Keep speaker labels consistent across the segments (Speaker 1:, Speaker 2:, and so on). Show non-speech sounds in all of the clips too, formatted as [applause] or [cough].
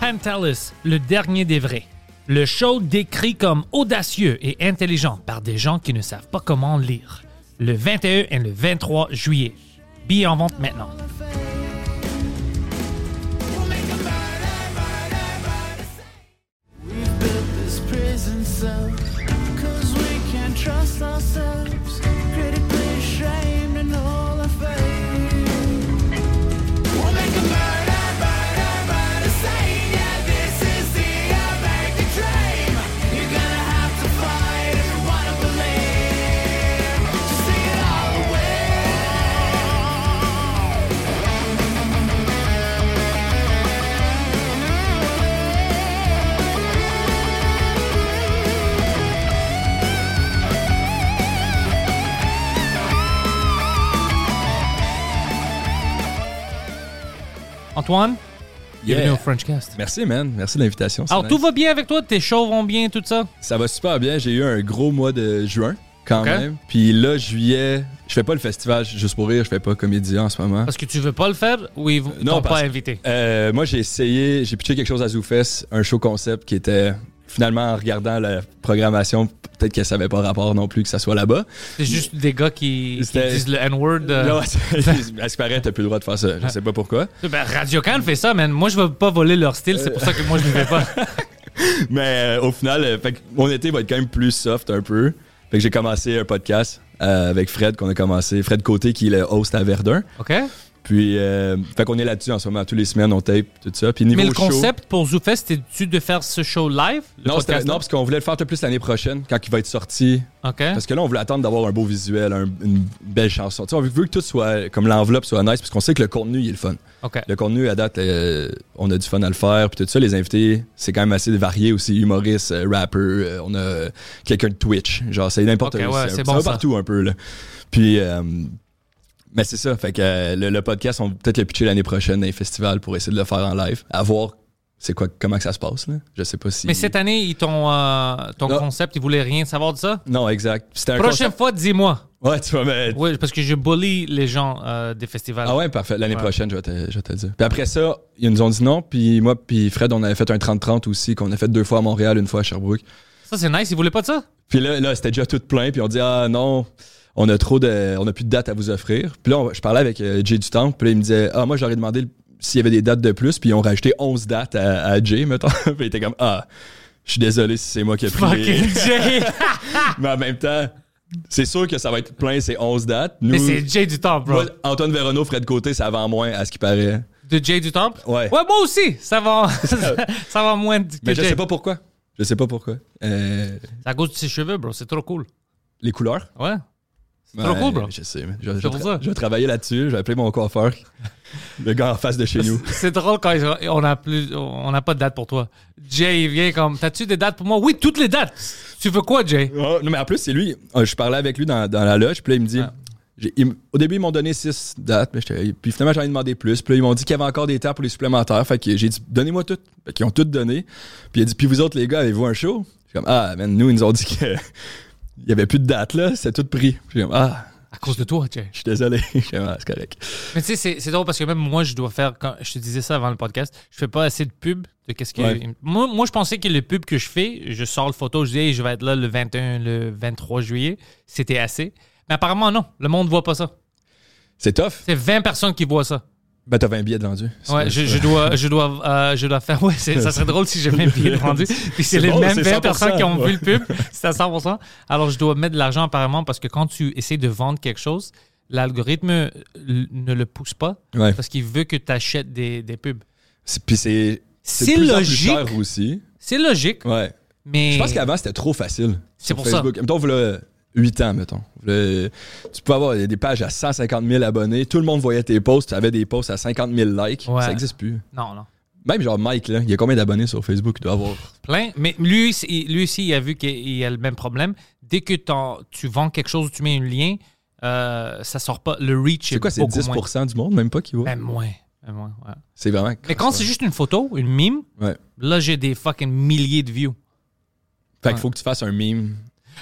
Speaker 1: Pantalis, le dernier des vrais. Le show décrit comme audacieux et intelligent par des gens qui ne savent pas comment lire. Le 21 et le 23 juillet. Billets en vente maintenant. Antoine, bienvenue
Speaker 2: Yeah.
Speaker 1: au Frenchcast.
Speaker 2: Merci, man. Merci de l'invitation. c'est
Speaker 1: Alors,
Speaker 2: nice.
Speaker 1: tout va bien avec toi? Tes shows vont bien, tout ça?
Speaker 2: Ça va super bien. J'ai eu un gros mois de juin, quand
Speaker 1: Ok.
Speaker 2: même. Puis là, juillet, je fais pas le festival, juste pour rire, je fais pas comédien en ce moment.
Speaker 1: Parce que tu veux pas le faire ou ils vont-
Speaker 2: Non,
Speaker 1: t'ont pas
Speaker 2: parce-
Speaker 1: invité?
Speaker 2: Euh, moi, j'ai essayé, j'ai pitché quelque chose à Zoufest, un show concept qui était finalement en regardant la programmation, peut-être que ça avait pas rapport non plus que ça soit là-bas.
Speaker 1: C'est juste des gars qui, qui
Speaker 2: C'était-
Speaker 1: disent le N-word. euh,
Speaker 2: Là, [laughs] à ce qui paraît, t'as plus le droit de faire ça. Je sais pas pourquoi.
Speaker 1: Ben, Radio Can fait ça, man. Moi, je veux pas voler leur style, c'est pour ça que moi, je ne fais
Speaker 2: [laughs]
Speaker 1: pas.
Speaker 2: Mais euh, au final, euh, fait que mon été va être quand même plus soft un peu. Fait que j'ai commencé un podcast euh, avec Fred qu'on a commencé. Fred Côté qui est le host à Verdun.
Speaker 1: OK?
Speaker 2: Puis, euh, fait qu'on est là-dessus en ce moment. Tous les semaines, on tape tout ça. Puis niveau
Speaker 1: Mais le
Speaker 2: show-
Speaker 1: concept pour ZooFest, c'était-tu de faire ce show live? le
Speaker 2: non, c'était-
Speaker 1: podcast?
Speaker 2: non, parce qu'on voulait le faire peut-être plus l'année prochaine, quand il va être sorti.
Speaker 1: OK.
Speaker 2: Parce que là, on voulait attendre d'avoir un beau visuel, un- une belle chanson. Tu sais, on veut veut que tout soit comme l'enveloppe soit nice, parce qu'on sait que le contenu, il est le fun.
Speaker 1: OK.
Speaker 2: Le contenu, à date, euh, on a du fun à le faire. Puis tout ça, les invités, c'est quand même assez varié aussi. Humoriste, euh, rapper, euh, on a euh, quelqu'un de Twitch. Genre, c'est n'importe
Speaker 1: Ok, ouais,
Speaker 2: quoi.
Speaker 1: c'est
Speaker 2: ça
Speaker 1: bon,
Speaker 2: va
Speaker 1: ça.
Speaker 2: partout un peu, là. Puis, euh, mais c'est ça. Fait que euh, le, le podcast, on va peut-être le pitcher l'année prochaine dans les festivals pour essayer de le faire en live. À voir c'est quoi, comment que ça se passe, là. Je sais pas si.
Speaker 1: Mais cette année, ils t'ont, euh, ton
Speaker 2: Non.
Speaker 1: concept, ils voulaient rien savoir de ça?
Speaker 2: Non, exact. C'était un
Speaker 1: Prochaine fois, dis-moi.
Speaker 2: concept- Ouais, tu vas mettre.
Speaker 1: Oui, parce que je bully les gens euh, des festivals.
Speaker 2: Ah ouais, parfait. L'année
Speaker 1: Ouais.
Speaker 2: prochaine, je vais, te, je vais te le dire. Puis après ça, ils nous ont dit non. Puis moi, puis Fred, on avait fait un 30-30 aussi, qu'on a fait deux fois à Montréal, une fois à Sherbrooke.
Speaker 1: Ça, c'est nice. Ils voulaient pas de
Speaker 2: [laughs]
Speaker 1: ça?
Speaker 2: Puis là, là c'était déjà tout plein. Puis on dit, ah non, on a trop de, on a plus de dates à vous offrir. Puis là, on- je parlais avec euh, Jay Dutemps. Puis là, il me disait, ah, moi, j'aurais demandé le- s'il y avait des dates de plus. Puis ils ont rajouté 11 dates à, à Jay, mettons. [laughs] puis il était comme, ah, je suis désolé si c'est moi qui ai pris. les-
Speaker 1: Fucking Jay!
Speaker 2: [laughs] Mais en même temps, c'est sûr que ça va être plein, ces 11 dates. Nous,
Speaker 1: [laughs] Mais c'est Jay du Temple, bro.
Speaker 2: moi, Antoine Véronneau, Fred Côté, ça vend moins, à ce qui paraît.
Speaker 1: De Jay du Temple?
Speaker 2: Ouais.
Speaker 1: Ouais, moi aussi. Ça va,
Speaker 2: [laughs]
Speaker 1: ça va moins que
Speaker 2: Mais je
Speaker 1: Jay.
Speaker 2: sais pas pourquoi. Je sais pas pourquoi. Euh,
Speaker 1: C'est à cause de ses cheveux, bro. C'est trop cool.
Speaker 2: les couleurs.
Speaker 1: Ouais. C'est trop cool, bro.
Speaker 2: Je sais, mais je, je,
Speaker 1: C'est pour
Speaker 2: tra-
Speaker 1: ça.
Speaker 2: je vais travailler là-dessus. Je vais appeler mon coiffeur, le gars en face de
Speaker 1: [laughs]
Speaker 2: chez nous.
Speaker 1: C'est drôle quand ils- on a plus, on n'a pas de date pour toi. Jay, il vient comme, t'as-tu des dates pour moi? Oui, toutes les dates. Tu veux quoi, Jay?
Speaker 2: Oh, non, mais en plus, c'est lui. euh, Je parlais avec lui dans, dans la loge, puis là, il me dit.
Speaker 1: Ah.
Speaker 2: j'ai- il m- au début, ils m'ont donné six dates, mais j'étais- puis finalement, j'en ai demandé plus. Puis là, ils m'ont dit qu'il y avait encore des temps pour les supplémentaires. Fait que j'ai dit, donnez-moi toutes. Fait qu'ils ont toutes donné. Puis il a dit, puis vous autres, les gars, avez-vous un show? J'ai comme, ah, man, nous, ils nous ont dit que [laughs] il y avait plus de dates, là. C'est tout pris. J'ai comme, ah,
Speaker 1: À cause de toi, Jay.
Speaker 2: je suis désolé. [laughs] J'ai comme, Ah, c'est correct.
Speaker 1: Mais tu sais, c'est- c'est drôle parce que même moi, je dois faire, quand je te disais ça avant le podcast, je fais pas assez de pub de qu'est-ce que.
Speaker 2: Ouais.
Speaker 1: Moi, moi, je pensais que le pub que je fais, je sors le photo, je dis, Hey, je vais être là le 21, le 23 juillet. C'était assez. Mais apparemment, non. Le monde voit pas ça.
Speaker 2: C'est tough.
Speaker 1: C'est 20 personnes qui voient ça.
Speaker 2: Ben, t'as 20 billets de vendus.
Speaker 1: Ouais, je, je dois, je dois, euh, je dois faire. Ouais, c'est- ça serait drôle si j'avais un billet de
Speaker 2: [laughs]
Speaker 1: rendu. Puis c'est
Speaker 2: C'est
Speaker 1: les
Speaker 2: bon,
Speaker 1: mêmes
Speaker 2: c'est
Speaker 1: 20 personnes
Speaker 2: 100%,
Speaker 1: qui ont
Speaker 2: ouais.
Speaker 1: vu le pub. C'est à 100%. Alors, je dois mettre de l'argent apparemment parce que quand tu essaies de vendre quelque chose, l'algorithme euh, l- ne le pousse pas
Speaker 2: Ouais.
Speaker 1: parce qu'il veut que tu achètes des, des pubs.
Speaker 2: C'est- Puis c'est.
Speaker 1: C'est
Speaker 2: de plus en plus
Speaker 1: logique.
Speaker 2: cher aussi.
Speaker 1: C'est logique,
Speaker 2: Ouais.
Speaker 1: mais.
Speaker 2: Je pense qu'avant, c'était trop facile.
Speaker 1: C'est
Speaker 2: sur
Speaker 1: pour ça.
Speaker 2: Facebook. Mettons, voilà 8 ans, mettons. Le- tu peux avoir des pages à 150 000 abonnés, tout le monde voyait tes posts, tu avais des posts à 50 000 likes,
Speaker 1: Ouais.
Speaker 2: ça n'existe plus.
Speaker 1: Non, non.
Speaker 2: Même genre Mike, là, il y a combien d'abonnés sur Facebook Il doit avoir
Speaker 1: Plein. Mais lui, c'est- lui aussi, il a vu qu'il il a le même problème. Dès que t'en- tu vends quelque chose, tu mets un lien, euh, ça sort pas. Le reach est,
Speaker 2: C'est quoi, c'est
Speaker 1: beaucoup
Speaker 2: 10
Speaker 1: moins.
Speaker 2: du monde, même pas qui voit
Speaker 1: Même moins. Même moins, ouais.
Speaker 2: C'est vraiment.
Speaker 1: Mais quand c'est juste une photo, une mime,
Speaker 2: Ouais.
Speaker 1: là, j'ai des fucking milliers de views.
Speaker 2: Fait qu'il faut que tu fasses un meme.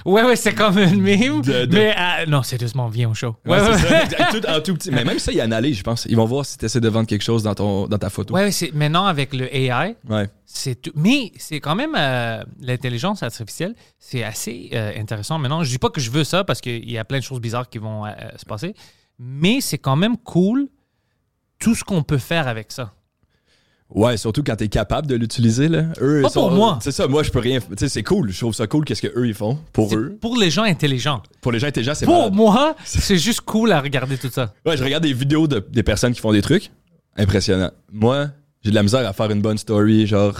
Speaker 1: Ouais, ouais, c'est comme une mime.
Speaker 2: De- de-
Speaker 1: Mais euh, non, sérieusement, viens au show. Ouais,
Speaker 2: Ouais,
Speaker 1: ouais, ouais.
Speaker 2: c'est ça. Tout- en tout petit. Mais même ça, ils analysent, je pense. Ils vont voir si tu essaies de vendre quelque chose dans, ton, dans ta
Speaker 1: [laughs]
Speaker 2: photo.
Speaker 1: Ouais, ouais, c'est- maintenant, avec le AI,
Speaker 2: Ouais.
Speaker 1: c'est tout. Mais c'est quand même euh, l'intelligence artificielle, c'est assez euh, intéressant. Maintenant, je dis pas que je veux ça parce qu'il y a plein de choses bizarres qui vont euh, se passer, mais c'est quand même cool tout ce qu'on peut faire avec ça.
Speaker 2: Ouais, surtout quand t'es capable de l'utiliser, là. Eux,
Speaker 1: Pas
Speaker 2: ils sont-
Speaker 1: pour moi.
Speaker 2: C'est ça, moi, je peux rien. Tu sais, c'est cool. Je trouve ça cool qu'est-ce que eux ils font pour
Speaker 1: C'est
Speaker 2: eux.
Speaker 1: pour les gens intelligents.
Speaker 2: Pour les gens intelligents, [laughs] c'est
Speaker 1: Pour
Speaker 2: malade.
Speaker 1: moi, c'est juste cool à regarder tout ça.
Speaker 2: Ouais, je regarde des vidéos de, des personnes qui font des trucs. Impressionnant. Moi, j'ai de la misère à faire une bonne story, genre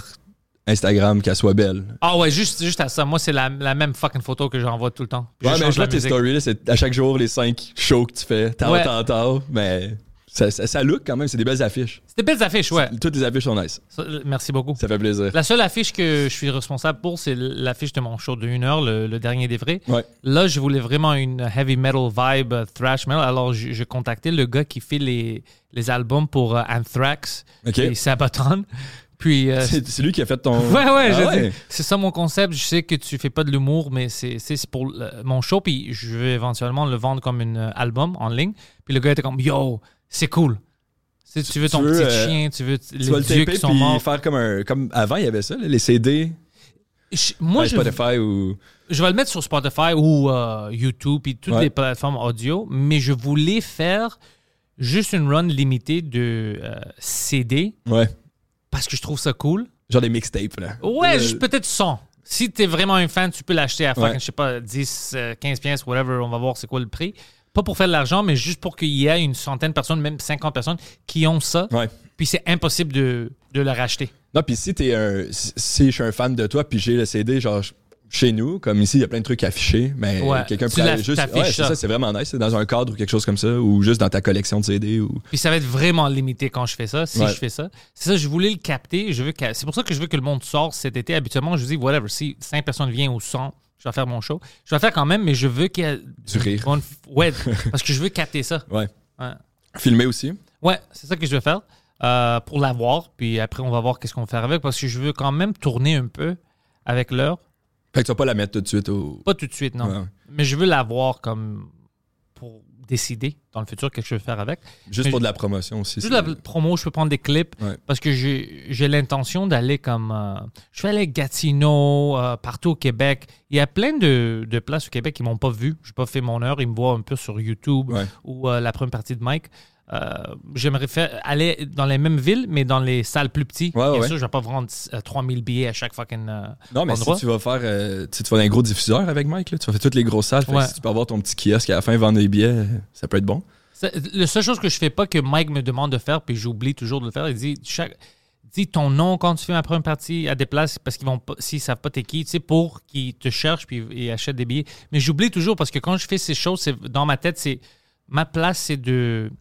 Speaker 2: Instagram, qu'elle soit belle.
Speaker 1: Ah ouais, juste, juste à ça. Moi, c'est la, la même fucking photo que j'envoie tout le temps. Puis
Speaker 2: Ouais,
Speaker 1: je
Speaker 2: mais
Speaker 1: change
Speaker 2: je vois
Speaker 1: la
Speaker 2: tes
Speaker 1: musique.
Speaker 2: stories, là, c'est à chaque jour les 5 shows que tu fais, tant,
Speaker 1: Ouais.
Speaker 2: tant, tant, mais ça, ça, ça look quand même, c'est des belles affiches.
Speaker 1: C'est des belles affiches, ouais.
Speaker 2: Toutes les affiches sont nice,
Speaker 1: Ça, Merci beaucoup.
Speaker 2: ça fait plaisir.
Speaker 1: La seule affiche que je suis responsable pour, c'est l'affiche de mon show de 1 heure, le, le dernier des vrais.
Speaker 2: Ouais.
Speaker 1: Là, je voulais vraiment une heavy metal vibe, euh, thrash metal. Alors, je- j'ai contacté le gars qui fait les, les albums pour euh, Anthrax
Speaker 2: Ok.
Speaker 1: et Sabaton. Puis, euh,
Speaker 2: C'est c'est lui qui a fait ton...
Speaker 1: [laughs] ouais, ouais,
Speaker 2: Ah
Speaker 1: je
Speaker 2: ouais?
Speaker 1: dis, c'est ça mon concept. Je sais que tu fais pas de l'humour, mais c'est c'est- c'est pour euh, mon show. Puis, je vais éventuellement le vendre comme un euh, album en ligne. Puis, le gars était comme, yo, c'est cool. Si tu veux
Speaker 2: Tu
Speaker 1: ton
Speaker 2: veux,
Speaker 1: petit
Speaker 2: euh,
Speaker 1: chien, tu veux t-
Speaker 2: Tu vas
Speaker 1: les
Speaker 2: le
Speaker 1: dieux
Speaker 2: taper
Speaker 1: qui
Speaker 2: puis
Speaker 1: sont morts.
Speaker 2: faire comme un... Comme avant, il y avait ça, là, les CD,
Speaker 1: Je- moi,
Speaker 2: sur
Speaker 1: je,
Speaker 2: Spotify ou...
Speaker 1: je vais le mettre sur Spotify ou euh, YouTube et toutes
Speaker 2: Ouais.
Speaker 1: les plateformes audio, mais je voulais faire juste une run limitée de euh, CD
Speaker 2: Ouais,
Speaker 1: parce que je trouve ça cool.
Speaker 2: genre des mixtapes, là.
Speaker 1: Ouais,
Speaker 2: Euh,
Speaker 1: juste peut-être 100. Si t'es vraiment un fan, tu peux l'acheter à fucking,
Speaker 2: Ouais.
Speaker 1: je sais pas, 10, euh, 15 pièces, whatever, on va voir c'est quoi le prix. Pas pour faire de l'argent, mais juste pour qu'il y ait une centaine de personnes, même 50 personnes qui ont ça.
Speaker 2: Ouais.
Speaker 1: Puis c'est impossible de, de le racheter.
Speaker 2: Non, puis si t'es un... Si si je suis un fan de toi, puis j'ai le CD, genre... je- Chez nous, comme ici, il y a plein de trucs affichés, mais
Speaker 1: Ouais,
Speaker 2: quelqu'un
Speaker 1: tu
Speaker 2: pourrait
Speaker 1: l'aff-
Speaker 2: aller juste.
Speaker 1: t'affiches
Speaker 2: Ouais, c'est
Speaker 1: ça.
Speaker 2: ça, c'est vraiment nice. C'est dans un cadre ou quelque chose comme ça, ou juste dans ta collection de CD ou.
Speaker 1: Puis ça va être vraiment limité quand je fais ça, si
Speaker 2: Ouais.
Speaker 1: je fais ça. C'est ça, je voulais le capter. Je veux que- c'est pour ça que je veux que le monde sorte cet été. Habituellement, je dis, whatever, si 5 personnes viennent ou 100, je vais faire mon show. Je vais faire quand même, mais je veux qu'il y ait...
Speaker 2: Du rire.
Speaker 1: bonne-
Speaker 2: [laughs]
Speaker 1: Ouais, parce que je veux capter ça.
Speaker 2: Ouais.
Speaker 1: Ouais,
Speaker 2: Filmé aussi.
Speaker 1: Ouais, c'est ça que je vais faire euh, pour l'avoir. Puis après, on va voir qu'est-ce qu'on va faire avec, parce que je veux quand même tourner un peu avec l'heure.
Speaker 2: Fait que tu vas pas la mettre tout de suite au.
Speaker 1: Pas tout de suite, non.
Speaker 2: Ouais.
Speaker 1: Mais je veux l'avoir comme pour décider dans le futur qu'est-ce que je veux faire avec.
Speaker 2: Juste
Speaker 1: Mais-
Speaker 2: pour de la promotion aussi.
Speaker 1: Juste
Speaker 2: c'est-
Speaker 1: la promo, je peux prendre des clips
Speaker 2: Ouais.
Speaker 1: parce que j'ai j'ai l'intention d'aller comme. euh, je vais aller à Gatineau, euh, partout au Québec. Il y a plein de, de places au Québec qui m'ont pas vu. J'ai pas fait mon heure. Ils me voient un peu sur YouTube
Speaker 2: Ouais.
Speaker 1: ou euh, la première partie de Mike. Euh, J'aimerais faire aller dans les mêmes villes, mais dans les salles plus petites.
Speaker 2: Ouais, ouais,
Speaker 1: Bien
Speaker 2: ouais.
Speaker 1: sûr, je vais pas vendre euh, 3000 billets à chaque fucking. euh,
Speaker 2: Non, mais
Speaker 1: endroit.
Speaker 2: si tu vas faire. euh, tu sais, tu vas dans un gros diffuseur avec Mike, là, tu vas faire toutes les grosses salles. Fait que
Speaker 1: Ouais.
Speaker 2: si tu peux avoir ton petit kiosque et à la fin vendre des billets, euh, ça peut être bon.
Speaker 1: Ça, La seule chose que je fais pas que Mike me demande de faire, puis j'oublie toujours de le faire, il dit chaque, dis ton nom quand tu fais ma première partie à des places parce qu'ils vont pas, s'ils savent pas t'es qui, tu sais, pour qu'ils te cherchent puis ils achètent des billets. Mais j'oublie toujours parce que quand je fais ces choses, c'est dans ma tête, c'est ma place, c'est de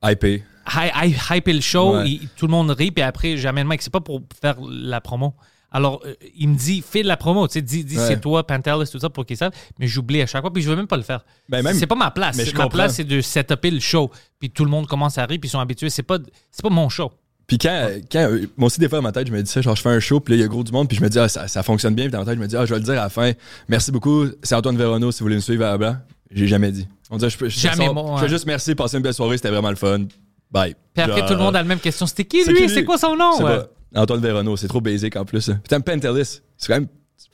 Speaker 2: IP.
Speaker 1: hy- hy- hyper le show,
Speaker 2: Ouais.
Speaker 1: il- tout le monde rit, puis après j'amène Mike. C'est pas pour faire la promo. Alors, euh, il me dit, fais de la promo, tu sais, dis, dis
Speaker 2: Ouais.
Speaker 1: c'est toi, Pantelis, tout ça, pour qu'ils savent, mais j'oublie à chaque fois, puis je veux même pas le faire.
Speaker 2: Ben, même-
Speaker 1: c'est pas ma place.
Speaker 2: mais je
Speaker 1: C'est- ma
Speaker 2: comprends.
Speaker 1: place, c'est de setuper le show, puis tout le monde commence à rire, puis ils sont habitués. C'est pas, c'est pas mon show.
Speaker 2: Puis quand. euh, quand euh, moi aussi, des fois, dans ma tête, je me dis ça, genre, je fais un show, puis là, il y a gros du monde, puis je me dis, ah, ça, ça fonctionne bien. Puis dans ma tête, je me dis, ah, je vais le dire à la fin. Merci beaucoup, c'est Antoine Véronneau, si vous voulez me suivre à la blanc. J'ai jamais dit. On dirait, je peux. je-
Speaker 1: Jamais,
Speaker 2: ça-
Speaker 1: moi,
Speaker 2: Je
Speaker 1: ouais.
Speaker 2: fais juste merci, passez une belle soirée, c'était vraiment le fun. Bye.
Speaker 1: Puis après,
Speaker 2: Genre,
Speaker 1: tout le monde a la même question. C'était qui,
Speaker 2: C'est qui,
Speaker 1: lui?
Speaker 2: lui?
Speaker 1: C'est quoi son nom?
Speaker 2: C'est
Speaker 1: Ouais.
Speaker 2: pas Antoine Véronneau, c'est trop basic en plus. Putain, Pentelis, c'est quand même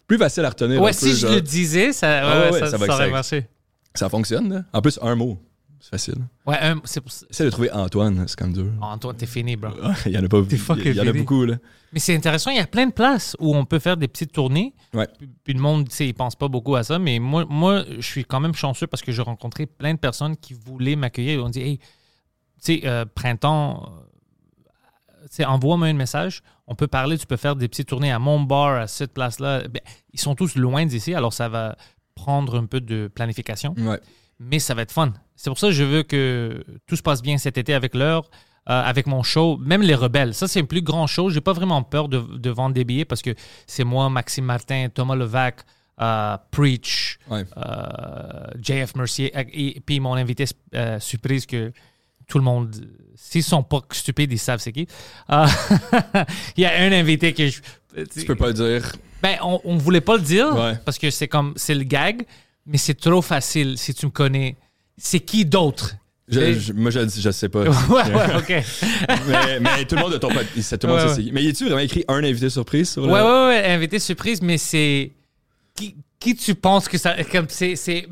Speaker 2: plus facile à retenir.
Speaker 1: Ouais,
Speaker 2: un
Speaker 1: si
Speaker 2: peu,
Speaker 1: je
Speaker 2: genre.
Speaker 1: le disais, ça,
Speaker 2: Ah
Speaker 1: ouais,
Speaker 2: ouais,
Speaker 1: ça,
Speaker 2: ça
Speaker 1: ça
Speaker 2: va que
Speaker 1: aurait
Speaker 2: ça-
Speaker 1: marché.
Speaker 2: Ça fonctionne, là. En plus, un mot, c'est facile.
Speaker 1: Ouais, un- c'est pour ça.
Speaker 2: Essaye de trouver Antoine, c'est comme dur.
Speaker 1: Oh, Antoine, t'es fini, bro.
Speaker 2: [laughs] Il y en a pas
Speaker 1: T'es fucking
Speaker 2: Il y en a
Speaker 1: fini.
Speaker 2: beaucoup, là.
Speaker 1: Mais c'est intéressant, il y a plein de places où on peut faire des petites tournées.
Speaker 2: Ouais.
Speaker 1: Puis, puis le monde, tu sais, il pense pas beaucoup à ça. Mais moi, moi, je suis quand même chanceux parce que j'ai rencontré plein de personnes qui voulaient m'accueillir. Ils ont dit, hey, tu sais, euh, printemps, euh, tu sais, envoie-moi un message. On peut parler, tu peux faire des petites tournées à mon bar, à cette place-là. Ben, ils sont tous loin d'ici, alors ça va prendre un peu de planification,
Speaker 2: Ouais.
Speaker 1: mais ça va être fun. C'est pour ça que je veux que tout se passe bien cet été avec l'heure, euh, avec mon show, même les rebelles. Ça, c'est le plus grand show. J'ai pas vraiment peur de, de vendre des billets parce que c'est moi, Maxime Martin, Thomas Levac, euh, Preach,
Speaker 2: Ouais.
Speaker 1: euh, JF Mercier et, et puis mon invité euh, surprise que tout le monde, s'ils sont pas stupides, ils savent c'est qui. Euh, [laughs] Il y a un invité que je.
Speaker 2: Tu peux pas le dire.
Speaker 1: Ben, on, on voulait pas le dire
Speaker 2: Ouais.
Speaker 1: parce que c'est comme c'est le gag, mais c'est trop facile si tu me connais. C'est qui d'autre?
Speaker 2: Je-
Speaker 1: Et-
Speaker 2: je- moi, je, le dis, je sais
Speaker 1: [laughs]
Speaker 2: pas.
Speaker 1: ouais, ouais, ok.
Speaker 2: mais, mais tout le monde de ton pod- il sait- tout le monde
Speaker 1: Ouais,
Speaker 2: sait c'est qui. Mais y a-tu vraiment écrit un invité surprise sur le-
Speaker 1: Ouais, ouais, ouais, invité surprise, mais c'est. Qui, qui tu penses que ça. Comme c'est, c'est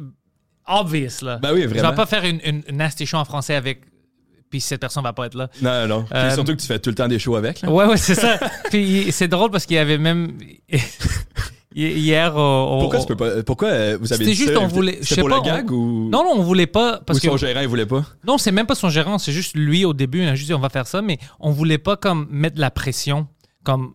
Speaker 1: obvious, là.
Speaker 2: Ben oui,
Speaker 1: Je
Speaker 2: vraiment.
Speaker 1: vais pas faire une, une, une nasty show en français avec. Puis cette personne va pas être là.
Speaker 2: Non, non. non. Puis
Speaker 1: Euh,
Speaker 2: surtout que tu fais tout le temps des shows avec. là.
Speaker 1: Ouais, ouais, c'est
Speaker 2: [laughs]
Speaker 1: ça. Puis c'est drôle parce qu'il y avait même. [laughs] Hier, on- on-
Speaker 2: Pourquoi tu peux pas. Pourquoi euh, vous avez
Speaker 1: C'était
Speaker 2: dit
Speaker 1: juste,
Speaker 2: ça,
Speaker 1: on
Speaker 2: invité-
Speaker 1: voulait- je
Speaker 2: C'était
Speaker 1: sais
Speaker 2: pour
Speaker 1: pas,
Speaker 2: le gag
Speaker 1: on-
Speaker 2: ou.
Speaker 1: Non, non, on voulait pas.
Speaker 2: Ou
Speaker 1: Parce que
Speaker 2: son gérant, il voulait pas.
Speaker 1: Non, c'est même pas son gérant, c'est juste lui au début, on a juste dit on va faire ça, mais on voulait pas comme mettre la pression, comme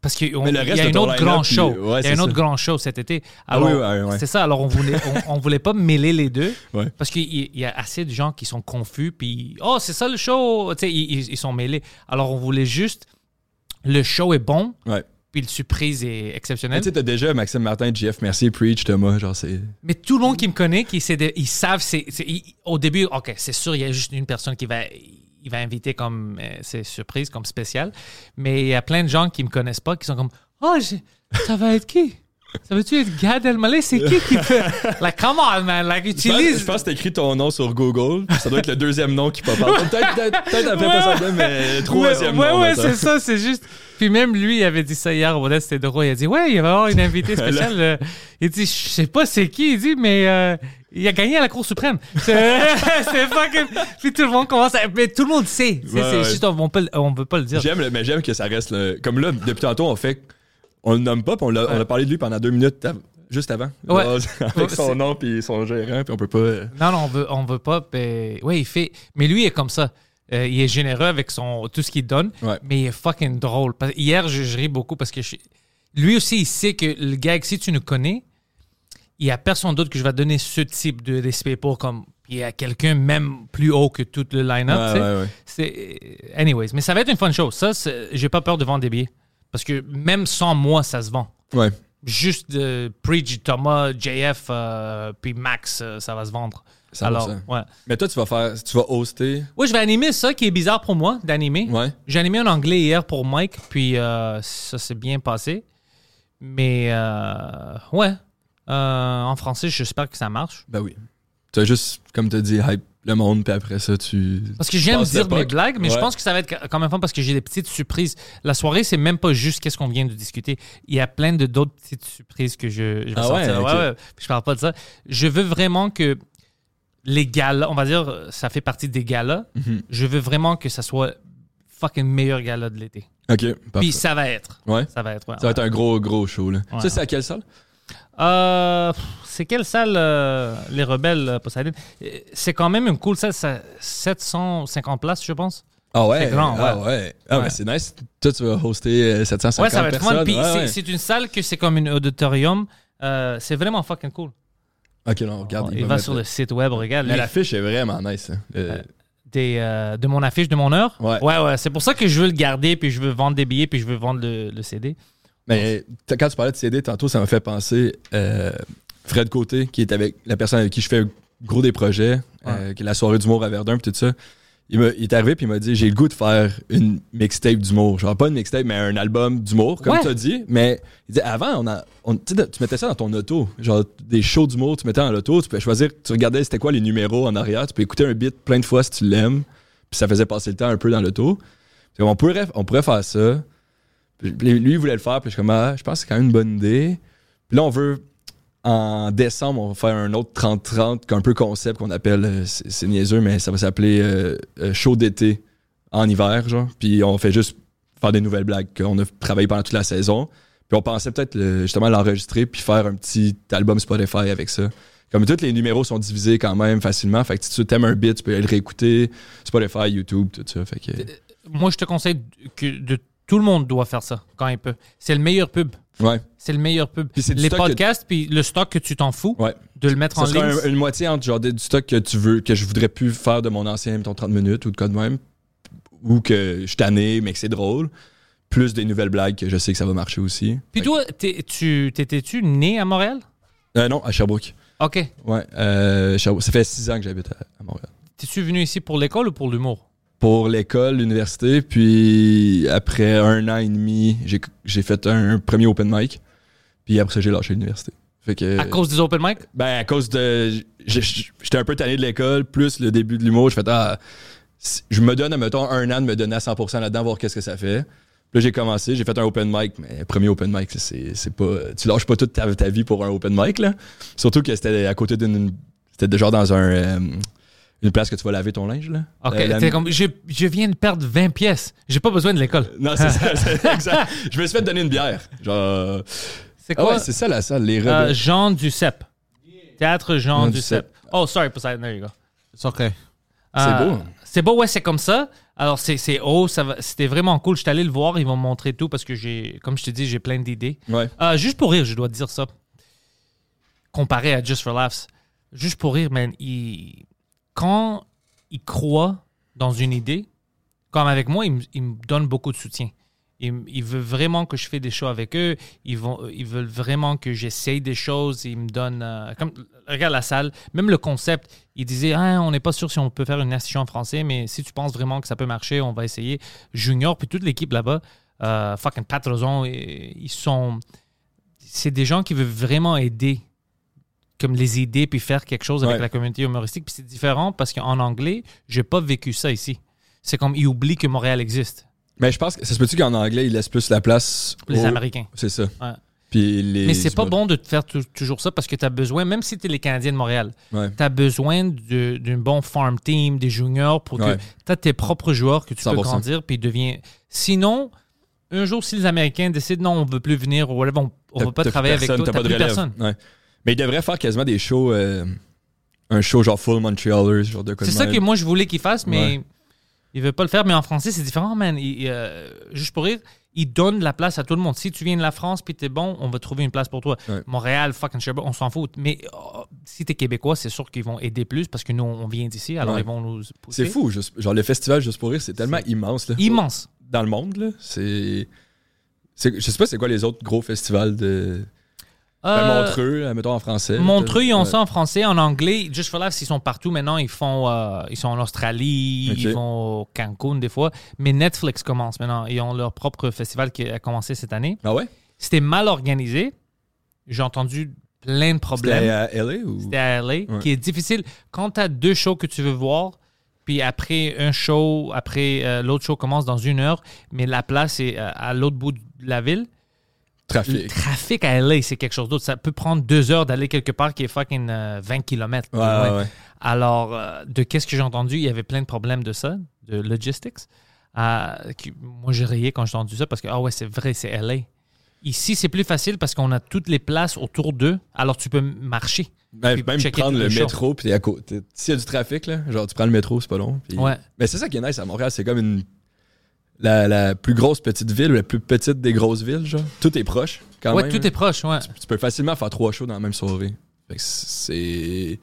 Speaker 1: parce qu'il
Speaker 2: Mais le reste
Speaker 1: y a
Speaker 2: de
Speaker 1: une
Speaker 2: ton
Speaker 1: autre
Speaker 2: line-up,
Speaker 1: grand
Speaker 2: puis-
Speaker 1: show,
Speaker 2: ouais,
Speaker 1: il y
Speaker 2: c'est
Speaker 1: a un
Speaker 2: ça.
Speaker 1: autre grand show cet été.
Speaker 2: Ah
Speaker 1: Alors
Speaker 2: oui, ouais, ouais.
Speaker 1: c'est ça. Alors on voulait, on, on voulait pas mêler les deux
Speaker 2: [laughs] Ouais.
Speaker 1: parce qu'il y il y a assez de gens qui sont confus puis oh c'est ça le show, tu sais ils, ils- ils sont mêlés. Alors on voulait juste le show est bon
Speaker 2: Ouais.
Speaker 1: puis le surprise est
Speaker 2: Mais
Speaker 1: exceptionnelle.
Speaker 2: tu sais, t'as déjà Maxime Martin, JF, merci, Preach, Thomas, genre c'est.
Speaker 1: Mais tout le monde qui me connaît, qui sait de- ils savent, c'est, c'est- ils- au début, OK, c'est sûr, il y a juste une personne qui va, il va inviter comme euh, c'est surprise, comme spécial. Mais il y a plein de gens qui me connaissent pas, qui sont comme, oh, j'ai- ça va être qui? Ça veut-tu être Gad Elmaleh? C'est qui qui peut... Like, come on, man. Like,
Speaker 2: Je pense,
Speaker 1: utilise...
Speaker 2: Ben, je pense que t'as écrit ton nom sur Google. puis Ça doit être le deuxième nom qui pop up. Peut-être, peut-être, peut-être après
Speaker 1: Ouais.
Speaker 2: pas ça, mais le troisième
Speaker 1: ouais,
Speaker 2: nom.
Speaker 1: ouais,
Speaker 2: mettons.
Speaker 1: c'est ça, c'est juste. Puis même lui, il avait dit ça hier au modeste, c'était drôle. Il a dit, ouais, il va y avoir une
Speaker 2: [laughs]
Speaker 1: invitée spéciale. euh, il dit, je sais pas c'est qui, il dit, mais euh, il a gagné à la Cour suprême. [laughs] C'est c'est fucking. Puis tout le monde commence à. Mais tout le monde sait. Tu sais,
Speaker 2: Ouais,
Speaker 1: c'est
Speaker 2: ouais.
Speaker 1: juste, on, on peut, le- on peut pas le dire.
Speaker 2: J'aime, le- mais j'aime que ça reste le. Comme là, depuis tantôt, on fait. On le nomme pas, puis on l'a- on a parlé de lui pendant deux minutes av- juste avant.
Speaker 1: Ouais.
Speaker 2: Genre, [laughs]
Speaker 1: Ouais,
Speaker 2: Avec
Speaker 1: c'est-
Speaker 2: son nom, puis son gérant, puis on peut pas. euh,
Speaker 1: Non, non, on veut, on veut pas. ben, ouais, il fait. Mais lui, il est comme ça. Euh, il est généreux avec son, tout ce qu'il donne,
Speaker 2: Ouais.
Speaker 1: mais il est fucking drôle. Parce- Hier, je, je ris beaucoup parce que je- lui aussi, il sait que le gag, si tu nous connais, il n'y a personne d'autre que je vais donner ce type de respect pour. Comme il y a quelqu'un même plus haut que tout le line-up.
Speaker 2: Ouais,
Speaker 1: tu sais.
Speaker 2: ouais, ouais.
Speaker 1: C'est- Anyways, mais ça va être une fun show. Ça, c'est- j'ai pas peur de vendre des billets parce que même sans moi, ça se vend
Speaker 2: Ouais.
Speaker 1: juste de Preach, Thomas, JF, euh, puis Max, euh, ça va se vendre.
Speaker 2: 100%.
Speaker 1: Alors, ouais.
Speaker 2: Mais toi, tu vas faire. Tu vas hoster.
Speaker 1: Oui, je vais animer ça qui est bizarre pour moi d'animer.
Speaker 2: Ouais.
Speaker 1: J'ai animé en anglais hier pour Mike, puis euh, ça s'est bien passé. Mais euh, ouais, Euh, en français, j'espère que ça marche.
Speaker 2: Ben oui. Tu as juste, comme tu dit, hype le monde, puis après ça, tu.
Speaker 1: Parce que j'aime
Speaker 2: passes
Speaker 1: dire
Speaker 2: l'époque.
Speaker 1: mes blagues, mais je
Speaker 2: Ouais.
Speaker 1: pense que ça va être quand même fun parce que j'ai des petites surprises. La soirée, c'est même pas juste qu'est-ce qu'on vient de discuter. Il y a plein de d'autres petites surprises que je, je vais
Speaker 2: Ah ouais,
Speaker 1: sortir.
Speaker 2: ok.
Speaker 1: Je parle pas de ça. Je veux vraiment que les galas, on va dire, ça fait partie des galas.
Speaker 2: Mhm.
Speaker 1: Je veux vraiment que ça soit fucking meilleur gala de l'été.
Speaker 2: Ok, parfait.
Speaker 1: Puis ça va être.
Speaker 2: Ouais.
Speaker 1: Ça va être. ouais.
Speaker 2: Ça va être un gros, gros show, là.
Speaker 1: Ouais.
Speaker 2: ça, c'est à quelle salle?
Speaker 1: Euh, pff, c'est quelle salle euh, les rebelles euh, Poseidon Euh, C'est quand même une cool salle, ça- 750 places, je pense.
Speaker 2: Ah ouais.
Speaker 1: C'est grand,
Speaker 2: ah
Speaker 1: ouais.
Speaker 2: ouais. Ah ouais,
Speaker 1: Ouais.
Speaker 2: c'est nice. Toi, tu vas hoster euh, 750
Speaker 1: Ouais, ça va être
Speaker 2: personnes.
Speaker 1: fun. Puis
Speaker 2: Ouais,
Speaker 1: c'est-
Speaker 2: ouais.
Speaker 1: c'est une salle que c'est comme un auditorium. Euh, c'est vraiment fucking cool.
Speaker 2: Ok, non, regarde.
Speaker 1: il
Speaker 2: va
Speaker 1: va
Speaker 2: mettre-
Speaker 1: sur le site web, regarde.
Speaker 2: Mais
Speaker 1: lui,
Speaker 2: l'affiche est vraiment nice. hein. Le-
Speaker 1: des, euh, de mon affiche, de mon heure.
Speaker 2: Ouais.
Speaker 1: ouais. C'est pour ça que je veux le garder, puis je veux vendre des billets, puis je veux vendre le, le CD.
Speaker 2: Mais t- quand tu parlais de CD tantôt, ça m'a fait penser euh, Fred Côté, qui est avec la personne avec qui je fais gros des projets, euh, qui est la soirée d'humour à Verdun, puis tout ça. Il, m'a- il est arrivé puis il m'a dit j'ai le goût de faire une mixtape d'humour. Genre pas une mixtape, mais un album d'humour, comme
Speaker 1: Ouais.
Speaker 2: tu as dit. Mais il dit avant, on a, on- tu sais, tu mettais ça dans ton auto. Genre des shows d'humour, tu mettais dans l'auto, tu pouvais choisir, tu regardais c'était quoi les numéros en arrière, tu peux écouter un beat plein de fois si tu l'aimes, puis ça faisait passer le temps un peu dans l'auto. Fait qu'on pourrait- On pourrait faire ça. Puis lui, il voulait le faire. Puis je suis comme, ah, je pense que c'est quand même une bonne idée. Puis là, on veut, en décembre, on va faire un autre 30-30, qu'un peu concept qu'on appelle, euh, c'est c'est niaiseux, mais ça va s'appeler euh, euh, show d'été en hiver, genre. Puis on fait juste faire des nouvelles blagues qu'on a travaillé pendant toute la saison. Puis on pensait peut-être le- justement l'enregistrer puis faire un petit album Spotify avec ça. Comme tous les numéros sont divisés quand même facilement. Fait que si tu t'aimes un beat, tu peux aller le réécouter. Spotify, YouTube, tout ça. Fait que...
Speaker 1: Moi, je te conseille que de Tout le monde doit faire ça quand il peut. C'est le meilleur pub.
Speaker 2: Ouais.
Speaker 1: C'est le meilleur pub.
Speaker 2: Puis c'est du
Speaker 1: Les
Speaker 2: stock que-
Speaker 1: podcasts, puis le stock que tu t'en fous,
Speaker 2: Ouais.
Speaker 1: de le mettre
Speaker 2: Ça
Speaker 1: en
Speaker 2: sera
Speaker 1: ligne.
Speaker 2: un- une moitié entre genre des- du stock que tu veux, que je voudrais plus faire de mon ancien, mettons 30 minutes ou de quoi de même, ou que je suis tanné, mais que c'est drôle, plus des nouvelles blagues que je sais que ça va marcher aussi.
Speaker 1: Puis toi, t'es- tu t'étais-tu né à Montréal?
Speaker 2: Euh, non, à Sherbrooke.
Speaker 1: OK.
Speaker 2: Ouais, euh, Sherbrooke. Ça fait six ans que j'habite à, à Montréal.
Speaker 1: T'es-tu venu ici pour l'école ou pour l'humour?
Speaker 2: Pour l'école, l'université, puis après un an et demi, j'ai- j'ai fait un, premier open mic, puis après ça, j'ai lâché l'université. Fait que,
Speaker 1: À cause des open mic?
Speaker 2: Ben, à cause de. j- j- J'étais un peu tanné de l'école, plus le début de l'humour. Je fais, ah, si- je me donne, mettons, un an de me donner à 100% là-dedans, voir qu'est-ce que ça fait. Puis là, j'ai commencé, j'ai fait un open mic, mais premier open mic, c'est c'est pas. Tu lâches pas toute ta, ta vie pour un open mic, là. Surtout que c'était à côté d'une. C'était de genre dans un. euh, une place que tu vas laver ton linge, là.
Speaker 1: OK.
Speaker 2: Euh, la-
Speaker 1: T'es comme, je, je viens de perdre 20 pièces. J'ai pas besoin de l'école.
Speaker 2: [laughs] Non, c'est ça, c'est [laughs] exact. Je me suis fait donner une bière. Genre.
Speaker 1: C'est
Speaker 2: Ah
Speaker 1: quoi?
Speaker 2: ouais, c'est ça, la salle, les
Speaker 1: Euh,
Speaker 2: rebelles.
Speaker 1: Jean Duceppe. Théâtre Jean
Speaker 2: Jean
Speaker 1: Duceppe. Oh, sorry, Poseidon. There you go.
Speaker 3: C'est OK.
Speaker 1: Euh,
Speaker 2: beau, hein?
Speaker 1: C'est beau, ouais, c'est comme ça. Alors, c'est c'est haut, ça va- c'était vraiment cool. Je suis allé le voir, ils vont me montrer tout parce que j'ai, comme je te dis, j'ai plein d'idées.
Speaker 2: ouais.
Speaker 1: Euh, juste pour rire, je dois dire ça. Comparé à Just for Laughs. Juste pour rire, man, il- quand il croit dans une idée, comme avec moi, il me, il me donne beaucoup de soutien. Il, me- il veut vraiment que je fais des shows avec eux. Ils, vont, euh, ils veulent vraiment que j'essaye des choses. Ils me donnent. euh, comme, regarde la salle, même le concept. Il disait Ah, On n'est pas sûr si on peut faire une institution en français, mais si tu penses vraiment que ça peut marcher, on va essayer. Junior, puis toute l'équipe là-bas, euh, fucking Pat Rozon, et- ils sont. C'est des gens qui veulent vraiment aider, comme les idées, puis faire quelque chose avec
Speaker 2: Ouais.
Speaker 1: la communauté humoristique. Puis c'est différent parce qu'en anglais, j'ai pas vécu ça ici. C'est comme ils oublient que Montréal existe,
Speaker 2: Mais je pense que ça se peut-tu qu'en anglais, ils laissent plus la place.
Speaker 1: les
Speaker 2: aux-
Speaker 1: Américains.
Speaker 2: C'est ça.
Speaker 1: Ouais.
Speaker 2: Puis les
Speaker 1: Mais c'est pas
Speaker 2: humoristes.
Speaker 1: bon de te faire tou- toujours ça parce que tu as besoin, même si tu es les Canadiens de Montréal,
Speaker 2: Ouais.
Speaker 1: tu as besoin de- d'un bon farm team, des juniors pour
Speaker 2: Ouais.
Speaker 1: que tu as tes propres joueurs que tu peux
Speaker 2: 100%.
Speaker 1: grandir puis devient. Sinon, un jour, si les Américains décident non, on veut plus venir ou whatever, on, on
Speaker 2: T'as-
Speaker 1: va pas
Speaker 2: t'as
Speaker 1: travailler
Speaker 2: personne,
Speaker 1: avec toi,
Speaker 2: t'as
Speaker 1: t'as plus
Speaker 2: relève.
Speaker 1: personne.
Speaker 2: Ouais. Mais ils devraient faire quasiment des shows, euh, un show genre full Montrealers, genre de quoi
Speaker 1: C'est
Speaker 2: de
Speaker 1: ça
Speaker 2: même.
Speaker 1: que moi je voulais qu'il fasse, mais il veut pas le faire. Mais en français, c'est différent, man. Il- il, euh, juste pour rire, il donne la place à tout le monde. Si tu viens de la France puis t'es bon, on va trouver une place pour toi.
Speaker 2: Ouais.
Speaker 1: Montréal, fucking Sherbrooke, on s'en fout. Mais oh, si t'es québécois, c'est sûr qu'ils vont aider plus parce que nous, on vient d'ici, alors
Speaker 2: Ouais.
Speaker 1: ils vont nous pousser.
Speaker 2: C'est fou, juste- genre le festival Juste pour Rire, c'est tellement immense. Là.
Speaker 1: Immense.
Speaker 2: Dans le monde, là, c'est. c'est- Je sais pas c'est quoi les autres gros festivals de. Ben,
Speaker 1: Euh,
Speaker 2: Montreux, euh, mettons en français.
Speaker 1: Montreux, ils ont
Speaker 2: Ouais.
Speaker 1: ça en français, en anglais. Just for Laughs, ils sont partout maintenant. Ils font, euh, ils sont en Australie,
Speaker 2: Ok.
Speaker 1: ils vont au Cancun des fois. Mais Netflix commence maintenant. Ils ont leur propre festival qui a commencé cette année.
Speaker 2: Ah ouais?
Speaker 1: C'était mal organisé. J'ai entendu plein de
Speaker 2: C'était
Speaker 1: problèmes.
Speaker 2: à LA ou.
Speaker 1: C'était à LA, qui est difficile. Quand tu as deux shows que tu veux voir, puis après un show, après euh, l'autre show commence dans une heure, mais la place est euh, à l'autre bout de la ville, le
Speaker 2: Trafic.
Speaker 1: trafic à LA, c'est quelque chose d'autre. Ça peut prendre deux heures d'aller quelque part qui est fucking euh, 20 km.
Speaker 2: Ouais, ouais, ouais.
Speaker 1: Alors, euh, de qu'est-ce que j'ai entendu, il y avait plein de problèmes de ça, de logistics. Euh, qui- moi, j'ai riais quand j'ai entendu ça parce que, ah ouais, c'est vrai, c'est LA. Ici, c'est plus facile parce qu'on a toutes les places autour d'eux, alors tu peux marcher.
Speaker 2: Ben,
Speaker 1: Puis
Speaker 2: même
Speaker 1: checker
Speaker 2: prendre
Speaker 1: tous
Speaker 2: le
Speaker 1: les shows.
Speaker 2: métro, puis t'es à côté. S'il y a du trafic, là, genre tu prends le métro, c'est pas long. puis-
Speaker 1: Ouais.
Speaker 2: Mais c'est ça qui est nice à Montréal, c'est comme une. La, la plus grosse petite ville, ou la plus petite des grosses villes, genre. Tout est proche, quand
Speaker 1: ouais,
Speaker 2: même.
Speaker 1: tout
Speaker 2: là.
Speaker 1: est proche, ouais.
Speaker 2: Tu peux facilement faire trois shows dans la même soirée. Fait que c'est.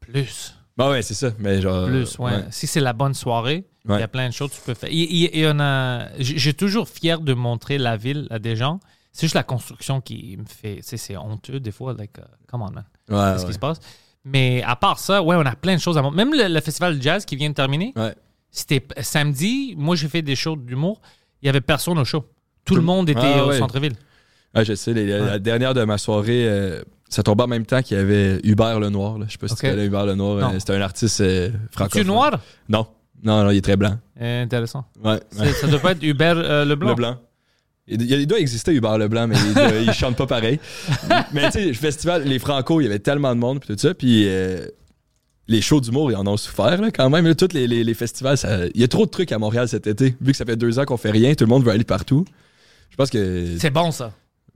Speaker 1: Plus,
Speaker 2: Bah ouais, c'est ça, mais genre.
Speaker 1: plus, ouais. Si c'est la bonne soirée, il y
Speaker 2: Ouais.
Speaker 1: a plein de choses que tu peux faire. Il, il- il y en a. j- J'ai toujours fier de montrer la ville à des gens. C'est juste la construction qui me fait. tu sais, C'est honteux des fois, like, euh, come on, man.
Speaker 2: Ouais, Ah ouais.
Speaker 1: ce qui se passe. Mais à part ça, ouais, on a plein de choses à montrer. Même le, le festival de jazz qui vient de terminer,
Speaker 2: Ouais.
Speaker 1: c'était p- samedi. Moi, j'ai fait des shows d'humour. Il y avait personne au show. Tout le
Speaker 2: Tout-
Speaker 1: monde était
Speaker 2: Ah,
Speaker 1: au
Speaker 2: ouais.
Speaker 1: centre-ville.
Speaker 2: Ouais, je sais, les- la- la dernière de ma soirée, euh, ça tombait en même temps qu'il y avait Hubert Lenoir. Là. Je sais pas si
Speaker 1: Ok.
Speaker 2: tu connais Hubert Lenoir.
Speaker 1: Non.
Speaker 2: euh, C'était un artiste euh,
Speaker 1: Tu
Speaker 2: francophone.
Speaker 1: noir?
Speaker 2: Non. Non, non, il est très blanc.
Speaker 1: Euh, intéressant.
Speaker 2: Ouais.
Speaker 1: C'est- Ça doit pas être Hubert
Speaker 2: [laughs]
Speaker 1: euh, Leblanc.
Speaker 2: Le blanc. Il, il doit exister Hubert Leblanc, mais il, doit- il chante
Speaker 1: [laughs]
Speaker 2: pas pareil. mais tu sais, le festival, les Franco, il y avait tellement de monde, puis tout ça, puis euh, les shows d'humour, ils en ont souffert là, quand même. là, tous les, les- les festivals, ça- il y a trop de trucs à Montréal cet été. Vu que ça fait deux ans qu'on fait rien, tout le monde veut aller partout. Je pense que.
Speaker 1: C'est bon, ça.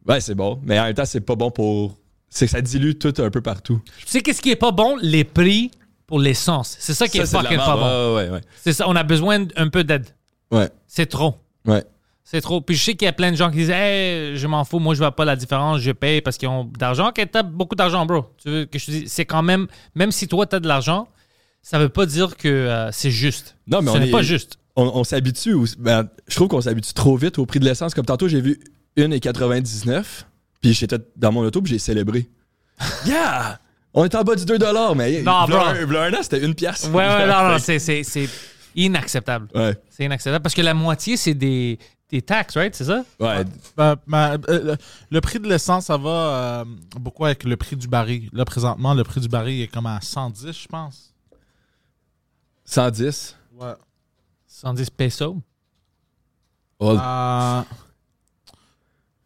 Speaker 2: Ouais, c'est bon, mais en même temps, c'est pas bon pour. C'est que ça dilue tout un peu partout.
Speaker 1: Tu sais qu'est-ce qui est pas bon? Les prix pour l'essence. C'est ça qui est
Speaker 2: c'est de la
Speaker 1: fucking pas
Speaker 2: merde. hein.
Speaker 1: bon.
Speaker 2: Ouais, ouais, ouais.
Speaker 1: C'est ça, on a besoin d'un peu d'aide.
Speaker 2: Ouais.
Speaker 1: C'est trop.
Speaker 2: Ouais.
Speaker 1: C'est trop. Puis je sais qu'il y a plein de gens qui disent Hey, je m'en fous, moi je vois pas la différence, je paye parce qu'ils ont d'argent. Quand t'as beaucoup d'argent, bro, tu veux que je te dise, c'est quand même, même si toi t'as de l'argent, ça veut pas dire que euh, c'est juste.
Speaker 2: Non, mais
Speaker 1: Ce
Speaker 2: on
Speaker 1: n'est
Speaker 2: est-
Speaker 1: pas
Speaker 2: [laughs]
Speaker 1: juste.
Speaker 2: On, on s'habitue. au- ben, je trouve qu'on s'habitue trop vite au prix de l'essence. Comme tantôt, j'ai vu 1,99$, puis j'étais dans mon auto, puis
Speaker 1: [laughs]
Speaker 2: j'ai célébré. Yeah! On est en bas du 2$, mais
Speaker 1: Non,
Speaker 2: v'là
Speaker 1: bro.
Speaker 2: un- v'là un an, c'était une pièce.
Speaker 1: Ouais, ouais, non, non, c'est- c'est c'est inacceptable.
Speaker 2: Ouais,
Speaker 1: C'est inacceptable parce que la moitié, c'est des, des taxes, right? C'est ça?
Speaker 2: ouais.
Speaker 3: Ben, ma- euh, le- le prix de l'essence, ça va euh, beaucoup avec le prix du baril. Là, présentement, le prix du baril est comme à 110, je pense.
Speaker 2: 110.
Speaker 3: Ouais.
Speaker 1: 110 pesos.
Speaker 2: Oh,
Speaker 3: Euh,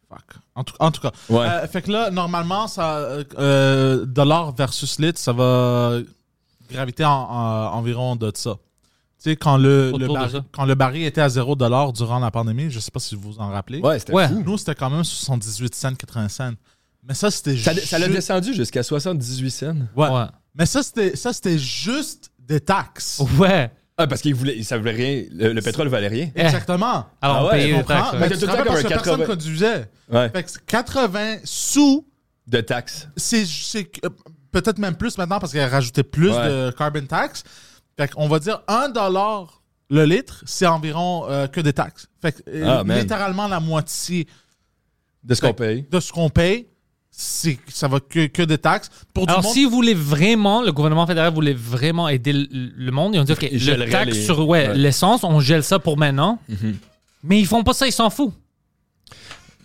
Speaker 3: Fuck. En tout, en tout cas.
Speaker 2: Ouais.
Speaker 3: Euh, fait que là, normalement, ça, euh, euh, dollar versus litre, ça va graviter en, en- environ de ça. Tu sais, quand le,
Speaker 1: Autour
Speaker 3: le
Speaker 1: de
Speaker 3: baril-
Speaker 1: ça.
Speaker 3: quand le baril était à 0 dollar durant la pandémie, je sais pas si vous vous en rappelez.
Speaker 2: ouais, c'était
Speaker 1: Ouais.
Speaker 2: fou.
Speaker 3: Nous, c'était quand même 78 cents, 80 cents. Mais ça, c'était
Speaker 2: Ça,
Speaker 3: juste.
Speaker 2: ça l'a descendu jusqu'à 78 cents.
Speaker 3: Ouais.
Speaker 1: Ouais.
Speaker 3: Mais ça, c'était ça, c'était juste des taxes.
Speaker 1: Ouais.
Speaker 2: Ah, parce qu'il voulait, ça voulait rien. Le, le pétrole valait rien.
Speaker 3: Exactement.
Speaker 1: Eh. Alors,
Speaker 2: Ah
Speaker 1: on
Speaker 2: ouais,
Speaker 1: payait
Speaker 2: je
Speaker 1: des
Speaker 3: Comprends?
Speaker 1: taxes.
Speaker 3: Mais
Speaker 1: ouais.
Speaker 2: Mais tout
Speaker 3: tu te
Speaker 2: le temps
Speaker 3: rappelles parce
Speaker 2: comme
Speaker 3: que
Speaker 2: un
Speaker 3: personne
Speaker 2: 80.
Speaker 3: conduisait.
Speaker 2: Ouais.
Speaker 3: Fait que 80 sous,
Speaker 2: De taxes.
Speaker 3: c'est c'est, euh, peut-être même plus maintenant parce qu'elle a rajouté plus
Speaker 2: Ouais.
Speaker 3: de carbon tax. Fait qu'on va dire 1 dollar le litre, c'est environ euh, que des taxes. Fait que euh,
Speaker 2: Ah, man.
Speaker 3: littéralement la moitié
Speaker 2: De ce qu'on paye.
Speaker 3: de ce qu'on paye, c'est ça va que, que des taxes. Pour du
Speaker 1: Alors,
Speaker 3: monde-
Speaker 1: si vous voulez vraiment, le gouvernement fédéral voulait vraiment aider le, le monde, ils ont dit, OK,
Speaker 2: Ils
Speaker 1: le
Speaker 2: gèleraient
Speaker 1: taxe
Speaker 2: les-
Speaker 1: sur ouais,
Speaker 2: ouais. Mm-hmm.
Speaker 1: l'essence, on gèle ça pour maintenant. Mais ils font pas ça, ils s'en foutent.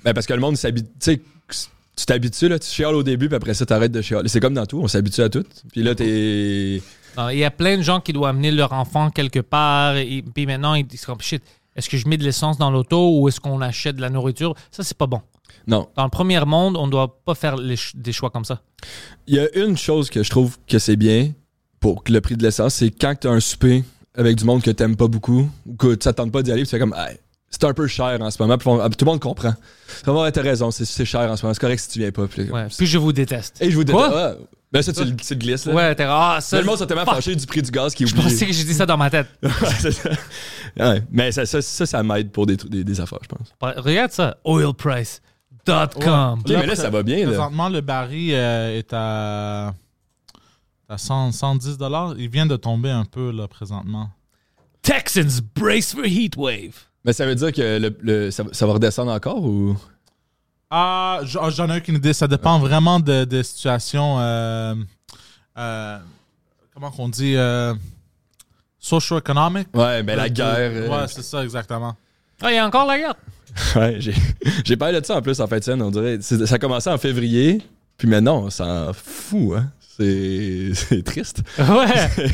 Speaker 2: Ben, parce que le monde s'habitue. Tu sais, tu t'habitues, là, tu chiales au début, puis après ça, t'arrêtes de chialer. C'est comme dans tout, on s'habitue à tout. Puis là, t'es.
Speaker 1: Non, Il y a plein de gens qui doivent amener leur enfant quelque part. Et puis maintenant, ils disent, comme, shit, est-ce que je mets de l'essence dans l'auto ou est-ce qu'on achète de la nourriture? Ça, c'est pas bon.
Speaker 2: Non.
Speaker 1: Dans le premier monde, on doit pas faire les ch- des choix comme ça.
Speaker 2: Il y a une chose que je trouve que c'est bien pour que le prix de l'essence, c'est quand t'as un souper avec du monde que t'aimes pas beaucoup, ou que tu t'attends pas d'y aller, puis tu fais comme. Hey, c'est un peu cher en ce moment. Puis on- tout le monde comprend. Vraiment, t'as raison, c'est- c'est cher en ce moment. C'est correct si tu viens pas. Puis, là,
Speaker 1: Ouais. Puis je vous déteste.
Speaker 2: Hey, je vous dis.
Speaker 1: Quoi?
Speaker 2: Ah, ben, ça, tu, le- tu le glisses, là.
Speaker 1: Ouais, t'es ah, ça.
Speaker 2: Mais le monde sont tellement
Speaker 1: fuck.
Speaker 2: fâchés du prix du gaz qu'ils
Speaker 1: Je pensais
Speaker 2: oublient.
Speaker 1: que j'ai dit ça dans ma tête.
Speaker 2: C'est ça. [laughs] ouais, mais ça, ça, ça, ça m'aide pour des, tru- des, des affaires, je pense.
Speaker 1: Regarde ça. Oilprice.com.
Speaker 2: Ok, mais là, ça va bien, là.
Speaker 3: Présentement, le baril euh, est à, à 100 110 dollars. Il vient de tomber un peu, là, présentement.
Speaker 1: Texans brace for heat wave.
Speaker 2: Mais ça veut dire que le, le- ça, ça va redescendre encore ou.
Speaker 3: Ah, j- ah, j'en ai aucune idée. Ça dépend vraiment de, de situations. euh, euh, comment qu'on dit euh, Socio-économique.
Speaker 2: Ouais, mais la
Speaker 3: Euh,
Speaker 2: guerre. euh, [laughs]
Speaker 3: Ouais, c'est ça, exactement.
Speaker 1: Ah, il y a encore la [laughs] guerre.
Speaker 2: ouais, j'ai, [laughs] j'ai parlé de ça en plus en fin de semaine, on dirait. C'est- ça a commencé en février, puis maintenant, on s'en fout, hein. C'est, [laughs] c'est triste.
Speaker 1: Ouais.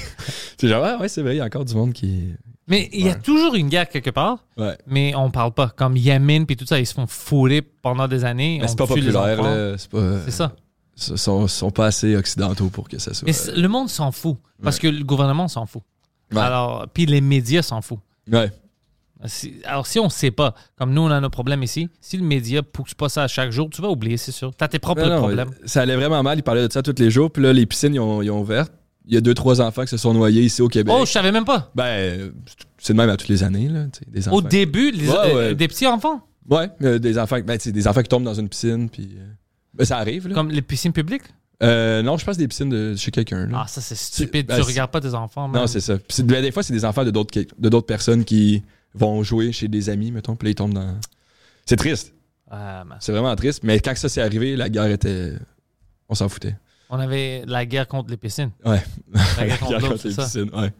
Speaker 2: C'est genre, ah, ouais, c'est vrai, il y a encore du monde qui.
Speaker 1: mais il y a toujours une guerre quelque part,
Speaker 2: Ouais.
Speaker 1: mais on parle pas. Comme Yamin puis tout ça, ils se font fourrer pendant des années.
Speaker 2: Mais
Speaker 1: on
Speaker 2: c'est pas
Speaker 1: tue les
Speaker 2: populaire,
Speaker 1: enfants.
Speaker 2: là. Euh, C'est pas.
Speaker 1: C'est ça.
Speaker 2: Ils sont, sont pas assez occidentaux pour que ça soit.
Speaker 1: Mais c'est- le monde s'en fout parce que le gouvernement s'en fout.
Speaker 2: Ouais.
Speaker 1: Alors, puis les médias s'en foutent.
Speaker 2: euh, Ouais.
Speaker 1: Si- alors, si on sait pas, comme nous, on a nos problèmes ici, si le média pousse pas ça à chaque jour, tu vas oublier, c'est sûr. T'as tes propres
Speaker 2: Non, non,
Speaker 1: problèmes.
Speaker 2: Ça allait vraiment mal. Il parlait de ça tous les jours. Puis là, les piscines, ils ont, ils ont ouvert. Il y a deux, trois enfants qui se sont noyés ici au Québec.
Speaker 1: Oh, je savais même pas.
Speaker 2: Ben, euh, c'est de même à toutes les années, là. tu sais, Des enfants.
Speaker 1: Au début, les-
Speaker 2: Ouais,
Speaker 1: euh,
Speaker 2: ouais.
Speaker 1: des petits enfants,
Speaker 2: Ouais, euh, des enfants, ben, tu sais, des enfants qui tombent dans une piscine. Puis. euh, ben, ça arrive, là.
Speaker 1: comme les piscines publiques.
Speaker 2: Euh, non, je pense des piscines de, chez quelqu'un, là.
Speaker 1: Ah, ça, c'est stupide.
Speaker 2: ben,
Speaker 1: tu
Speaker 2: c'est-
Speaker 1: regardes pas tes enfants.
Speaker 2: non,
Speaker 1: man.
Speaker 2: c'est ça. Puis c'est- ben, des fois, c'est des enfants de d'autres, que- de d'autres personnes qui vont jouer chez des amis, mettons. Puis là, ils tombent dans. C'est triste.
Speaker 1: Ah, man.
Speaker 2: C'est vraiment triste. Mais quand ça s'est arrivé, la guerre était. On s'en foutait.
Speaker 1: On avait la guerre contre les piscines.
Speaker 2: Ouais.
Speaker 1: La guerre
Speaker 2: [laughs]
Speaker 1: contre l'eau, c'est
Speaker 2: les
Speaker 1: ça.
Speaker 2: piscines, ouais.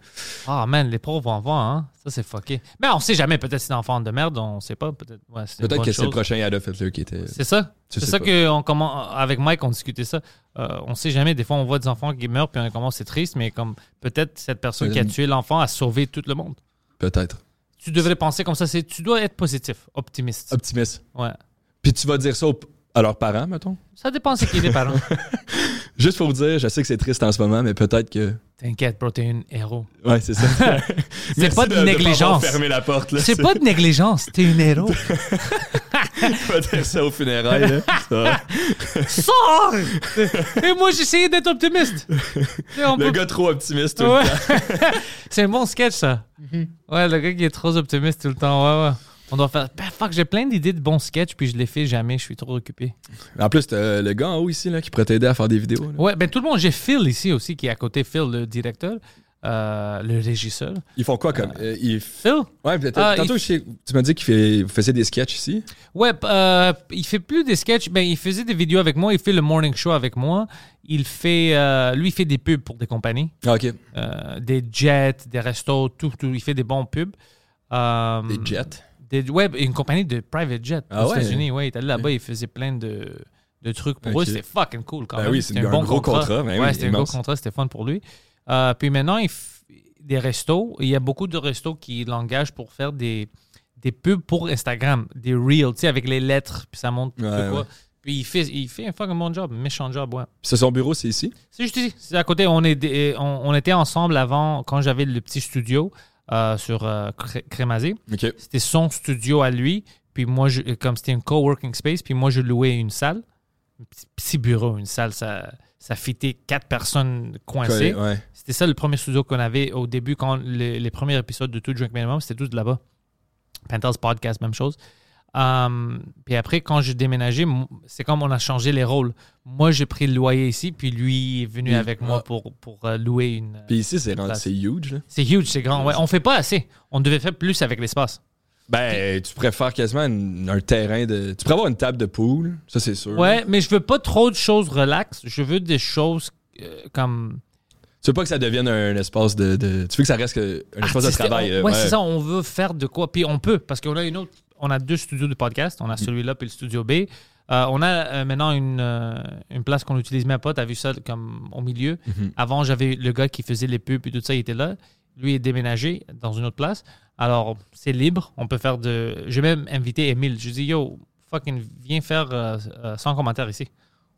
Speaker 1: Ah, man, les pauvres enfants, hein. Ça, c'est fucké. Mais on sait jamais. Peut-être c'est enfant de merde, on sait pas. Peut-être ouais, c'est une
Speaker 2: Peut-être
Speaker 1: bonne
Speaker 2: que c'est le
Speaker 1: chose.
Speaker 2: prochain Adolf Hitler qui était.
Speaker 1: C'est ça.
Speaker 2: Tu
Speaker 1: C'est
Speaker 2: sais
Speaker 1: ça
Speaker 2: pas.
Speaker 1: que on commence avec Mike, on discutait ça. Euh, on sait jamais. Des fois, on voit des enfants qui meurent, puis on commence, c'est triste, mais comme peut-être cette personne qui a
Speaker 2: Euh,
Speaker 1: tué l'enfant a sauvé tout le monde.
Speaker 2: Peut-être.
Speaker 1: Tu devrais penser comme ça. C'est, tu dois être positif, optimiste.
Speaker 2: Optimiste.
Speaker 1: Ouais.
Speaker 2: Puis tu vas dire ça aux- à leurs parents, mettons.
Speaker 1: Ça dépend c'est qui les parents. [laughs]
Speaker 2: Juste pour dire, je sais que c'est triste en ce moment, mais peut-être que.
Speaker 1: T'inquiète, bro, t'es un héros.
Speaker 2: Ouais, c'est ça.
Speaker 1: [laughs] C'est pas de, négligence.
Speaker 2: fermer la porte, là.
Speaker 1: c'est pas de négligence, t'es un héros.
Speaker 2: [laughs] pas dire ça aux funérailles, là.
Speaker 1: [laughs]
Speaker 2: Ça. [laughs]
Speaker 1: Sors! Et moi, j'essayais d'être optimiste. Tu sais, on
Speaker 2: Le
Speaker 1: peut-
Speaker 2: gars trop optimiste tout
Speaker 1: Ouais. [laughs]
Speaker 2: le Mm-hmm. temps.
Speaker 1: C'est un bon sketch, ça. Ouais, le gars qui est trop optimiste tout le temps. Ouais, ouais. On doit faire. Ben, fuck, j'ai plein d'idées de bons sketchs, puis je les fais jamais, je suis trop occupé.
Speaker 2: En plus, t'as euh, le gars en haut ici là, qui pourrait t'aider à faire des vidéos. là.
Speaker 1: Ouais, ben tout le monde, j'ai Phil ici aussi, qui est à côté, Phil, le directeur, euh, le régisseur.
Speaker 2: Ils font quoi comme. euh, ils f-
Speaker 1: Phil?
Speaker 2: Ouais, peut-être.
Speaker 1: Ah,
Speaker 2: tantôt,
Speaker 1: il-
Speaker 2: je sais- tu m'as dit qu'il fait- vous faisiez des sketchs ici.
Speaker 1: Ouais, p- euh, il fait plus des sketchs, ben il faisait des vidéos avec moi, il fait le morning show avec moi, il fait, euh, lui il fait des pubs pour des compagnies,
Speaker 2: Ah, ok.
Speaker 1: euh, des jets, des restos, tout, tout, il fait des bons pubs. Euh,
Speaker 2: Des jets.
Speaker 1: des- ouais, une compagnie de private jet
Speaker 2: Ah
Speaker 1: aux
Speaker 2: ouais?
Speaker 1: États-Unis, ouais, il était allé là-bas, il faisait plein de, de trucs pour
Speaker 2: Ok.
Speaker 1: eux, c'était fucking cool quand
Speaker 2: Ben
Speaker 1: même.
Speaker 2: oui, c'est
Speaker 1: C'était
Speaker 2: un gros contrat, ben oui,
Speaker 1: ouais, c'était un gros
Speaker 2: immense.
Speaker 1: contrat, c'était fun pour lui. Euh, puis maintenant, il f- des restos, il y a beaucoup de restos qui l'engagent pour faire des, des pubs pour Instagram, des reels, tu sais, avec les lettres, puis ça montre
Speaker 2: Ouais,
Speaker 1: de quoi.
Speaker 2: ouais.
Speaker 1: Puis il fait, il fait un fucking bon job, méchant job, ouais.
Speaker 2: Puis ça, son bureau, c'est ici.
Speaker 1: C'est juste ici, c'est à côté. On, est, des- on, on était ensemble avant, quand j'avais le petit studio euh, sur euh, Cré- Crémazé
Speaker 2: Ok.
Speaker 1: c'était son studio à lui. Puis moi, je, comme c'était un coworking space, puis moi, je louais une salle, un petit, petit bureau, une salle, ça, ça fitait quatre personnes coincées.
Speaker 2: Ouais.
Speaker 1: C'était ça le premier studio qu'on avait au début, quand les, les premiers épisodes de Tout Drink Minimum, c'était tous là-bas. Penthouse Podcast, même chose. Um, puis après, quand j'ai déménagé, m- c'est comme on a changé les rôles. Moi, j'ai pris le loyer ici, puis lui est venu
Speaker 2: Oui.
Speaker 1: avec moi
Speaker 2: Ah.
Speaker 1: pour, pour euh, louer une.
Speaker 2: Puis ici, c'est rendu-
Speaker 1: Place.
Speaker 2: c'est huge. Là.
Speaker 1: C'est huge, c'est grand. Ouais, on fait pas assez. On devait faire plus avec l'espace.
Speaker 2: Ben, tu pourrais faire quasiment une- un terrain de. Tu pourrais avoir une table de poule, ça, c'est sûr.
Speaker 1: Ouais, mais je veux pas trop de choses relax. Je veux des choses euh, comme.
Speaker 2: Tu veux pas que ça devienne un espace de. de- Tu veux que ça reste euh, un espace de
Speaker 1: artistique.
Speaker 2: travail.
Speaker 1: On-
Speaker 2: là,
Speaker 1: ouais, c'est ça. On veut faire de quoi. Puis on peut, parce qu'on a une autre. On a deux studios de podcast.
Speaker 2: Mm.
Speaker 1: On a celui-là puis le studio B. Euh, on a euh, maintenant une, euh, une place qu'on utilise même pas. T'as vu ça comme au milieu.
Speaker 2: Mhm.
Speaker 1: Avant, j'avais le gars qui faisait les pubs et tout ça. Il était là. Lui est déménagé dans une autre place. Alors, c'est libre. On peut faire de. J'ai même invité Emile. Je lui ai dit, yo, fucking, viens faire euh, euh, sans commentaire ici.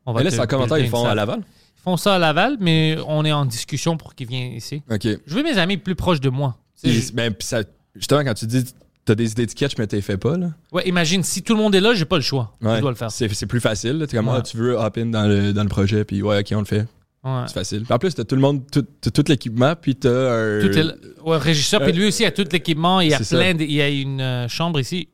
Speaker 1: On
Speaker 2: Mais là,
Speaker 1: te
Speaker 2: c'est en commentaire,
Speaker 1: builder
Speaker 2: ils
Speaker 1: une
Speaker 2: font à
Speaker 1: salle.
Speaker 2: Laval.
Speaker 1: Ils font ça à Laval, mais on est en discussion pour qu'ils viennent ici.
Speaker 2: Ok.
Speaker 1: Je veux mes amis plus proches de moi. Tu sais,
Speaker 2: Puis- ben, puis ça- justement, quand tu dis t'as des idées de sketch, mais t'es fait pas, là.
Speaker 1: je- ouais, imagine, si tout le monde est là, j'ai pas le choix.
Speaker 2: Ouais.
Speaker 1: Je dois le faire.
Speaker 2: C'est c'est plus facile. là. T'es comme,
Speaker 1: Ouais.
Speaker 2: ah, tu veux hop in dans le, dans le projet, puis ouais, ok, on le fait.
Speaker 1: Ouais.
Speaker 2: C'est facile. Puis en plus, t'as tout le monde, tout, tout- tout l'équipement, puis t'as un.
Speaker 1: Tout est là. Ouais, régisseur, puis
Speaker 2: Euh,
Speaker 1: lui aussi a tout l'équipement. Il y a
Speaker 2: c'est ça.
Speaker 1: plein de- Il y a une euh, chambre ici.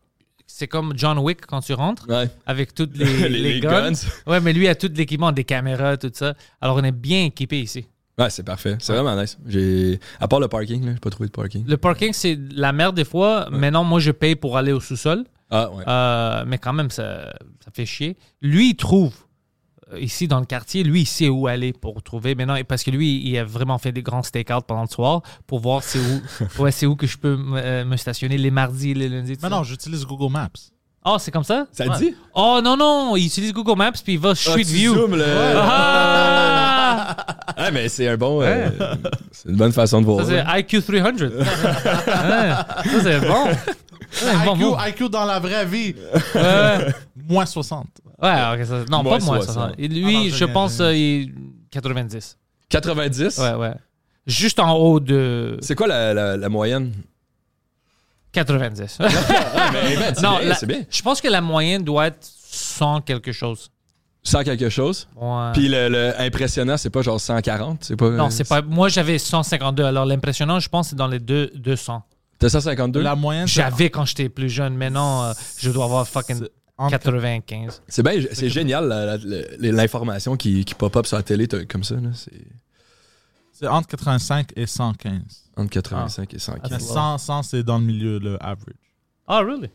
Speaker 1: C'est comme John Wick quand tu rentres
Speaker 2: Ouais.
Speaker 1: avec toutes
Speaker 2: [laughs]
Speaker 1: les, les guns. Ouais, mais lui a tout l'équipement, des caméras, tout ça. Alors on est bien équipé ici.
Speaker 2: Ouais, c'est parfait. C'est vraiment nice. J'ai. À part le parking, là, j'ai pas trouvé de parking.
Speaker 1: Le parking, c'est la merde des fois. Maintenant, moi, je paye pour aller au sous-sol.
Speaker 2: Ah, ouais.
Speaker 1: Euh, mais quand même, ça, ça fait chier. Lui, il trouve euh, ici dans le quartier, lui, il sait où aller pour trouver. Mais non, parce que lui, il a vraiment fait des grands stakeouts pendant le soir pour voir c'est où, ouais, c'est où que je peux me euh, me stationner les mardis, les lundis. tout
Speaker 3: Mais
Speaker 1: ça.
Speaker 3: non, j'utilise Google Maps.
Speaker 1: Oh, c'est comme ça?
Speaker 2: Ça
Speaker 1: Ouais.
Speaker 2: dit?
Speaker 1: Oh non, non, il utilise Google Maps puis il va
Speaker 2: Ah,
Speaker 1: street
Speaker 2: tu
Speaker 1: view.
Speaker 2: zoomes, là.
Speaker 1: Ah!
Speaker 2: Ah, mais c'est un bon. euh, c'est une bonne façon de
Speaker 1: Ça,
Speaker 2: voir. [laughs]
Speaker 1: c'est
Speaker 2: là.
Speaker 1: IQ 300. Ouais. Ça, c'est bon. Ça, c'est bon,
Speaker 3: IQ,
Speaker 1: bon.
Speaker 3: IQ dans la vraie vie,
Speaker 1: Ouais.
Speaker 3: moins 60.
Speaker 1: Ouais, ok, ça- non,
Speaker 2: Moins
Speaker 1: pas moi.
Speaker 2: 60.
Speaker 1: ça. Et
Speaker 3: Ah non,
Speaker 1: Lui,
Speaker 3: je
Speaker 1: je
Speaker 3: viens,
Speaker 1: pense,
Speaker 3: je viens.
Speaker 1: euh, il- 90.
Speaker 2: 90?
Speaker 1: Ouais, ouais. Juste en haut de
Speaker 2: C'est quoi la, la, la moyenne?
Speaker 1: 90.
Speaker 2: c'est
Speaker 1: non,
Speaker 2: bien,
Speaker 1: la-
Speaker 2: c'est bien.
Speaker 1: [laughs] je pense que la moyenne doit être 100 quelque chose.
Speaker 2: Sans quelque chose.
Speaker 1: Ouais.
Speaker 2: Puis euh, le, le impressionnant, c'est pas genre 140. C'est pas.
Speaker 1: Ah. non, c'est pas. Moi, j'avais 152. Alors, l'impressionnant, je pense, c'est dans les deux, 200.
Speaker 2: T'as 152?
Speaker 3: La moyenne, c'est
Speaker 1: J'avais quand j'étais plus jeune. Maintenant, euh, je dois avoir fucking
Speaker 3: entre
Speaker 1: 95.
Speaker 2: C'est bien, c'est génial la- la- la- l'information qui, qui pop up sur la télé t'as- comme ça. là, C'est
Speaker 3: C'est entre 85 et 115.
Speaker 2: entre 85 et 115.
Speaker 3: Mais 100, 100 c'est dans le milieu, le average.
Speaker 1: Ah, really?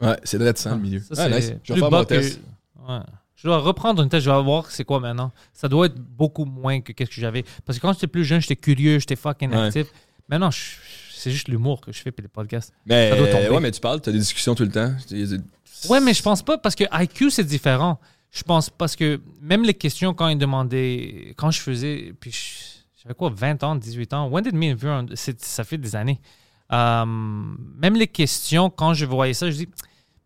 Speaker 2: Ouais, c'est direct 100 le milieu.
Speaker 1: Ça,
Speaker 2: ah,
Speaker 1: c'est
Speaker 2: nice. Je vais
Speaker 1: plus
Speaker 2: faire
Speaker 1: bas
Speaker 2: mon
Speaker 1: que-
Speaker 2: test.
Speaker 1: Ouais. Je dois reprendre une test, je vais voir c'est quoi maintenant. Ça doit être beaucoup moins que qu'est-ce que j'avais. Parce que quand j'étais plus jeune, j'étais curieux, j'étais fucking
Speaker 2: Ouais.
Speaker 1: actif. Maintenant, je- c'est juste l'humour que je fais puis les podcasts.
Speaker 2: Mais,
Speaker 1: Ça doit tomber.
Speaker 2: ouais, mais tu parles, t'as des discussions tout le temps.
Speaker 1: Ouais, mais je pense pas parce que IQ c'est différent. Je pense parce que même les questions quand ils demandaient, quand je faisais, puis je- j'avais quoi, 20 ans, 18 ans, when did me interview on- c'est- ça fait des années. Euh, même les questions, quand je voyais ça, je dis,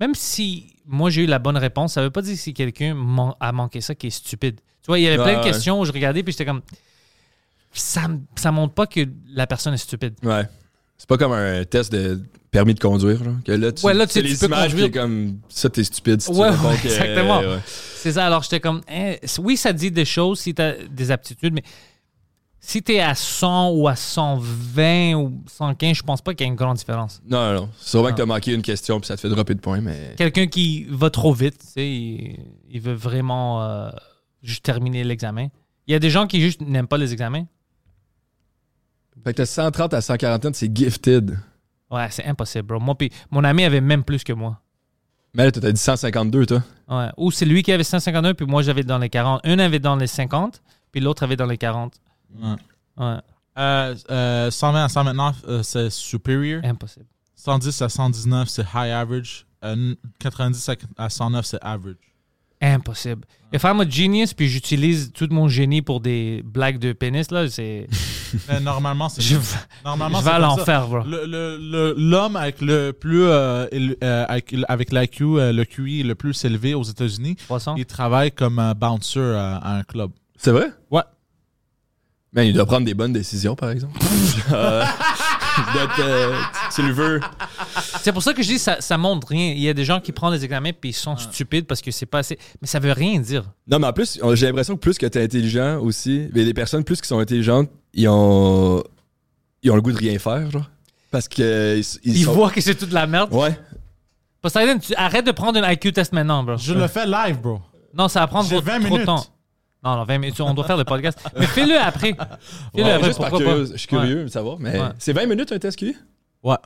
Speaker 1: même si moi j'ai eu la bonne réponse, ça veut pas dire si quelqu'un man- a manqué ça qui est stupide. Tu vois, il y avait
Speaker 2: Ouais,
Speaker 1: plein de
Speaker 2: ouais.
Speaker 1: questions où je regardais puis j'étais comme, ça, m- ça montre pas que la personne est stupide.
Speaker 2: Ouais. C'est pas comme un test de permis de conduire. Là, que là, tu,
Speaker 1: Ouais, là, tu
Speaker 2: c'est
Speaker 1: sais, tu
Speaker 2: les
Speaker 1: peux
Speaker 2: images, puis
Speaker 1: conduire.
Speaker 2: t'es comme ça, t'es stupide. Si tu
Speaker 1: Ouais,
Speaker 2: réponds
Speaker 1: ouais,
Speaker 2: que-
Speaker 1: exactement.
Speaker 2: ouais.
Speaker 1: C'est ça. Alors, j'étais comme, Hein, oui, ça dit des choses si tu as des aptitudes, mais Si t'es à 100 ou à 120 ou 115, je pense pas qu'il y ait une grande différence.
Speaker 2: Non, non, non. C'est Sûrement
Speaker 1: Ah.
Speaker 2: que t'as manqué une question puis ça te fait dropper de points, mais.
Speaker 1: Quelqu'un qui va trop vite, tu sais, il, il veut vraiment euh, juste terminer l'examen. Il y a des gens qui juste n'aiment pas les examens.
Speaker 2: Fait que t'as 130 à 140, c'est gifted.
Speaker 1: Ouais, c'est impossible, bro. Moi, puis mon ami avait même plus que moi.
Speaker 2: Mais là, t'as dit 152, toi.
Speaker 1: Ouais. Ou c'est lui qui avait 151, puis moi j'avais dans les 40. Un avait dans les 50, puis l'autre avait dans les 40.
Speaker 3: Ouais.
Speaker 1: Ouais,
Speaker 3: Euh, euh, 120 à 129, euh, c'est superior.
Speaker 1: impossible.
Speaker 3: 110 à 119, c'est high average. Euh, 90 à- à 109, c'est average.
Speaker 1: Impossible. Et faire mon genius, puis j'utilise tout mon génie pour des blagues de pénis, là, c'est. [laughs]
Speaker 3: Mais normalement, c'est.
Speaker 1: je, vais-
Speaker 3: Normalement,
Speaker 1: je vais
Speaker 3: Ah c'est
Speaker 1: à
Speaker 3: comme ça.
Speaker 1: l'enfer, bro.
Speaker 3: Le- le- le- L'homme avec le plus euh, éle- euh, avec, avec l'IQ, euh, le QI le plus élevé aux États-Unis,
Speaker 1: Poisson.
Speaker 3: il travaille comme euh, bouncer euh, à un club.
Speaker 2: C'est vrai?
Speaker 3: Ouais.
Speaker 2: Mais il doit prendre des bonnes décisions, par exemple. [laughs] Euh, il doit être, euh, tu le veux.
Speaker 1: C'est pour ça que je dis ça, ça montre rien. Il y a des gens qui prennent les examens puis ils sont
Speaker 3: Ah.
Speaker 1: stupides parce que c'est pas assez. Mais ça veut rien dire.
Speaker 2: Non, mais en plus, on- j'ai l'impression que plus que t'es intelligent aussi, mais les personnes plus qui sont intelligentes, ils ont, ils ont le goût de rien faire, genre. Parce que ils, ils
Speaker 1: Ils
Speaker 2: sont-
Speaker 1: voient que c'est toute la merde.
Speaker 2: Ouais.
Speaker 1: Poseidon, tu arrête de prendre un IQ test maintenant, bro.
Speaker 3: Je le fais live, bro.
Speaker 1: Non, ça va prendre
Speaker 3: J'ai
Speaker 1: trop,
Speaker 3: 20
Speaker 1: trop de
Speaker 3: minutes.
Speaker 1: temps. Non, non, 20 minutes. On doit faire le podcast. Mais fais-le après. Fais-le après.
Speaker 2: juste par
Speaker 1: pourquoi pas.
Speaker 2: curieux- je suis curieux de savoir, mais
Speaker 1: Ouais.
Speaker 2: c'est 20 minutes un test QI?
Speaker 3: Ouais.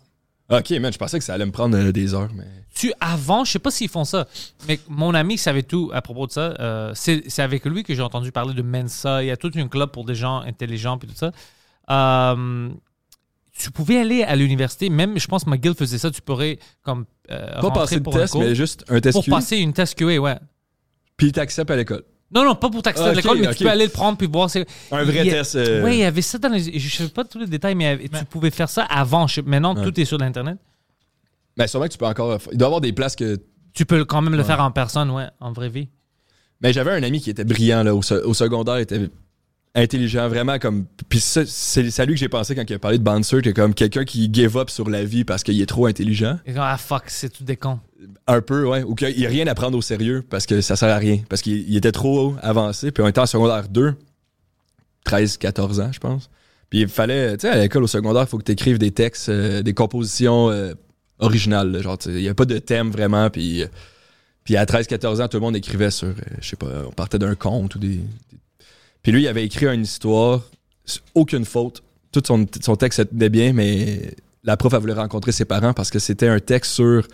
Speaker 2: Ok, man, je pensais que ça allait me prendre euh, des heures, mais.
Speaker 1: tu avant, je sais pas s'ils font ça, mais mon ami savait tout à propos de ça. Euh, c'est c'est avec lui que j'ai entendu parler de Mensa. Il y a toute une club pour des gens intelligents puis tout ça. Euh, tu pouvais aller à l'université, même je pense McGill faisait ça. Tu pourrais comme euh,
Speaker 2: Pas
Speaker 1: rentrer
Speaker 2: passer le
Speaker 1: pour un
Speaker 2: test,
Speaker 1: cours,
Speaker 2: mais juste un test
Speaker 1: pour
Speaker 2: QI,
Speaker 1: passer une test QA, ouais.
Speaker 2: puis t'acceptes à l'école.
Speaker 1: Non, non, pas pour t'accéder à
Speaker 2: Ah, Ok,
Speaker 1: l'école, mais
Speaker 2: ok.
Speaker 1: tu peux aller le prendre puis voir. c'est-
Speaker 2: Un vrai
Speaker 1: Il y a-
Speaker 2: test. euh,
Speaker 1: Oui, il y avait ça dans les. Je sais pas tous les détails, mais, il y avait-
Speaker 3: Mais-
Speaker 1: tu pouvais faire ça avant. Je- Maintenant,
Speaker 2: Ouais.
Speaker 1: tout est sur l'internet.
Speaker 2: Ben, sûrement que tu peux encore. Il doit y avoir des places que.
Speaker 1: Tu peux quand même le faire en personne, ouais, en vraie vie.
Speaker 2: Mais j'avais un ami qui était brillant, là, au, se- au secondaire, il était intelligent, vraiment comme. Puis ça, c'est c'est à lui que j'ai pensé quand il a parlé de Bouncer, que comme quelqu'un qui give up sur la vie parce qu'il est trop intelligent.
Speaker 1: Et genre, ah fuck, c'est tout des cons.
Speaker 2: Un peu, ouais. Ou qu'il n'y a rien à prendre au sérieux parce que ça sert à rien. Parce qu'il il était trop avancé. Puis on était en secondaire 2, 13, 14 ans, je pense. Puis il fallait, tu sais, à l'école au secondaire, il faut que tu écrives des textes, euh, des compositions euh, originales. là. Genre, tu sais, il n'y a pas de thème vraiment. Puis, euh, puis à 13, 14 ans, tout le monde écrivait sur, euh, je sais pas, on partait d'un conte ou des. des- Puis lui, il avait écrit une histoire, s- aucune faute. Tout son, son texte, ça tenait bien, mais la prof, elle voulait rencontrer ses parents parce que c'était un texte sur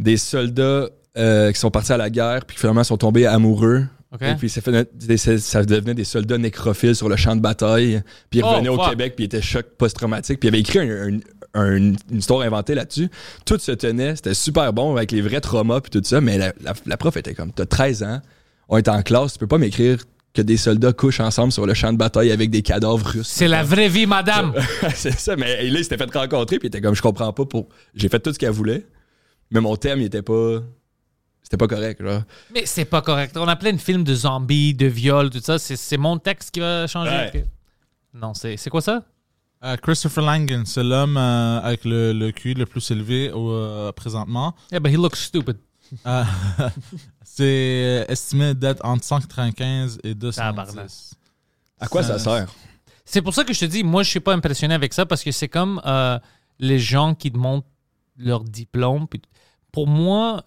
Speaker 2: des soldats euh, qui sont partis à la guerre, puis qui finalement sont tombés amoureux.
Speaker 1: Ok.
Speaker 2: Et puis ça, fait- des- ça- ça devenait des soldats nécrophiles sur le champ de bataille. Puis ils
Speaker 1: Oh,
Speaker 2: revenaient au
Speaker 1: fuck.
Speaker 2: Québec, puis ils étaient choc post-traumatique. Puis ils avaient écrit un- un- un- une histoire inventée là-dessus. Tout se tenait, c'était super bon avec les vrais traumas, puis tout ça. Mais la, la- la prof était comme T'as 13 ans, on est en classe, tu peux pas m'écrire que des soldats couchent ensemble sur le champ de bataille avec des cadavres russes.
Speaker 1: C'est la vraie vie, madame.
Speaker 2: [laughs] c'est ça, mais là, il s'était fait rencontrer, puis il était comme, je comprends pas, pour... j'ai fait tout ce qu'elle voulait, mais mon thème, il était pas... C'était pas correct, genre.
Speaker 1: Mais c'est pas correct. On a plein de films de zombies, de viols, tout ça. C'est, c'est mon texte qui va changer.
Speaker 2: Ouais.
Speaker 1: Non, c'est, c'est quoi ça?
Speaker 3: Euh, Christopher Langan, c'est l'homme euh, avec le, le QI le plus élevé au, euh, présentement.
Speaker 1: Yeah, but he looks stupid.
Speaker 3: Euh, c'est euh, estimé d'être entre 195 et 210.
Speaker 2: À quoi ça,
Speaker 3: Ça-
Speaker 2: sert?
Speaker 1: C'est pour ça que je te dis, moi, je suis pas impressionné avec ça parce que c'est comme euh, les gens qui te montrent leur diplôme. puis- Pour moi,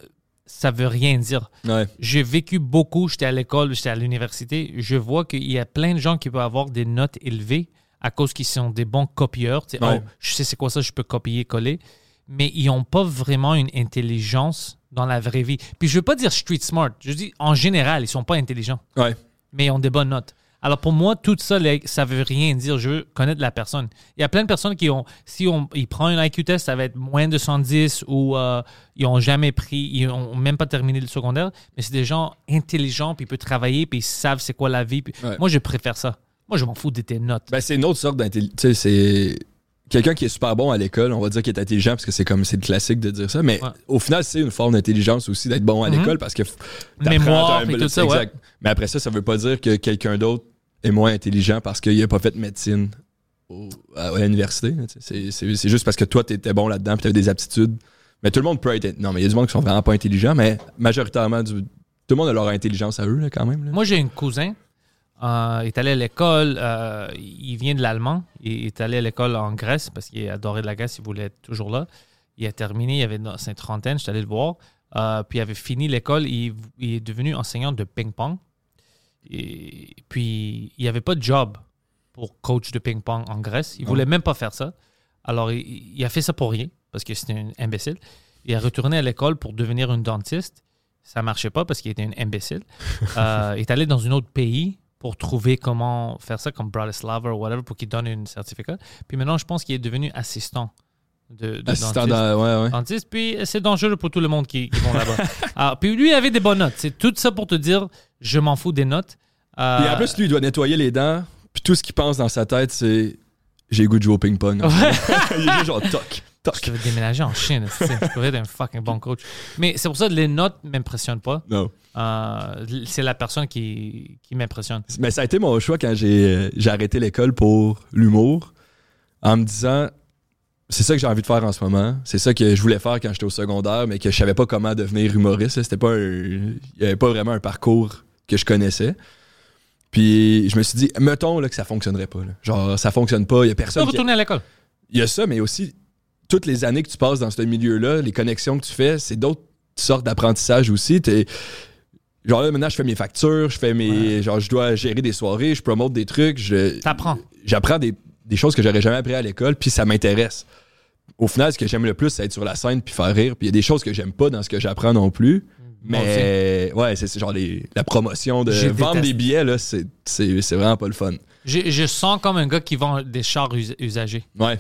Speaker 1: ça veut rien dire.
Speaker 2: Ouais.
Speaker 1: J'ai vécu beaucoup, j'étais à l'école, j'étais à l'université. Je vois qu'il y a plein de gens qui peuvent avoir des notes élevées à cause qu'ils sont des bons copieurs. Tu sais,
Speaker 2: Ouais.
Speaker 1: oh, je sais c'est quoi ça, je peux copier, coller. Mais ils n'ont pas vraiment une intelligence dans la vraie vie. Puis je ne veux pas dire street smart. Je dis en général, ils ne sont pas intelligents,
Speaker 2: Ouais.
Speaker 1: mais ils ont des bonnes notes. Alors pour moi, tout ça, les- ça veut rien dire. Je veux connaître la personne. Il y a plein de personnes qui ont, si on, ils prennent un IQ test, ça va être moins de 110 ou euh, ils n'ont jamais pris, ils n'ont même pas terminé le secondaire. Mais c'est des gens intelligents, puis ils peuvent travailler, puis ils savent c'est quoi la vie. Puis
Speaker 2: Ouais.
Speaker 1: Moi, je préfère ça. Moi, je m'en fous de tes notes.
Speaker 2: Ben, c'est une autre sorte d'intelligence. Tu sais, c'est... Quelqu'un qui est super bon à l'école, on va dire qu'il est intelligent parce que c'est comme c'est le classique de dire ça, mais
Speaker 1: Ouais.
Speaker 2: au final c'est une forme d'intelligence aussi d'être bon à
Speaker 1: Mhm.
Speaker 2: l'école parce que f- t'apprends,
Speaker 1: Mémoire,
Speaker 2: t'as un-
Speaker 1: puis tout ça,
Speaker 2: exact. Mais après ça, ça veut pas dire que quelqu'un d'autre est moins intelligent parce qu'il a pas fait de médecine au- à, à l'université. là, tu sais. C'est- C'est c'est juste parce que toi t'étais bon là-dedans, puis t'avais des aptitudes. Mais tout le monde peut être. Non, mais il y a du monde qui sont vraiment pas intelligents, mais majoritairement du- tout le monde a leur intelligence à eux là, quand même. là.
Speaker 1: Moi, j'ai un cousin. Euh, il est allé à l'école, euh, il vient de l'allemand. Il est allé à l'école en Grèce parce qu'il adorait la Grèce, il voulait être toujours là. Il a terminé, il avait dans sa trentaine, je suis allé le voir. Euh, puis il avait fini l'école, il, il est devenu enseignant de ping-pong. Et puis il n'y avait pas de job pour coach de ping-pong en Grèce. Il voulait même pas faire ça. Alors il, il a fait ça pour rien parce que c'était un imbécile. Il est retourné à l'école pour devenir un dentiste. Ça marchait pas parce qu'il était un
Speaker 2: [laughs]
Speaker 1: imbécile. Euh, il est allé dans un autre pays pour trouver comment faire ça, comme Bratislava ou whatever, pour qu'il donne un certificat. Puis maintenant, je pense qu'il est devenu assistant de, de
Speaker 2: Assistant
Speaker 1: dentiste.
Speaker 2: dans- ouais, ouais.
Speaker 1: Dentiste, puis c'est dangereux pour tout le monde qui, qui vont
Speaker 2: [laughs]
Speaker 1: là-bas. Ah, puis lui, il avait des bonnes notes. C'est tout ça pour te dire, je m'en fous des notes. Euh,
Speaker 2: Et
Speaker 1: [laughs]
Speaker 2: en plus, lui, il doit nettoyer les dents. Puis tout ce qu'il pense dans sa tête, c'est j'ai le goût de jouer au ping-pong. [laughs] il est juste genre toc,
Speaker 1: je
Speaker 2: toc.
Speaker 1: vais déménager en Chine. tu sais. Je pourrais être un fucking bon coach. Mais c'est pour ça que les notes m'impressionnent pas.
Speaker 2: Non.
Speaker 1: Euh, c'est la personne qui, qui m'impressionne.
Speaker 2: Mais ça a été mon choix quand j'ai euh, j'ai arrêté l'école pour l'humour en me disant c'est ça que j'ai envie de faire en ce moment, c'est ça que je voulais faire quand j'étais au secondaire mais que je savais pas comment devenir humoriste, là. c'était pas un- il y avait pas vraiment un parcours que je connaissais. Puis je me suis dit mettons là, que ça fonctionnerait pas là. Genre ça fonctionne pas, il y a
Speaker 1: Tu peux
Speaker 2: personne qui-
Speaker 1: retourner à l'école.
Speaker 2: il y a ça mais aussi toutes les années que tu passes dans ce milieu-là, les connexions que tu fais, c'est d'autres sortes d'apprentissage aussi. T'es- Genre là, maintenant, je fais mes factures, je fais mes. Genre, je dois gérer des soirées, je promote des trucs, je-
Speaker 1: T'apprends.
Speaker 2: j'apprends des, des choses que j'aurais jamais appris à l'école, puis ça m'intéresse. Au final, ce que j'aime le plus, c'est être sur la scène puis faire rire. Puis il y a des choses que j'aime pas dans ce que j'apprends non plus.
Speaker 1: Moi
Speaker 2: Mais ouais, c'est c'est genre les- la promotion de
Speaker 1: J'ai
Speaker 2: vendre
Speaker 1: détesté.
Speaker 2: des billets, là, c'est- c'est c'est vraiment pas le fun.
Speaker 1: Je, je sens comme un gars qui vend des chars us- usagés.
Speaker 2: Ouais.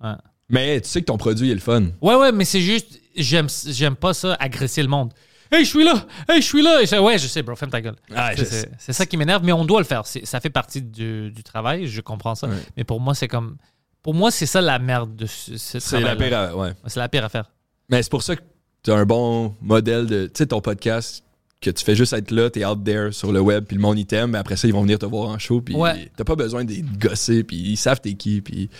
Speaker 1: Ouais.
Speaker 2: Mais tu sais que ton produit est le fun.
Speaker 1: Ouais, ouais, mais c'est juste, j'aime, j'aime pas ça, agresser le monde. Hey, je suis là! Hey, je suis là! Et je- ouais, je sais, bro, ferme ta gueule.
Speaker 2: Ah,
Speaker 1: C'est-
Speaker 2: je
Speaker 1: c'est,
Speaker 2: sais.
Speaker 1: c'est ça qui m'énerve, mais on doit le faire. C'est- ça fait partie du, du travail, je comprends ça.
Speaker 2: Ouais.
Speaker 1: Mais pour moi, c'est comme. Pour moi, c'est ça la merde de ce, ce
Speaker 2: C'est la
Speaker 1: travail-là.
Speaker 2: pire. à- Ouais.
Speaker 1: Ouais, C'est la pire affaire.
Speaker 2: Mais c'est pour ça que t'as un bon modèle de. Tu sais, ton podcast, que tu fais juste être là, t'es out there sur le web, puis le monde il t'aime, mais après ça, ils vont venir te voir en show, puis
Speaker 1: Ouais.
Speaker 2: t'as pas besoin de de gosser, puis ils savent t'es qui, puis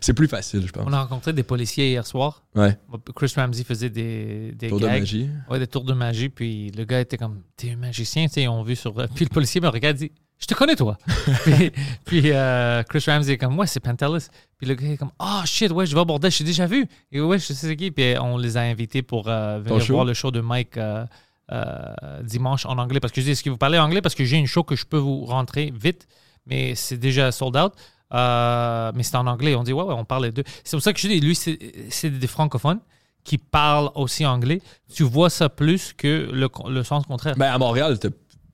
Speaker 2: c'est plus facile, je pense.
Speaker 1: On a rencontré des policiers hier soir.
Speaker 2: Ouais.
Speaker 1: Chris Ramsey faisait des, des
Speaker 2: Tour de
Speaker 1: gags.
Speaker 2: magie.
Speaker 1: Ouais, des tours de magie. Puis le gars était comme, t'es un magicien, tu sais, on vu sur. Puis le policier me regarde et dit, je te connais,
Speaker 2: [laughs]
Speaker 1: toi. puis puis, euh, Chris Ramsey est comme, ouais, c'est Pantelis. Puis le gars est comme, ah shit, ouais, je vais au bordel, je t'ai déjà vu. Et ouais, je sais c'est qui. Puis on les a invités pour euh, venir
Speaker 2: show?
Speaker 1: voir le show de Mike. euh, euh, dimanche en anglais parce que je dis est-ce que vous parlez anglais parce que j'ai une show que je peux vous rentrer vite mais c'est déjà sold out Euh, mais c'est en anglais on dit ouais ouais on parle les deux c'est pour ça que je dis lui c'est c'est des francophones qui parlent aussi anglais tu vois ça plus que le, con- le sens contraire
Speaker 2: Ben, à Montréal, t'as-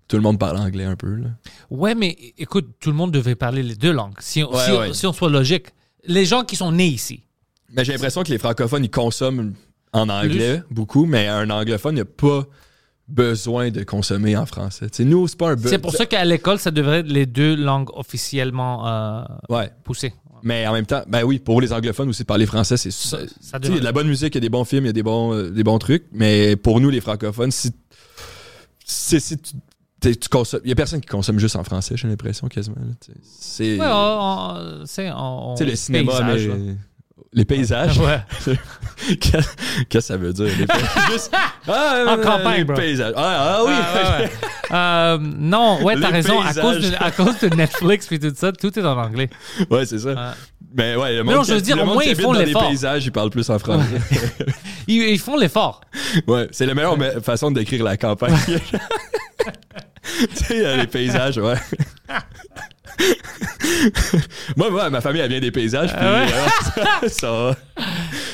Speaker 2: tout le monde parle anglais un peu, là.
Speaker 1: ouais mais é- écoute tout le monde devrait parler les deux langues si on,
Speaker 2: Ouais,
Speaker 1: si, on-
Speaker 2: ouais.
Speaker 1: si on soit logique les gens qui sont nés ici
Speaker 2: Mais j'ai l'impression que les francophones, ils consomment en anglais beaucoup, mais un anglophone, il a pas besoin de consommer en français. Tu sais, nous, c'est pas un... be-
Speaker 1: c'est pour ça qu'à l'école ça devrait être les deux langues officiellement euh,
Speaker 2: Ouais.
Speaker 1: poussées
Speaker 2: Mais en même temps, ben oui, pour les anglophones aussi, parler français, c'est
Speaker 1: ça,
Speaker 2: ça.
Speaker 1: ça
Speaker 2: Tu sais, Il y a de
Speaker 1: devrait-
Speaker 2: la bonne musique, il y a des bons films, il y a des bons, euh, des bons trucs, mais pour nous, les francophones, si. si, si tu, t'es- tu consommes. Il y a personne qui consomme juste en français, j'ai l'impression, quasiment. là, tu sais. C'est.
Speaker 1: Ouais, on- on- c'est on- on-
Speaker 2: tu sais, le cinéma,
Speaker 1: paysage, là.
Speaker 2: mais- Les paysages.
Speaker 1: [laughs] Ouais.
Speaker 2: [laughs] Qu'est-ce que ça veut dire? les paysages? Juste- ah,
Speaker 1: [laughs] En
Speaker 2: euh,
Speaker 1: campagne,
Speaker 2: les
Speaker 1: bro.
Speaker 2: paysages. Ah, ah oui!
Speaker 1: Ah, ouais, ouais. Euh, non, ouais, t'as
Speaker 2: Les
Speaker 1: raison. À
Speaker 2: paysages.
Speaker 1: cause, de, à cause de Netflix puis tout ça, tout est en anglais.
Speaker 2: [laughs] ouais, c'est ça.
Speaker 1: Ah.
Speaker 2: Mais ouais, le
Speaker 1: Mais
Speaker 2: monde.
Speaker 1: non, je veux
Speaker 2: qui-
Speaker 1: dire,
Speaker 2: le
Speaker 1: au
Speaker 2: monde
Speaker 1: moins,
Speaker 2: qui
Speaker 1: ils
Speaker 2: habite
Speaker 1: font
Speaker 2: dans les
Speaker 1: l'effort.
Speaker 2: paysages, ils parlent plus en français.
Speaker 1: Ils, ils font l'effort.
Speaker 2: Ouais, c'est la meilleure ma- façon de décrire la campagne. tu [laughs] sais, euh, les paysages, ouais. [laughs] moi, moi, ma famille, elle vient des paysages, puis
Speaker 1: Ah ouais?
Speaker 2: euh, [laughs] ça va.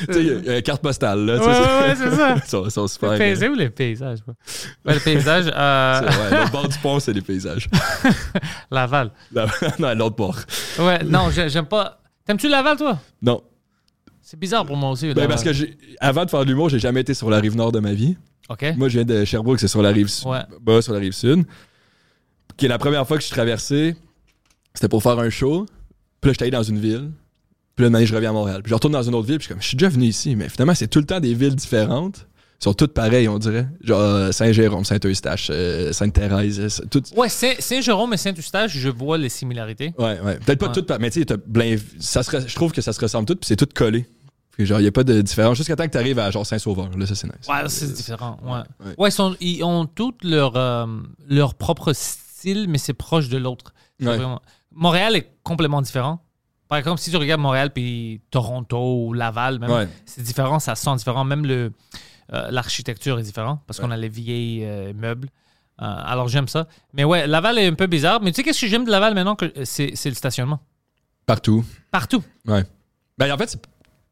Speaker 2: Tu sais, il y a une carte postale, là. tu sais,
Speaker 1: Ouais, ouais, ouais,
Speaker 2: [laughs]
Speaker 1: c'est ça.
Speaker 2: Ils sont, ils sont super.
Speaker 1: Le
Speaker 2: euh,
Speaker 1: paysage ou les paysages? ouais. Ouais, le paysage,
Speaker 2: c'est-
Speaker 1: euh,
Speaker 2: ouais, le bord du pont, c'est les paysages.
Speaker 1: Laval.
Speaker 2: Là- non, [laughs] l'autre bord.
Speaker 1: Ouais, non, j'ai- j'aime pas. T'aimes-tu Laval, toi?
Speaker 2: Non.
Speaker 1: C'est bizarre pour moi aussi.
Speaker 2: Ben,
Speaker 1: Laval.
Speaker 2: parce que j'ai- avant de faire de l'humour, j'ai jamais été sur la rive nord de ma vie.
Speaker 1: OK.
Speaker 2: Moi, je viens de Sherbrooke, c'est sur la rive sud.
Speaker 1: Ouais.
Speaker 2: Bas, sur la rive sud. Qui est la première fois que je suis traversé. C'était pour faire un show. Puis là, j'étais allé dans une ville. Puis là, une année, je reviens à Montréal. Puis je retourne dans une autre ville. Puis je suis comme, je suis déjà venu ici. Mais finalement, c'est tout le temps des villes différentes. Ils sont toutes pareilles, on dirait. Genre euh, Saint-Jérôme, Saint-Eustache, euh, Sainte-Thérèse. euh, c'est Tout...
Speaker 1: Ouais, Saint- Saint-Jérôme et Saint-Eustache, je vois les similarités.
Speaker 2: Ouais, ouais. Peut-être pas
Speaker 1: Ouais.
Speaker 2: toutes, par- mais tu sais, t'as blin- ça se re- je trouve que ça se ressemble toutes. Puis c'est tout collé. Puis genre, il n'y a pas de différence. Jusqu'à temps que tu arrives à genre Saint-Sauveur. Là, ça, c'est nice.
Speaker 1: Ouais, c'est différent. Ouais,
Speaker 2: ouais.
Speaker 1: ouais ils, sont- ils ont tous leur, euh, leur propre style, mais c'est proche de l'autre. C'est
Speaker 2: Ouais.
Speaker 1: vraiment- Montréal est complètement différent. Par exemple, si tu regardes Montréal puis Toronto ou Laval, même,
Speaker 2: Ouais.
Speaker 1: c'est différent, ça sent différent. Même le euh, l'architecture est différente parce qu'on a les vieilles euh, meubles. Euh, alors j'aime ça. Mais ouais, Laval est un peu bizarre. Mais tu sais qu'est-ce que j'aime de Laval maintenant que euh, c'est c'est le stationnement.
Speaker 2: Partout.
Speaker 1: Partout,
Speaker 2: Ouais. Ben, en fait, c'est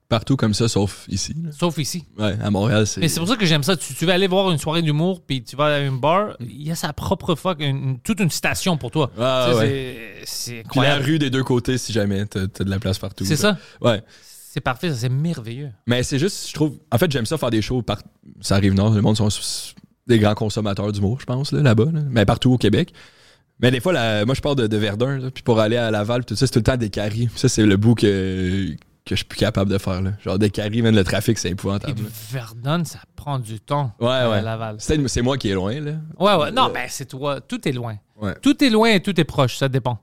Speaker 2: partout comme ça, sauf ici. là.
Speaker 1: sauf ici.
Speaker 2: Ouais, à Montréal, c'est.
Speaker 1: Mais c'est pour ça que j'aime ça. Tu, tu vas aller voir une soirée d'humour, puis tu vas à une
Speaker 2: Mm.
Speaker 1: bar, il y a sa propre fuck, une- une- toute une station pour toi.
Speaker 2: Ah,
Speaker 1: Tu sais,
Speaker 2: ouais.
Speaker 1: c'est- C'est
Speaker 2: Puis la
Speaker 1: incroyable.
Speaker 2: rue des deux côtés, si jamais, t'as t'as de la place partout.
Speaker 1: C'est
Speaker 2: là.
Speaker 1: ça.
Speaker 2: Ouais.
Speaker 1: C'est parfait, ça, c'est merveilleux.
Speaker 2: Mais c'est juste, je trouve. En fait, j'aime ça faire des shows par. Ça arrive nord, le monde sont s- des grands consommateurs d'humour, je pense, là, là-bas. là. Mais partout au Québec. Mais des fois, la- moi, je pars de, de Verdun, là, puis pour aller à Laval, tout ça, c'est tout le temps des caries. Ça, c'est le bout que, que je suis plus capable de faire. Là. Genre, des caries, même le trafic, c'est
Speaker 1: Et
Speaker 2: épouvantable.
Speaker 1: de Verdun, ça prend du temps.
Speaker 2: Ouais,
Speaker 1: euh,
Speaker 2: ouais.
Speaker 1: Laval.
Speaker 2: C'est c'est moi qui est loin, là.
Speaker 1: Ouais, ouais. Non, mais c'est toi. Tout est loin.
Speaker 2: Euh, Ouais.
Speaker 1: Tout est loin et tout est proche, ça dépend.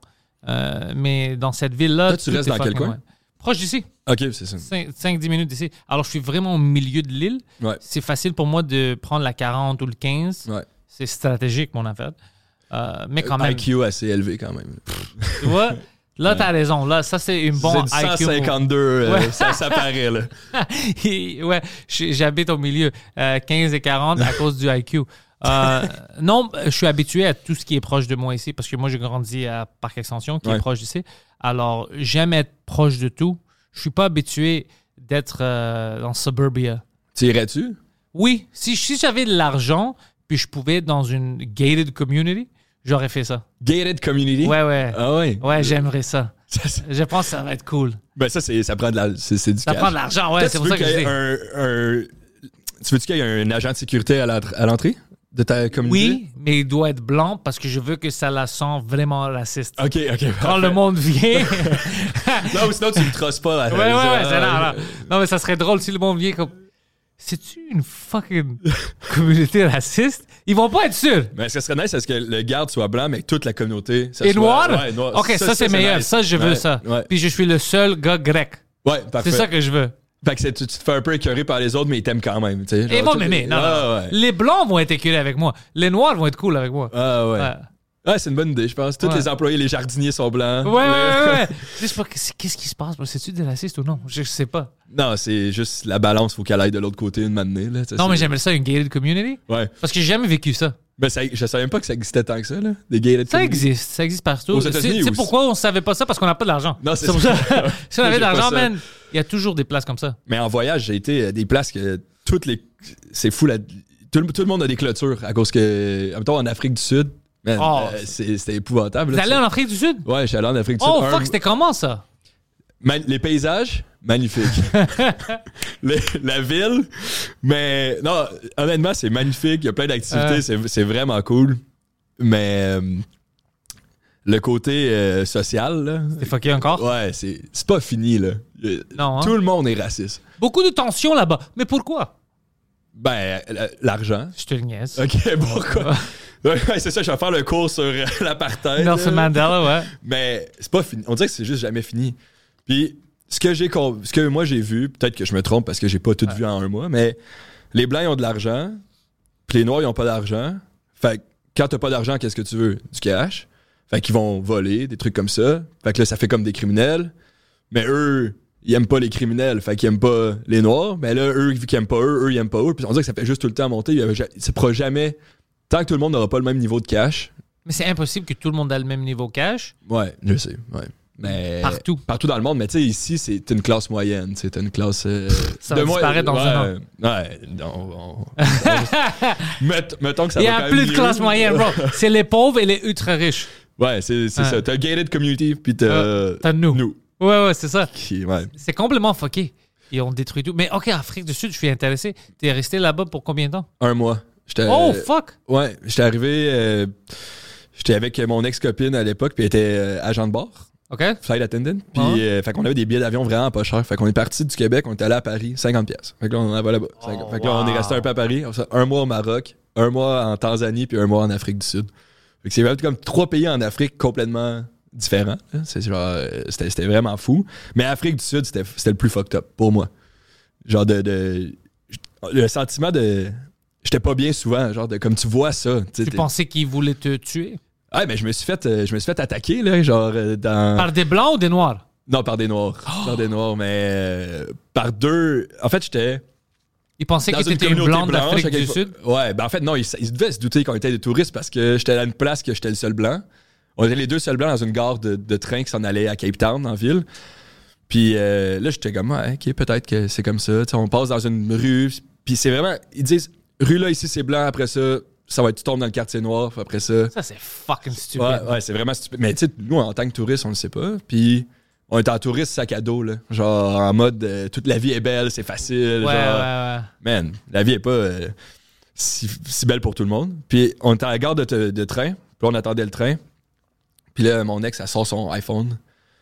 Speaker 1: Euh, mais dans cette ville-là.
Speaker 2: Toi, tu
Speaker 1: tout
Speaker 2: restes
Speaker 1: est
Speaker 2: dans quel
Speaker 1: fucking
Speaker 2: coin?
Speaker 1: loin. Proche d'ici.
Speaker 2: Ok, c'est ça.
Speaker 1: 5-10 minutes d'ici. Alors, je suis vraiment au milieu de l'île.
Speaker 2: Ouais.
Speaker 1: C'est facile pour moi de prendre la 40 ou le 15.
Speaker 2: Ouais.
Speaker 1: C'est stratégique, mon affaire. Euh, mais quand même.
Speaker 2: IQ assez élevé, quand même.
Speaker 1: Tu vois, là, t'as raison. Là, ça, c'est une bonne
Speaker 2: c'est du
Speaker 1: IQ.
Speaker 2: 152, euh,
Speaker 1: Ouais.
Speaker 2: ça, ça paraît, là.
Speaker 1: [laughs] Et- ouais, j'ai- j'habite au milieu. euh, 15 et 40 à cause du IQ.
Speaker 2: [laughs]
Speaker 1: Euh, non, je suis habitué à tout ce qui est proche de moi ici parce que moi, j'ai grandi à Parc Extension qui
Speaker 2: Ouais.
Speaker 1: est proche d'ici. Alors, j'aime être proche de tout. Je suis pas habitué d'être euh, dans suburbia.
Speaker 2: [laughs] Tu irais-tu?
Speaker 1: Oui, si, si j'avais de l'argent puis je pouvais être dans une gated community, j'aurais fait ça.
Speaker 2: Gated community?
Speaker 1: Ouais, ouais.
Speaker 2: Ah ouais?
Speaker 1: Ouais, j'aimerais ça.
Speaker 2: [laughs] Ça, c'est-
Speaker 1: Je pense que ça va être cool.
Speaker 2: ben ça, c'est, ça prend de la, c'est, c'est du
Speaker 1: Ça
Speaker 2: cash.
Speaker 1: prend de l'argent, ouais,
Speaker 2: Toi,
Speaker 1: c'est pour
Speaker 2: tu veux
Speaker 1: ça que je
Speaker 2: qu'il y
Speaker 1: dis.
Speaker 2: ait un- un- Tu veux-tu qu'il y ait un agent de sécurité à, la- à l'entrée de ta communauté?
Speaker 1: Oui, mais il doit être blanc parce que je veux que ça la sent vraiment raciste.
Speaker 2: OK, OK.
Speaker 1: Quand le monde
Speaker 2: [laughs]
Speaker 1: vient. ouais,
Speaker 2: Non, ou sinon, tu le trosses pas.
Speaker 1: ouais, ouais, c'est là, là. Non, mais ça serait drôle si le monde vient comme. C'est-tu une fucking communauté raciste? Ils vont pas être sûrs.
Speaker 2: Mais ce qui serait nice, c'est que le garde soit blanc, mais que toute la communauté. ça
Speaker 1: Et
Speaker 2: soit-
Speaker 1: noir?
Speaker 2: Ouais, noir.
Speaker 1: Ok, ça, c'est meilleur.
Speaker 2: nice.
Speaker 1: Ça, je veux
Speaker 2: Ouais,
Speaker 1: ça.
Speaker 2: Ouais,
Speaker 1: Puis je suis le seul gars grec.
Speaker 2: ouais parfait.
Speaker 1: C'est ça que je veux.
Speaker 2: Fait que c'est- tu, tu te fais un peu écœurer par les autres, mais ils t'aiment quand même. tu sais.
Speaker 1: Et
Speaker 2: Genre,
Speaker 1: bon,
Speaker 2: tout-
Speaker 1: mais, mais non,
Speaker 2: Ouais,
Speaker 1: non.
Speaker 2: Ah, ouais.
Speaker 1: Les blancs vont être écœurés avec moi. Les noirs vont être cool avec moi.
Speaker 2: Ah ouais.
Speaker 1: Ouais.
Speaker 2: Ouais, c'est une bonne idée, je pense. Tous
Speaker 1: Ouais.
Speaker 2: les employés, les jardiniers sont blancs.
Speaker 1: Ouais, ouais, ouais, ouais. Je sais pas, qu'est-ce qu'est-ce qui se passe? bro? C'est-tu des racistes ou non? Je sais pas.
Speaker 2: [laughs] Non, c'est juste la balance, faut qu'elle aille de l'autre côté une matinée. Là, Ça,
Speaker 1: Non,
Speaker 2: c'est-
Speaker 1: mais j'aimerais ça, une gated community.
Speaker 2: Ouais.
Speaker 1: Parce que j'ai jamais vécu ça.
Speaker 2: Mais ça, je savais même pas que ça existait tant que ça, là. Des gated
Speaker 1: Ça
Speaker 2: communities.
Speaker 1: existe, ça existe partout.
Speaker 2: Aux
Speaker 1: C'est
Speaker 2: États-Unis
Speaker 1: c'est
Speaker 2: aussi.
Speaker 1: pourquoi on savait pas ça, parce qu'on n'a pas de l'argent.
Speaker 2: Non, c'est
Speaker 1: pour
Speaker 2: ça.
Speaker 1: si on avait
Speaker 2: J'ai
Speaker 1: de
Speaker 2: pas
Speaker 1: l'argent,
Speaker 2: ça.
Speaker 1: man, il y a toujours des places comme ça.
Speaker 2: [laughs] Mais en voyage, j'ai été à des places que toutes les. C'est fou, là. Tout, le- tout le monde a des clôtures à cause que. En même temps, en Afrique du Sud, man,
Speaker 1: Oh.
Speaker 2: euh, c'est- c'était épouvantable.
Speaker 1: Vous
Speaker 2: là,
Speaker 1: allez
Speaker 2: ça.
Speaker 1: en Afrique du Sud?
Speaker 2: Ouais, j'allais en Afrique du
Speaker 1: Oh
Speaker 2: Sud. Un-
Speaker 1: fuck, c'était comment ça?
Speaker 2: Man- les paysages,
Speaker 1: [laughs]
Speaker 2: magnifiques. Le- la ville, mais non, honnêtement, c'est magnifique. Il y a plein d'activités,
Speaker 1: Ouais.
Speaker 2: c'est- c'est vraiment cool. Mais euh, le côté euh, social, là,
Speaker 1: T'es fucké encore?
Speaker 2: ouais, c'est c'est pas fini. Là. Euh,
Speaker 1: Non, hein?
Speaker 2: Tout le monde est raciste.
Speaker 1: Beaucoup de tensions là-bas. Mais pourquoi?
Speaker 2: Ben, euh, l'argent.
Speaker 1: Je te le niaise.
Speaker 2: [laughs] Ok,
Speaker 1: [laughs]
Speaker 2: pourquoi? Ouais, c'est ça, je vais faire le cours sur euh, l'apartheid.
Speaker 1: Nelson
Speaker 2: là.
Speaker 1: Mandela, ouais.
Speaker 2: Mais c'est pas fini. On dirait que c'est juste jamais fini. Puis ce que j'ai com- ce que moi j'ai vu, peut-être que je me trompe parce que j'ai pas tout vu en un mois, mais les blancs ils ont de l'argent, puis les noirs ils ont pas d'argent. Fait que quand t'as pas d'argent, qu'est-ce que tu veux Du cash. Fait qu'ils vont voler des trucs comme ça. Fait que là ça fait comme des criminels. Mais eux ils aiment pas les criminels, fait qu'ils aiment pas les noirs. Mais là eux vu qu'ils aiment pas eux, eux ils aiment pas eux. Puis on dirait que ça fait juste tout le temps monter. Il y a ja- Ça pourra jamais tant que tout le monde n'aura pas le même niveau de cash.
Speaker 1: Mais c'est impossible que tout le monde a le même niveau cash.
Speaker 2: Ouais, je sais. Ouais. Mais
Speaker 1: Partout.
Speaker 2: Partout dans le monde, mais tu sais, ici, c'est t'as une classe moyenne. tu sais, T'as une classe. euh,
Speaker 1: Ça va disparaître dans
Speaker 2: ouais,
Speaker 1: un an.
Speaker 2: Ouais, non. on-
Speaker 1: [laughs]
Speaker 2: on- Mett- mettons que ça
Speaker 1: Il y
Speaker 2: va
Speaker 1: a
Speaker 2: quand
Speaker 1: plus
Speaker 2: même
Speaker 1: de
Speaker 2: mieux.
Speaker 1: classe moyenne, bro. C'est les pauvres et les ultra riches.
Speaker 2: Ouais, c'est c'est
Speaker 1: Ouais.
Speaker 2: ça. T'as gated community, puis t'as.
Speaker 1: Euh, t'as nous.
Speaker 2: Nous.
Speaker 1: Ouais, ouais, c'est ça.
Speaker 2: Qui, ouais.
Speaker 1: C'est complètement fucké. Ils ont détruit tout. Mais OK, Afrique du Sud, je suis intéressé. T'es resté là-bas pour combien de temps?
Speaker 2: Un mois. J'étais-
Speaker 1: oh, fuck!
Speaker 2: Ouais, j'étais arrivé. euh, J'étais avec mon ex-copine à l'époque, puis elle était euh, agent de bord,
Speaker 1: OK?
Speaker 2: flight attendant. Puis,
Speaker 1: Ouais.
Speaker 2: euh, fait qu'on avait des billets d'avion vraiment pas chers. Fait qu'on est parti du Québec, on est allé à Paris, 50 pièces. Fait que là, on en va là-bas. 50. fait que là, on est
Speaker 1: Oh, wow.
Speaker 2: resté un peu à Paris, on s'est- un mois au Maroc, un mois en Tanzanie, puis un mois en Afrique du Sud. Fait que c'est vraiment comme trois pays en Afrique complètement différents. là. C'est genre, euh, c'était, c'était vraiment fou. Mais Afrique du Sud, c'était, c'était le plus fucked up pour moi. Genre de, de- le sentiment de j'étais pas bien souvent, genre de comme tu vois ça. tu sais,
Speaker 1: Tu
Speaker 2: t'es-
Speaker 1: pensais qu'ils voulaient te tuer?
Speaker 2: Ah, mais je me suis fait, euh, je me suis fait attaquer, là, genre, euh, dans.
Speaker 1: Par des blancs ou des noirs?
Speaker 2: Non, par des noirs.
Speaker 1: Oh!
Speaker 2: Par des noirs, mais euh, par deux. En fait, j'étais.
Speaker 1: Ils pensaient que
Speaker 2: dans une
Speaker 1: t'étais une
Speaker 2: communauté
Speaker 1: blonde
Speaker 2: blanche,
Speaker 1: d'Afrique
Speaker 2: à
Speaker 1: du
Speaker 2: quelque
Speaker 1: Sud.
Speaker 2: part. Ouais, ben en fait, non, ils, ils devaient se douter qu'on était des touristes parce que j'étais à une place que j'étais le seul blanc. On était les deux seuls blancs dans une gare de, de train qui s'en allait à Cape Town, en ville. Puis euh, là, j'étais comme, ouais, ok, peut-être que c'est comme ça. Tu sais, on passe dans une rue, puis c'est vraiment. Ils disent, rue là, ici, c'est blanc, après ça, ça va être, tu tombes dans le quartier noir, puis après ça.
Speaker 1: Ça, c'est fucking stupide.
Speaker 2: Ouais, ouais, c'est vraiment stupide. Mais tu sais, nous, en tant que touristes, on le sait pas. Puis on est en touriste sac à dos, là. Genre, en mode, euh, toute la vie est belle, c'est facile.
Speaker 1: Ouais,
Speaker 2: genre, euh,
Speaker 1: ouais, ouais.
Speaker 2: man, la vie est pas euh, si, si belle pour tout le monde. Puis on était à la gare de, te- de train, puis là, on attendait le train. Puis là, mon ex, elle sort son iPhone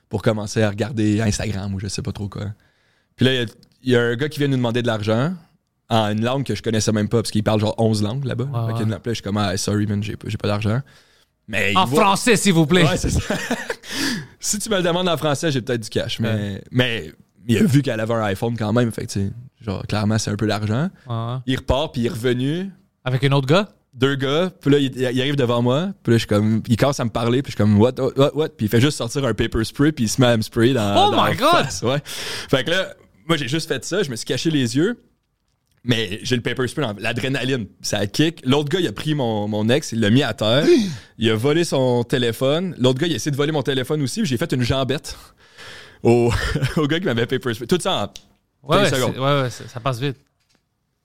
Speaker 2: pour commencer à regarder Instagram ou je sais pas trop quoi. Puis là, il y a- il y, a un gars qui vient nous demander de l'argent en une langue que je connaissais même pas, parce qu'il parle genre 11 langues là-bas.
Speaker 1: Ouais,
Speaker 2: Fait
Speaker 1: ouais.
Speaker 2: qu'il me l'appelait, je suis comme, ah, sorry, man, j'ai pas, j'ai pas d'argent. Mais il
Speaker 1: En
Speaker 2: voit-
Speaker 1: français, s'il vous plaît.
Speaker 2: Ouais, c'est ça. [laughs] si tu me le demandes en français, j'ai peut-être du cash. Mais, mais il a vu qu'elle avait un iPhone quand même. Fait que, tu sais, genre, clairement, c'est un peu d'argent.
Speaker 1: Ouais.
Speaker 2: Il repart, puis il est revenu.
Speaker 1: Avec un autre gars?
Speaker 2: Deux gars, puis là, il, il arrive devant moi. Puis là, je suis comme, il commence à me parler, puis je suis comme, what, what, what, what? Puis il fait juste sortir un paper spray, puis il se met à me sprayer dans.
Speaker 1: Oh
Speaker 2: dans
Speaker 1: my
Speaker 2: la
Speaker 1: God!
Speaker 2: face, ouais. Fait que là, moi, j'ai juste fait ça, je me suis caché les yeux. Mais j'ai le paper spray, dans- l'adrénaline, ça kick. L'autre gars, il a pris mon, mon ex, il l'a mis à terre. il a volé son téléphone. L'autre gars, il a essayé de voler mon téléphone aussi. puis J'ai fait une jambette au, [laughs] au gars qui m'avait paper spray. Tout ça en
Speaker 1: Ouais,
Speaker 2: 15
Speaker 1: ouais,
Speaker 2: secondes.
Speaker 1: c'est- ouais, ouais, ça ça passe vite.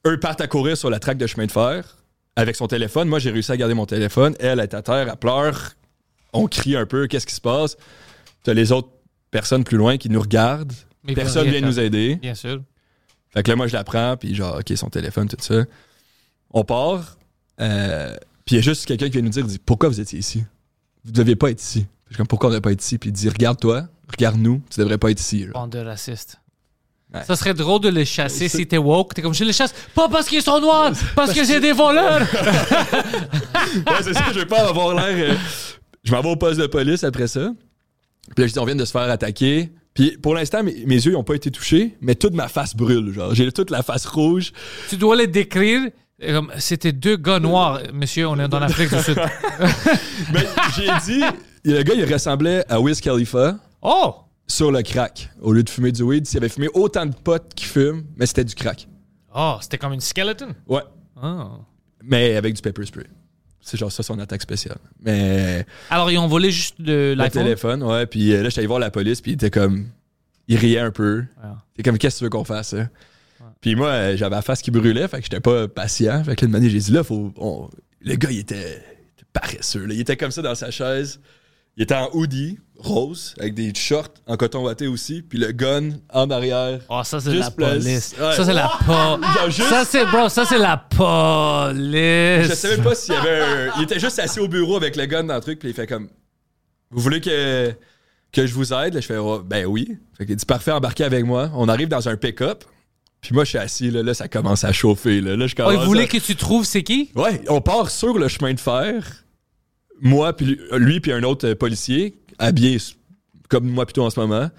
Speaker 2: Eux partent à courir sur la traque de chemin de fer avec son téléphone. Moi, j'ai réussi à garder mon téléphone. Elle est à terre, elle pleure. On crie un peu, qu'est-ce qui se passe? T'as les autres personnes plus loin qui nous regardent.
Speaker 1: Mais ils peuvent
Speaker 2: Personne
Speaker 1: rien
Speaker 2: vient
Speaker 1: faire.
Speaker 2: nous aider.
Speaker 1: Bien sûr.
Speaker 2: Fait que là, moi, je la prends, puis genre, OK, son téléphone, tout ça. On part, euh, puis il y a juste quelqu'un qui vient nous dire, dit, pourquoi vous étiez ici? Vous deviez pas être ici. Je suis comme, pourquoi on devait pas être ici? Puis il dit, regarde-toi, regarde-nous, tu devrais pas être ici. genre.
Speaker 1: Bande de racistes.
Speaker 2: Ouais.
Speaker 1: Ça serait drôle de les chasser si t'es woke. T'es comme, je les chasse pas parce qu'ils sont noirs, parce que c'est des voleurs.
Speaker 2: Ouais, c'est ça, je veux pas avoir l'air. euh, Je m'en vais au poste de police après ça. Puis là, je dis, on vient de se faire attaquer. Puis pour l'instant, mes, mes yeux n'ont pas été touchés, mais toute ma face brûle. Genre, j'ai toute la face rouge.
Speaker 1: tu dois les décrire. Et comme, C'était deux gars noirs, monsieur, on est dans l'Afrique du
Speaker 2: [laughs]
Speaker 1: Sud.
Speaker 2: Mais j'ai dit, le gars, il ressemblait à Wiz Khalifa
Speaker 1: Oh!
Speaker 2: sur le crack. Au lieu de fumer du weed, s'il avait fumé autant de potes qu'il fume, mais c'était du crack.
Speaker 1: Oh, c'était comme une skeleton.
Speaker 2: Ouais.
Speaker 1: Oh.
Speaker 2: Mais avec du pepper spray. C'est genre ça son attaque spéciale. Mais
Speaker 1: Alors, ils ont volé juste le
Speaker 2: le
Speaker 1: l'iPhone.
Speaker 2: téléphone, ouais. Puis euh, là, j'étais allé voir la police, puis il était comme. Il riait un peu.
Speaker 1: Ouais.
Speaker 2: T'es comme, qu'est-ce que tu veux qu'on fasse? hein? Puis moi, euh, j'avais la face qui brûlait, fait que j'étais pas patient. Fait que là, une manière, j'ai dit, là, faut. on- Le gars, il était, il était paresseux. là. Il était comme ça dans sa chaise. Il était en hoodie, rose, avec des shorts en coton watté aussi, puis le gun en arrière.
Speaker 1: Oh, ça, c'est
Speaker 2: Juste
Speaker 1: la
Speaker 2: place.
Speaker 1: police.
Speaker 2: Ouais.
Speaker 1: Ça, c'est la police.
Speaker 2: Ils ont [laughs] juste-
Speaker 1: Ah! Ça, c'est, bro, ça, c'est la police.
Speaker 2: Je savais même pas s'il y avait un- Il était juste assis au bureau avec le gun dans le truc, puis il fait comme. Vous voulez que, que je vous aide? Là, je fais, oh, ben oui. Fait qu'il dit, parfait, embarquez avec moi. On arrive dans un pick-up. Puis moi, je suis assis, là, là, ça commence à chauffer. Là, là je
Speaker 1: Oh,
Speaker 2: commence
Speaker 1: ils voulaient
Speaker 2: à-
Speaker 1: que tu trouves c'est qui?
Speaker 2: Ouais, on part sur le chemin de fer. Moi, puis lui- lui, puis un autre euh, policier, habillé s- comme moi plutôt en ce moment.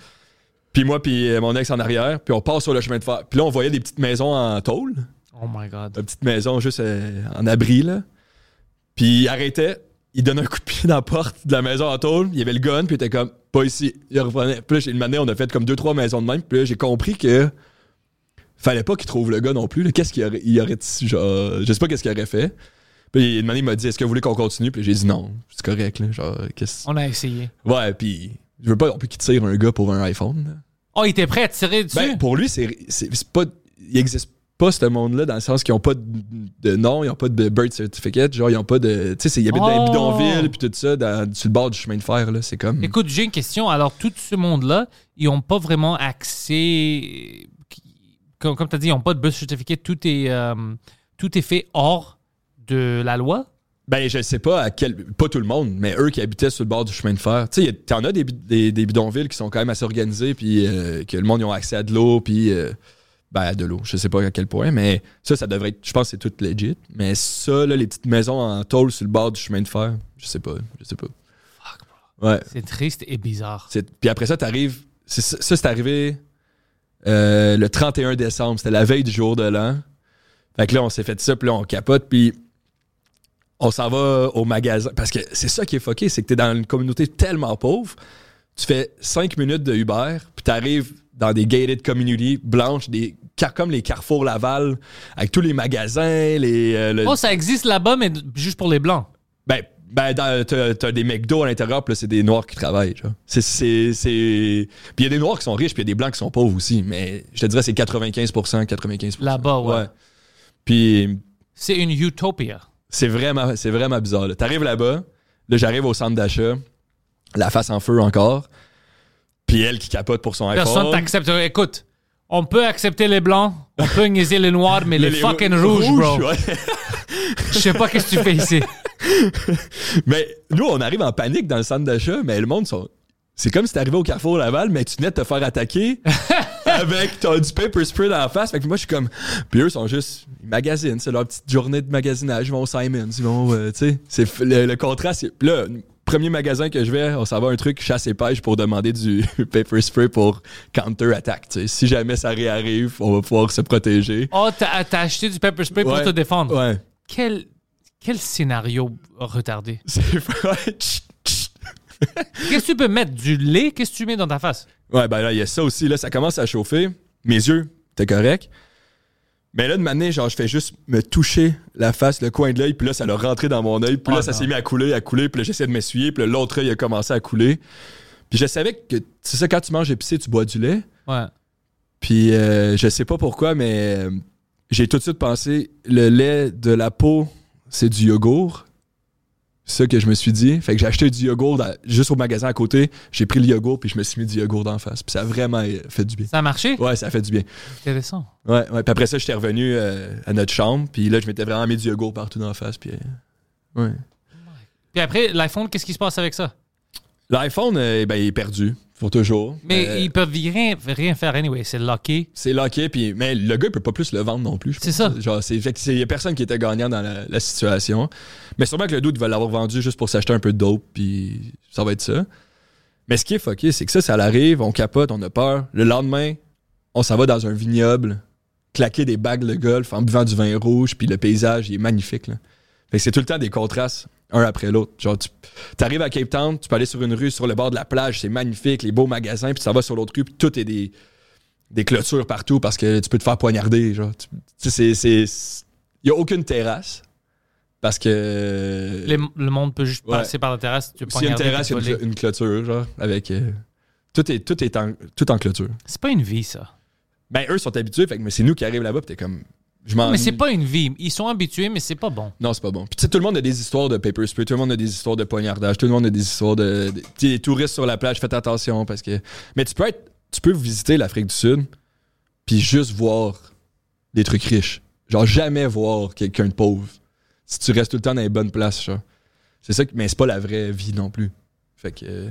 Speaker 2: Puis moi, puis euh, mon ex en arrière. Puis on part sur le chemin de fer. Puis là, on voyait des petites maisons en tôle.
Speaker 1: Oh my god.
Speaker 2: Une petite maison juste euh, en abri, là. Puis il arrêtait. Il donnait un coup de pied dans la porte de la maison en tôle. Il y avait le gun, puis il était comme, pas ici. Il reprenait. Puis là, j'ai- une année, on a fait comme deux, trois maisons de même. Puis là, j'ai compris que fallait pas qu'il trouve le gars non plus. là. Qu'est-ce qu'il aurait, il aurait genre, je sais pas qu'est-ce qu'il aurait fait. Puis une année, il m'a dit, est-ce que vous voulez qu'on continue? Puis j'ai dit non, c'est correct, là. Genre, qu'est-ce.
Speaker 1: On a essayé.
Speaker 2: Ouais, puis je veux pas non plus qu'il tire un gars pour un iPhone, là.
Speaker 1: Oh, il était prêt à tirer dessus?
Speaker 2: Ben, pour lui, c'est c'est- c'est pas. Il existe pas ce monde-là dans le sens qu'ils ont pas de, de nom, ils ont pas de birth certificate, genre ils ont pas de. Tu sais, c'est- ils habitent dans les
Speaker 1: Oh!
Speaker 2: bidonvilles puis tout ça, dans, sur le bord du chemin de fer, là. C'est comme.
Speaker 1: Écoute, j'ai une question. Alors, tout ce monde-là, ils n'ont pas vraiment accès. Comme, tu as dit, ils n'ont pas de birth certificate. Tout est, euh, tout est fait hors de la loi.
Speaker 2: Ben, je sais pas à quel. Pas tout le monde, mais eux qui habitaient sur le bord du chemin de fer. Tu sais, y a- t'en as des, bi- des, des bidonvilles qui sont quand même assez organisés puis euh, que le monde, ils ont accès à de l'eau puis. euh, ben, à de l'eau. Je sais pas à quel point, mais ça, ça devrait être. Je pense que c'est tout legit. Mais ça, là, les petites maisons en tôle sur le bord du chemin de fer, je sais pas. Je sais pas. Ouais.
Speaker 1: C'est triste et bizarre.
Speaker 2: C'est- Puis après ça, t'arrives. c'est Ça, ça, c'est arrivé euh, le 31 décembre. C'était la veille du jour de l'an. Fait que là, on s'est fait ça, puis là, on capote. Puis on s'en va au magasin. Parce que c'est ça qui est fucké, c'est que t'es dans une communauté tellement pauvre, tu fais 5 minutes de Uber, puis t'arrives dans des gated communities blanches, des car- comme les Carrefour Laval, avec tous les magasins, les... euh, le-
Speaker 1: Oh, ça existe là-bas, mais juste pour les Blancs.
Speaker 2: ben, ben dans- t'as, t'as des McDo à l'intérieur, puis là, c'est des Noirs qui travaillent. genre. C'est, c'est, c'est... Puis il y a des Noirs qui sont riches, puis il y a des Blancs qui sont pauvres aussi, mais je te dirais c'est 95 95
Speaker 1: Là-bas, ouais.
Speaker 2: Puis
Speaker 1: C'est une utopia.
Speaker 2: c'est vraiment, c'est vraiment bizarre. là. T'arrives là-bas, là, j'arrive au centre d'achat, la face en feu encore, puis elle qui capote pour son
Speaker 1: Personne
Speaker 2: iPhone.
Speaker 1: t'accepte. Écoute, on peut accepter les Blancs, on peut niaiser les Noirs, mais les,
Speaker 2: [laughs] Les
Speaker 1: fucking
Speaker 2: rou-
Speaker 1: rouges, bro.
Speaker 2: ouais.
Speaker 1: Je sais pas qu'est-ce que tu fais
Speaker 2: [laughs]
Speaker 1: ici.
Speaker 2: Mais nous, on arrive en panique dans le centre d'achat, mais le monde sont. C'est comme si t'arrivais au Carrefour Laval, mais tu venais de te faire attaquer avec t'as du paper spray dans la face. Fait que moi, je suis comme. Puis eux sont juste. Ils magasinent, c'est leur petite journée de magasinage. Ils vont au Simons, ils vont. euh, tu sais, c'est f- le, le contraste. c'est- Puis là, premier magasin que je vais, on s'en va un truc chasse et pêche pour demander du [laughs] paper spray pour counter-attack. tu sais. Si jamais ça réarrive, on va pouvoir se protéger.
Speaker 1: Oh, t'as t'as acheté du pepper spray pour
Speaker 2: Ouais.
Speaker 1: te défendre.
Speaker 2: Ouais. [laughs]
Speaker 1: Quel, quel scénario retardé.
Speaker 2: C'est. ouais, tch, tch.
Speaker 1: Qu'est-ce que tu peux mettre? Du lait? Qu'est-ce que tu mets dans ta face?
Speaker 2: Ouais, ben là, il y a ça aussi. Là, ça commence à chauffer. Mes yeux, t'es correct. Mais là, de m'amener, genre, je fais juste me toucher la face, le coin de l'œil, puis là, ça l'a rentré dans mon œil, puis
Speaker 1: Oh
Speaker 2: là, ça
Speaker 1: non.
Speaker 2: s'est mis à couler, à couler, puis là, j'essaie de m'essuyer, puis là, l'autre œil a commencé à couler. Puis je savais que, tu sais, ça, quand tu manges épicé, tu bois du lait.
Speaker 1: Ouais.
Speaker 2: Puis euh, je sais pas pourquoi, mais euh, j'ai tout de suite pensé, le lait de la peau, c'est du yogourt. C'est ça que je me suis dit. Fait que j'ai acheté du yogourt dans- juste au magasin à côté. J'ai pris le yogourt puis je me suis mis du yogourt d'en face. Puis ça a vraiment euh, fait du bien.
Speaker 1: Ça a marché?
Speaker 2: Ouais, ça a fait du bien.
Speaker 1: Intéressant.
Speaker 2: Ouais, ouais. Puis après ça, j'étais revenu euh, à notre chambre. Puis là, je m'étais vraiment mis du yogourt partout d'en face. Puis euh, ouais.
Speaker 1: Puis après, l'iPhone, qu'est-ce qui se passe avec ça?
Speaker 2: L'iPhone, euh, ben, il est perdu pour toujours.
Speaker 1: Mais
Speaker 2: Euh,
Speaker 1: ils peuvent rien, rien faire anyway. C'est locké.
Speaker 2: C'est locké, puis mais le gars il peut pas plus le vendre non plus. je
Speaker 1: C'est
Speaker 2: pense.
Speaker 1: ça.
Speaker 2: Genre c'est fait que c'est- y a personne qui était gagnant dans la, la situation. Mais sûrement que le doute va l'avoir vendu juste pour s'acheter un peu de dope, puis ça va être ça. Mais ce qui est fucké, c'est que ça, ça arrive, on capote, on a peur. Le lendemain, on s'en va dans un vignoble, claquer des bagues de golf en buvant du vin rouge, puis le paysage il est magnifique. Là. Fait que c'est tout le temps des contrastes, un après l'autre. Genre, tu arrives à Cape Town, tu peux aller sur une rue, sur le bord de la plage, c'est magnifique, les beaux magasins, puis ça va sur l'autre rue, puis tout est des, des clôtures partout parce que tu peux te faire poignarder. Genre, Tu- tu sais, c'est. c'est- Il n'y a aucune terrasse parce que.
Speaker 1: Les- le monde peut juste
Speaker 2: Euh, Ouais.
Speaker 1: passer par la terrasse. Tu peux
Speaker 2: S'il y a une
Speaker 1: regarder,
Speaker 2: terrasse,
Speaker 1: tu
Speaker 2: il
Speaker 1: peux
Speaker 2: y a
Speaker 1: voler.
Speaker 2: une, une clôture, genre, avec. euh, tout est, tout est en, tout en clôture.
Speaker 1: C'est pas une vie, ça.
Speaker 2: Ben, eux sont habitués, fait que mais c'est nous qui arrivent là-bas, pis t'es comme. Je m'en.
Speaker 1: Mais c'est pas une vie. Ils sont habitués, mais c'est pas bon.
Speaker 2: Non, c'est pas bon. Puis, tu sais, tout le monde a des histoires de paper spray, tout le monde a des histoires de poignardage, tout le monde a des histoires de. de- tu sais, les touristes sur la plage, faites attention parce que. Mais tu peux être. Tu peux visiter l'Afrique du Sud, puis juste voir des trucs riches. Genre, jamais voir quelqu'un de pauvre. Si tu restes tout le temps dans les bonnes places, genre. C'est ça que. Mais c'est pas la vraie vie non plus. Fait que. euh,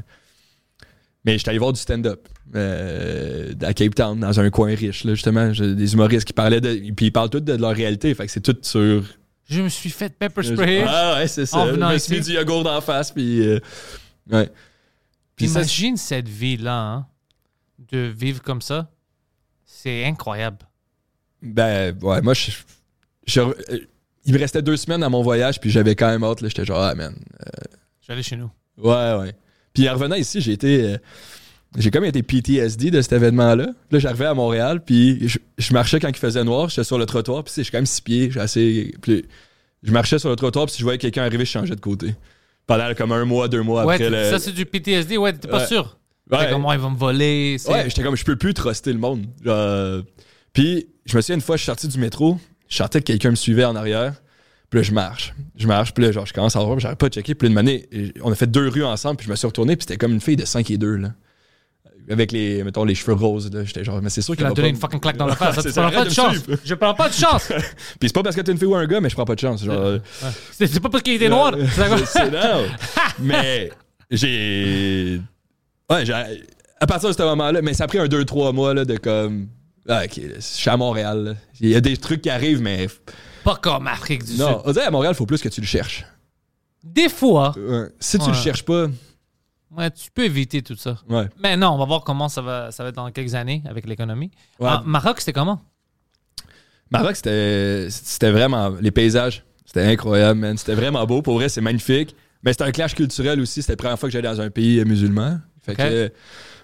Speaker 2: Mais j'étais allé voir du stand-up euh, à Cape Town, dans un coin riche, là, justement. J'ai Des humoristes qui parlaient de. Puis ils parlent tous de leur réalité. Fait que c'est tout sur.
Speaker 1: Je me suis fait pepper spray.
Speaker 2: Ah ouais, c'est
Speaker 1: En
Speaker 2: ça. Je
Speaker 1: venant
Speaker 2: me suis mis
Speaker 1: ici.
Speaker 2: du yogourt en face, puis... euh, ouais. Puis ça,
Speaker 1: Imagine cette vie-là, hein, de vivre comme ça. C'est incroyable.
Speaker 2: ben, ouais, moi, je... je- euh, il me restait deux semaines à mon voyage, puis j'avais quand même hâte, là. J'étais genre, ah, man.
Speaker 1: J'allais chez nous.
Speaker 2: Ouais, ouais. Puis en revenant ici, j'ai été... euh, j'ai comme été PTSD de cet événement-là. Là, j'arrivais à Montréal, puis je, je marchais quand il faisait noir, j'étais sur le trottoir, puis tu sais, je suis quand même six pieds, j'ai assez... puis je marchais sur le trottoir, puis si je voyais quelqu'un arriver, je changeais de côté. Pendant comme un mois, deux mois
Speaker 1: Ouais,
Speaker 2: après le...
Speaker 1: ça c'est du PTSD. Ouais, t'es pas
Speaker 2: Ouais.
Speaker 1: sûr.
Speaker 2: Ouais.
Speaker 1: T'es comme, oh, ils vont me voler. c'est-
Speaker 2: Ouais, j'étais comme, je peux plus truster le monde. Genre, Puis, je me souviens, une fois, je suis sorti du métro, je sentais que quelqu'un me suivait en arrière. Puis là, je marche. Je marche, puis là, genre, je commence à voir, puis j'arrive pas à checker. Puis là, une manée, on a fait deux rues ensemble, puis je me suis retourné, puis c'était comme une fille de 5 et 2, là. Avec les, mettons, les cheveux roses, là. J'étais genre, mais c'est sûr
Speaker 1: Tu
Speaker 2: qu'elle
Speaker 1: l'as
Speaker 2: va
Speaker 1: donné
Speaker 2: pas
Speaker 1: une
Speaker 2: me-
Speaker 1: fucking claque
Speaker 2: [laughs]
Speaker 1: dans la face. Ça,
Speaker 2: C'est
Speaker 1: tu
Speaker 2: ça,
Speaker 1: prends pas
Speaker 2: arrête
Speaker 1: de
Speaker 2: de me
Speaker 1: chance.
Speaker 2: suivre.
Speaker 1: Je prends pas de
Speaker 2: [laughs]
Speaker 1: chance.
Speaker 2: Puis c'est pas parce que t'es une fille ou un gars, mais je prends pas de chance. Genre, euh,
Speaker 1: C'est c'est pas parce qu'il était
Speaker 2: [laughs]
Speaker 1: noir. C'est d'accord.
Speaker 2: C'est- c'est
Speaker 1: [laughs]
Speaker 2: non. Mais j'ai. Ouais, j'ai. À partir de ce moment-là, mais ça a pris un 2-3 mois là, de comme. Ah, ok, là, je suis à Montréal. là. Il y a des trucs qui arrivent, mais.
Speaker 1: Pas comme Afrique du Sud.
Speaker 2: Non, on dirait à Montréal, il faut plus que tu le cherches.
Speaker 1: Des fois,
Speaker 2: Ouais. Si tu
Speaker 1: Ouais.
Speaker 2: le cherches pas.
Speaker 1: ouais, tu peux éviter tout ça.
Speaker 2: Ouais.
Speaker 1: Mais non, on va voir comment ça va, ça va être dans quelques années avec l'économie.
Speaker 2: Ouais.
Speaker 1: Ah, Maroc, c'était comment?
Speaker 2: Maroc, c'était c'était vraiment. Les paysages, C'était incroyable, man. C'était vraiment beau. Pour vrai, c'est magnifique. Mais c'était un clash culturel aussi. C'était la première fois que j'allais dans un pays euh, musulman. Fait
Speaker 1: Ok.
Speaker 2: que euh,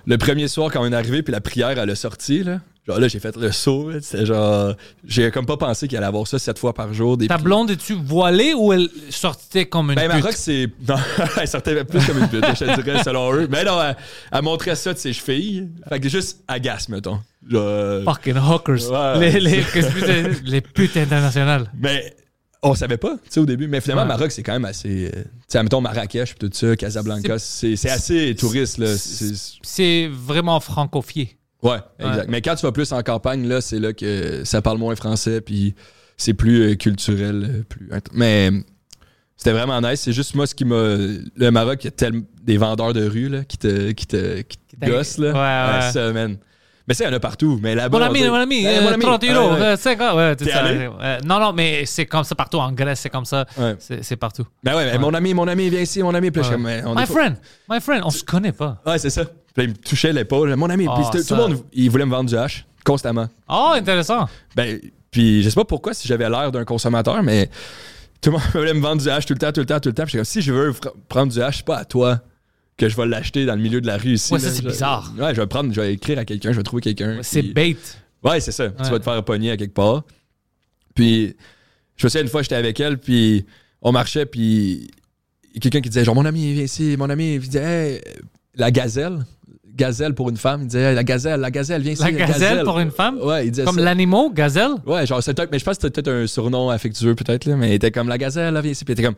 Speaker 2: le premier soir, quand on est arrivé, puis la prière, elle a sorti, là. Genre là, j'ai fait le saut. là. C'était genre. J'ai comme pas pensé qu'il allait avoir ça sept fois par jour. Des
Speaker 1: Ta blonde, es-tu voilée ou elle sortait comme une
Speaker 2: ben,
Speaker 1: pute?
Speaker 2: Maroc, c'est. [laughs] Non, elle sortait plus comme une pute, je te dirais, selon eux. Mais non, elle, elle montrait ça de ses chevilles. Fait que juste agace, mettons. Genre, euh,
Speaker 1: Fucking hookers.
Speaker 2: Ouais.
Speaker 1: Les, les- qu'est-ce que c'est? Les putes internationales.
Speaker 2: Mais on savait pas, tu sais, au début. Mais finalement,
Speaker 1: Ouais.
Speaker 2: Maroc, c'est quand même assez. euh, Tu sais, mettons Marrakech, puis tout ça, Casablanca, c'est c'est assez touriste, là. C'est-
Speaker 1: C'est vraiment francophié.
Speaker 2: Ouais, exact.
Speaker 1: Ouais.
Speaker 2: Mais quand tu vas plus en campagne, là, c'est là que ça parle moins français, puis c'est plus euh, culturel, euh, plus. int- Mais c'était vraiment nice. C'est juste moi ce qui m'a. Le Maroc, il y a tellement des vendeurs de rue là, qui te, qui te, qui te
Speaker 1: t'a-
Speaker 2: gossent, là.
Speaker 1: Ouais, ouais.
Speaker 2: ça, man. Mais ça, il y en a partout. Mais là-bas.
Speaker 1: Mon
Speaker 2: on
Speaker 1: ami,
Speaker 2: dit,
Speaker 1: mon ami,
Speaker 2: Hey,
Speaker 1: euh,
Speaker 2: ben, Eh, mon ami.
Speaker 1: 30
Speaker 2: Ouais,
Speaker 1: euros,
Speaker 2: ouais.
Speaker 1: euh, 5 ans, ouais, tout
Speaker 2: T'es
Speaker 1: ça.
Speaker 2: allé?
Speaker 1: Euh, non, non, mais c'est comme ça partout. En Grèce, c'est comme ça.
Speaker 2: Ouais.
Speaker 1: C'est c'est partout.
Speaker 2: Mais Ben ouais, mais mon ami, mon ami, viens ici, mon ami. Puis là, je suis
Speaker 1: Ouais.
Speaker 2: comme, mais on est
Speaker 1: My
Speaker 2: pas-
Speaker 1: friend, my friend, on se connaît pas.
Speaker 2: Ouais, c'est ça. Puis là, il me touchait l'épaule. Mon ami.
Speaker 1: Ah,
Speaker 2: Puis c'était- tout
Speaker 1: ça.
Speaker 2: le monde, il voulait me vendre du hash, constamment.
Speaker 1: Oh, intéressant.
Speaker 2: Ben, puis je sais pas pourquoi, si j'avais l'air d'un consommateur, mais tout le monde [laughs] voulait me vendre du hash tout le temps, tout le temps, tout le temps. Puis j'étais comme, si je veux fr- prendre du hash, c'est pas à toi que je vais l'acheter dans le milieu de la rue ici.
Speaker 1: Ouais, ça,
Speaker 2: là.
Speaker 1: c'est
Speaker 2: Je-
Speaker 1: bizarre.
Speaker 2: Ouais, je vais prendre, je vais écrire à quelqu'un, je vais trouver quelqu'un.
Speaker 1: C'est
Speaker 2: puis-
Speaker 1: bait.
Speaker 2: Ouais, c'est ça. Tu vas te faire pogner à quelque part. Puis, je me souviens, une fois, j'étais avec elle, puis on marchait, puis il y a quelqu'un qui disait, genre, mon ami, viens ici, mon ami, il disait, hey, la gazelle, gazelle pour une femme, il disait, hey, la gazelle, la gazelle, viens ici.
Speaker 1: La gazelle pour une femme?
Speaker 2: Ouais, il disait
Speaker 1: Comme
Speaker 2: ça.
Speaker 1: l'animal, gazelle.
Speaker 2: Ouais, genre, c'est peut-être, mais je pense que c'était peut-être un surnom affectueux, peut-être, là, mais il était comme, la gazelle, là, viens ici, puis il était comme.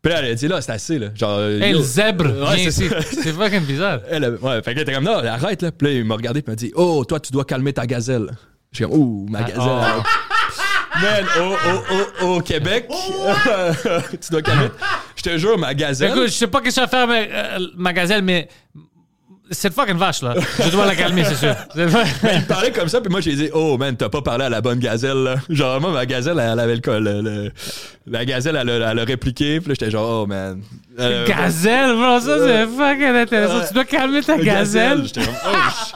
Speaker 2: Puis là, elle a dit, là, c'est assez, là. Genre,
Speaker 1: Et
Speaker 2: yo.
Speaker 1: le zèbre,
Speaker 2: Ouais,
Speaker 1: viens
Speaker 2: c'est
Speaker 1: ici.
Speaker 2: ça. [laughs]
Speaker 1: C'est fucking bizarre.
Speaker 2: Elle, euh, ouais, fait que là, t'es comme, non, arrête, là. Puis là, il m'a regardé, puis il m'a dit, oh, toi, tu dois calmer ta gazelle. J'ai comme, ouh,
Speaker 1: Ah,
Speaker 2: ma gazelle.
Speaker 1: oh.
Speaker 2: Man, au, au- au- au Québec, [laughs] tu dois calmer. Je te jure, ma gazelle.
Speaker 1: Oh, Écoute, je sais pas ce que je vais faire, mais, euh, ma gazelle, mais cette fucking vache, là, je dois la calmer, c'est
Speaker 2: [laughs]
Speaker 1: sûr. C'est vrai.
Speaker 2: il me parlait comme ça, puis moi, j'ai dit, oh, man, t'as pas parlé à la bonne gazelle, là. Genre, moi, ma gazelle, elle, avait le col. le- le- la gazelle, elle, a- elle a répliqué, puis là, j'étais genre, oh, man. Euh,
Speaker 1: Gazelle, bro, ça c'est fucking intéressant.
Speaker 2: Ouais.
Speaker 1: Tu dois calmer ta gazelle.
Speaker 2: J'étais comme, oh, sh-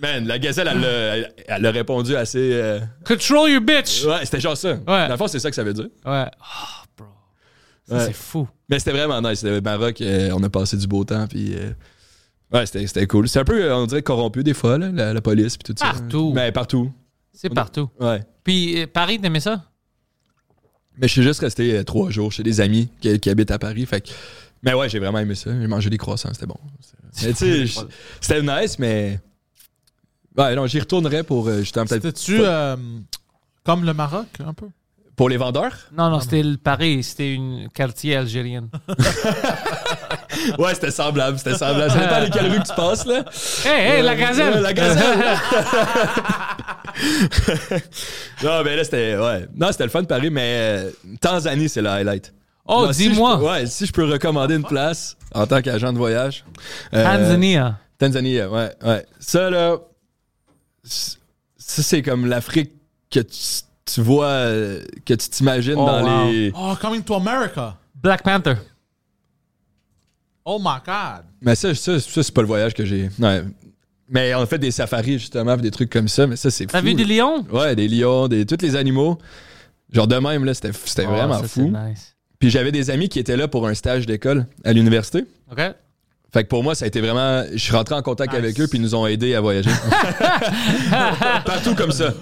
Speaker 2: Man, la gazelle, elle, l'a- elle, elle a répondu assez. euh,
Speaker 1: Control your bitch. Ouais.
Speaker 2: Ouais, c'était genre ça. Dans le fond, c'est ça que ça veut dire.
Speaker 1: Oh, bro. Ça,
Speaker 2: Ouais.
Speaker 1: c'est fou.
Speaker 2: Mais c'était vraiment nice. Le Maroc, euh, on a passé du beau temps, puis. euh, ouais, c'était c'était cool. C'est un peu, euh, on dirait, corrompu des fois, là, la, la police, puis tout ça.
Speaker 3: Ah.
Speaker 1: Partout.
Speaker 2: Mais partout.
Speaker 1: C'est partout.
Speaker 2: Ouais.
Speaker 1: Puis euh, Paris, t'aimais ça?
Speaker 2: Mais je suis juste resté euh, trois jours chez des amis qui, qui habitent à Paris. Fait que- Mais ouais, j'ai vraiment aimé ça. J'ai mangé des croissants,
Speaker 3: [laughs]
Speaker 2: c'était bon. Mais tu sais, je- c'était nice, mais. Ouais, non, j'y retournerais pour euh, justement peut-être.
Speaker 3: C'était-tu euh, comme le Maroc, un peu?
Speaker 2: Pour les
Speaker 3: [laughs]
Speaker 2: vendeurs?
Speaker 1: Non, non, c'était le Paris, c'était une quartier algérienne.
Speaker 2: [laughs] Ouais, c'était semblable, c'était semblable. Ça
Speaker 3: [laughs]
Speaker 2: dépend de quelle rue que tu passes, là.
Speaker 1: Hé, hé, la gazelle!
Speaker 2: Ouais, la gazelle. non, mais là, c'était. Ouais. Non, c'était le fun de Paris, mais euh, Tanzanie, c'est le highlight.
Speaker 1: [laughs] Oh,
Speaker 2: Non, si
Speaker 1: dis-moi!
Speaker 2: je peux- ouais, si je peux recommander une place en tant qu'agent de voyage. euh,
Speaker 1: Tanzanie, hein.
Speaker 2: Tanzanie, euh, ouais, ouais. Ça, là. c- Ça, c'est comme l'Afrique que tu, tu vois, euh, que tu t'imagines
Speaker 1: Oh,
Speaker 2: dans
Speaker 1: wow.
Speaker 2: les.
Speaker 3: Oh, coming to America!
Speaker 1: Black Panther.
Speaker 3: Oh my God!
Speaker 2: Mais ça, ça, ça, c'est pas le voyage que j'ai. Ouais. Mais on a fait des safaris, justement, puis des trucs comme ça, mais ça, c'est fou.
Speaker 1: T'as vu
Speaker 2: là.
Speaker 1: des lions?
Speaker 2: Ouais, des lions, des tous les animaux. Genre de même, là, c'était c'était
Speaker 1: Oh,
Speaker 2: vraiment
Speaker 1: ça, c'est
Speaker 2: fou.
Speaker 1: nice.
Speaker 2: Puis j'avais des amis qui étaient là pour un stage d'école à l'université.
Speaker 1: OK?
Speaker 2: Fait que pour moi, ça a été vraiment. Je suis rentré en contact avec eux, puis ils nous ont aidés
Speaker 1: [laughs]
Speaker 2: à voyager. Partout comme ça.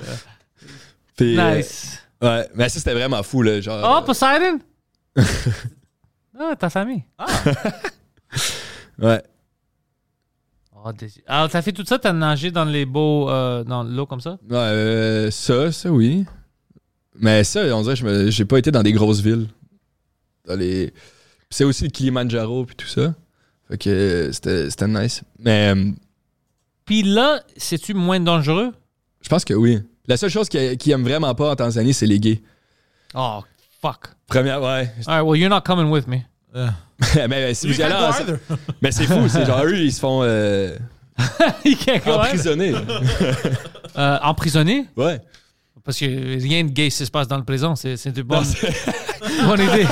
Speaker 2: Puis, euh,
Speaker 1: Nice.
Speaker 2: ouais, mais ça, c'était vraiment fou, là. Genre,
Speaker 1: Oh,
Speaker 2: [laughs]
Speaker 1: Poseidon! Ah, ta famille.
Speaker 2: euh, ouais.
Speaker 1: Oh, des- Alors, t'as fait tout ça, t'as nagé dans les beaux. euh, dans l'eau comme ça?
Speaker 2: Ouais, euh, ça, ça, oui. Mais ça, on dirait, que je me- j'ai pas été dans des grosses villes. Dans les... C'est aussi le Kilimanjaro, puis tout ça. Fait que euh, c'était c'était nice. Mais. euh,
Speaker 1: Puis là, c'est-tu moins dangereux?
Speaker 2: Je pense que oui. La seule chose qui- qu'ils aiment vraiment pas en Tanzanie, c'est les gays.
Speaker 1: Oh, fuck.
Speaker 2: Première, ouais.
Speaker 1: All right, well, you're not coming with me. [laughs]
Speaker 3: Euh,
Speaker 2: [laughs] mais mais si vous y allez en- mais c'est fou, c'est genre eux, ils se font euh,
Speaker 1: You can't go either.
Speaker 2: emprisonner.
Speaker 1: Euh, emprisonné?
Speaker 2: ouais.
Speaker 1: Parce que rien de gay se passe dans le présent. C'est c'est une bonne, [laughs] bonne idée.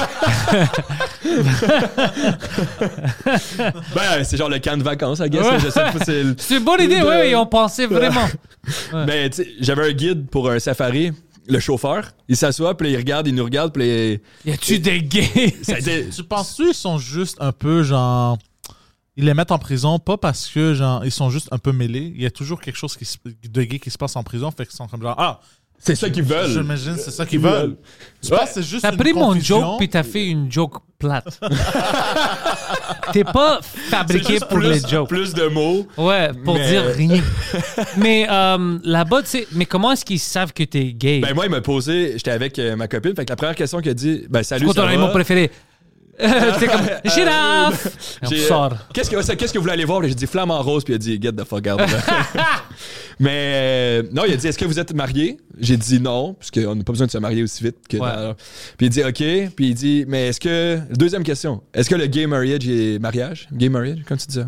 Speaker 2: Ben, c'est genre le camp de vacances, I guess.
Speaker 1: Ouais.
Speaker 2: Je sais pas, c'est le-
Speaker 1: C'est une bonne idée,
Speaker 2: De- [laughs]
Speaker 1: oui, oui, on pensait vraiment.
Speaker 2: Ben, tu sais, j'avais un guide pour un safari. le chauffeur, il s'assoit, puis là, il regarde, il nous regarde, puis là, il-
Speaker 1: Y a-tu des gays?
Speaker 2: ça dit-
Speaker 3: Tu penses qu'ils sont juste un peu genre. Ils les mettent en prison, pas parce que genre ils sont juste un peu mêlés. Il y a toujours quelque chose qui se- de gay qui se passe en prison, fait qu'ils sont comme genre Ah,
Speaker 2: c'est ça qu'ils veulent.
Speaker 3: j'imagine, c'est ça qu'ils veulent. Tu penses que c'est juste.
Speaker 1: T'as
Speaker 3: une
Speaker 1: pris mon
Speaker 3: confusion?
Speaker 1: joke puis t'as fait une joke plate. [laughs] T'es pas fabriqué
Speaker 2: Juste
Speaker 1: pour
Speaker 2: plus,
Speaker 1: les jokes.
Speaker 2: plus de mots.
Speaker 1: Ouais, pour
Speaker 2: Mais-
Speaker 1: dire
Speaker 2: [laughs]
Speaker 1: rien. mais euh, là-bas, tu sais, mais comment est-ce qu'ils savent que t'es gay?
Speaker 2: Ben moi, il m'a posé, j'étais avec euh, ma copine, fait que la première question qu'il a dit, ben salut,
Speaker 1: Quand
Speaker 2: ça
Speaker 1: ton
Speaker 2: va? euh,
Speaker 1: animal
Speaker 2: [laughs]
Speaker 1: préféré. [laughs] c'est comme girafe. On
Speaker 2: J'ai, euh,
Speaker 1: sort.
Speaker 2: Qu'est-ce que, ça, qu'est-ce que vous voulez aller voir? J'ai dit flamant rose, puis il a dit get the fuck out.
Speaker 1: [laughs]
Speaker 2: Mais euh, non, il a dit est-ce que vous êtes marié? J'ai dit non, parce qu'on n'a pas besoin de se marier aussi vite. Que
Speaker 1: Ouais.
Speaker 2: dans- Puis il dit ok, puis il dit mais est-ce que. Deuxième question, est-ce que le gay marriage est mariage? Gay marriage, comme tu dis,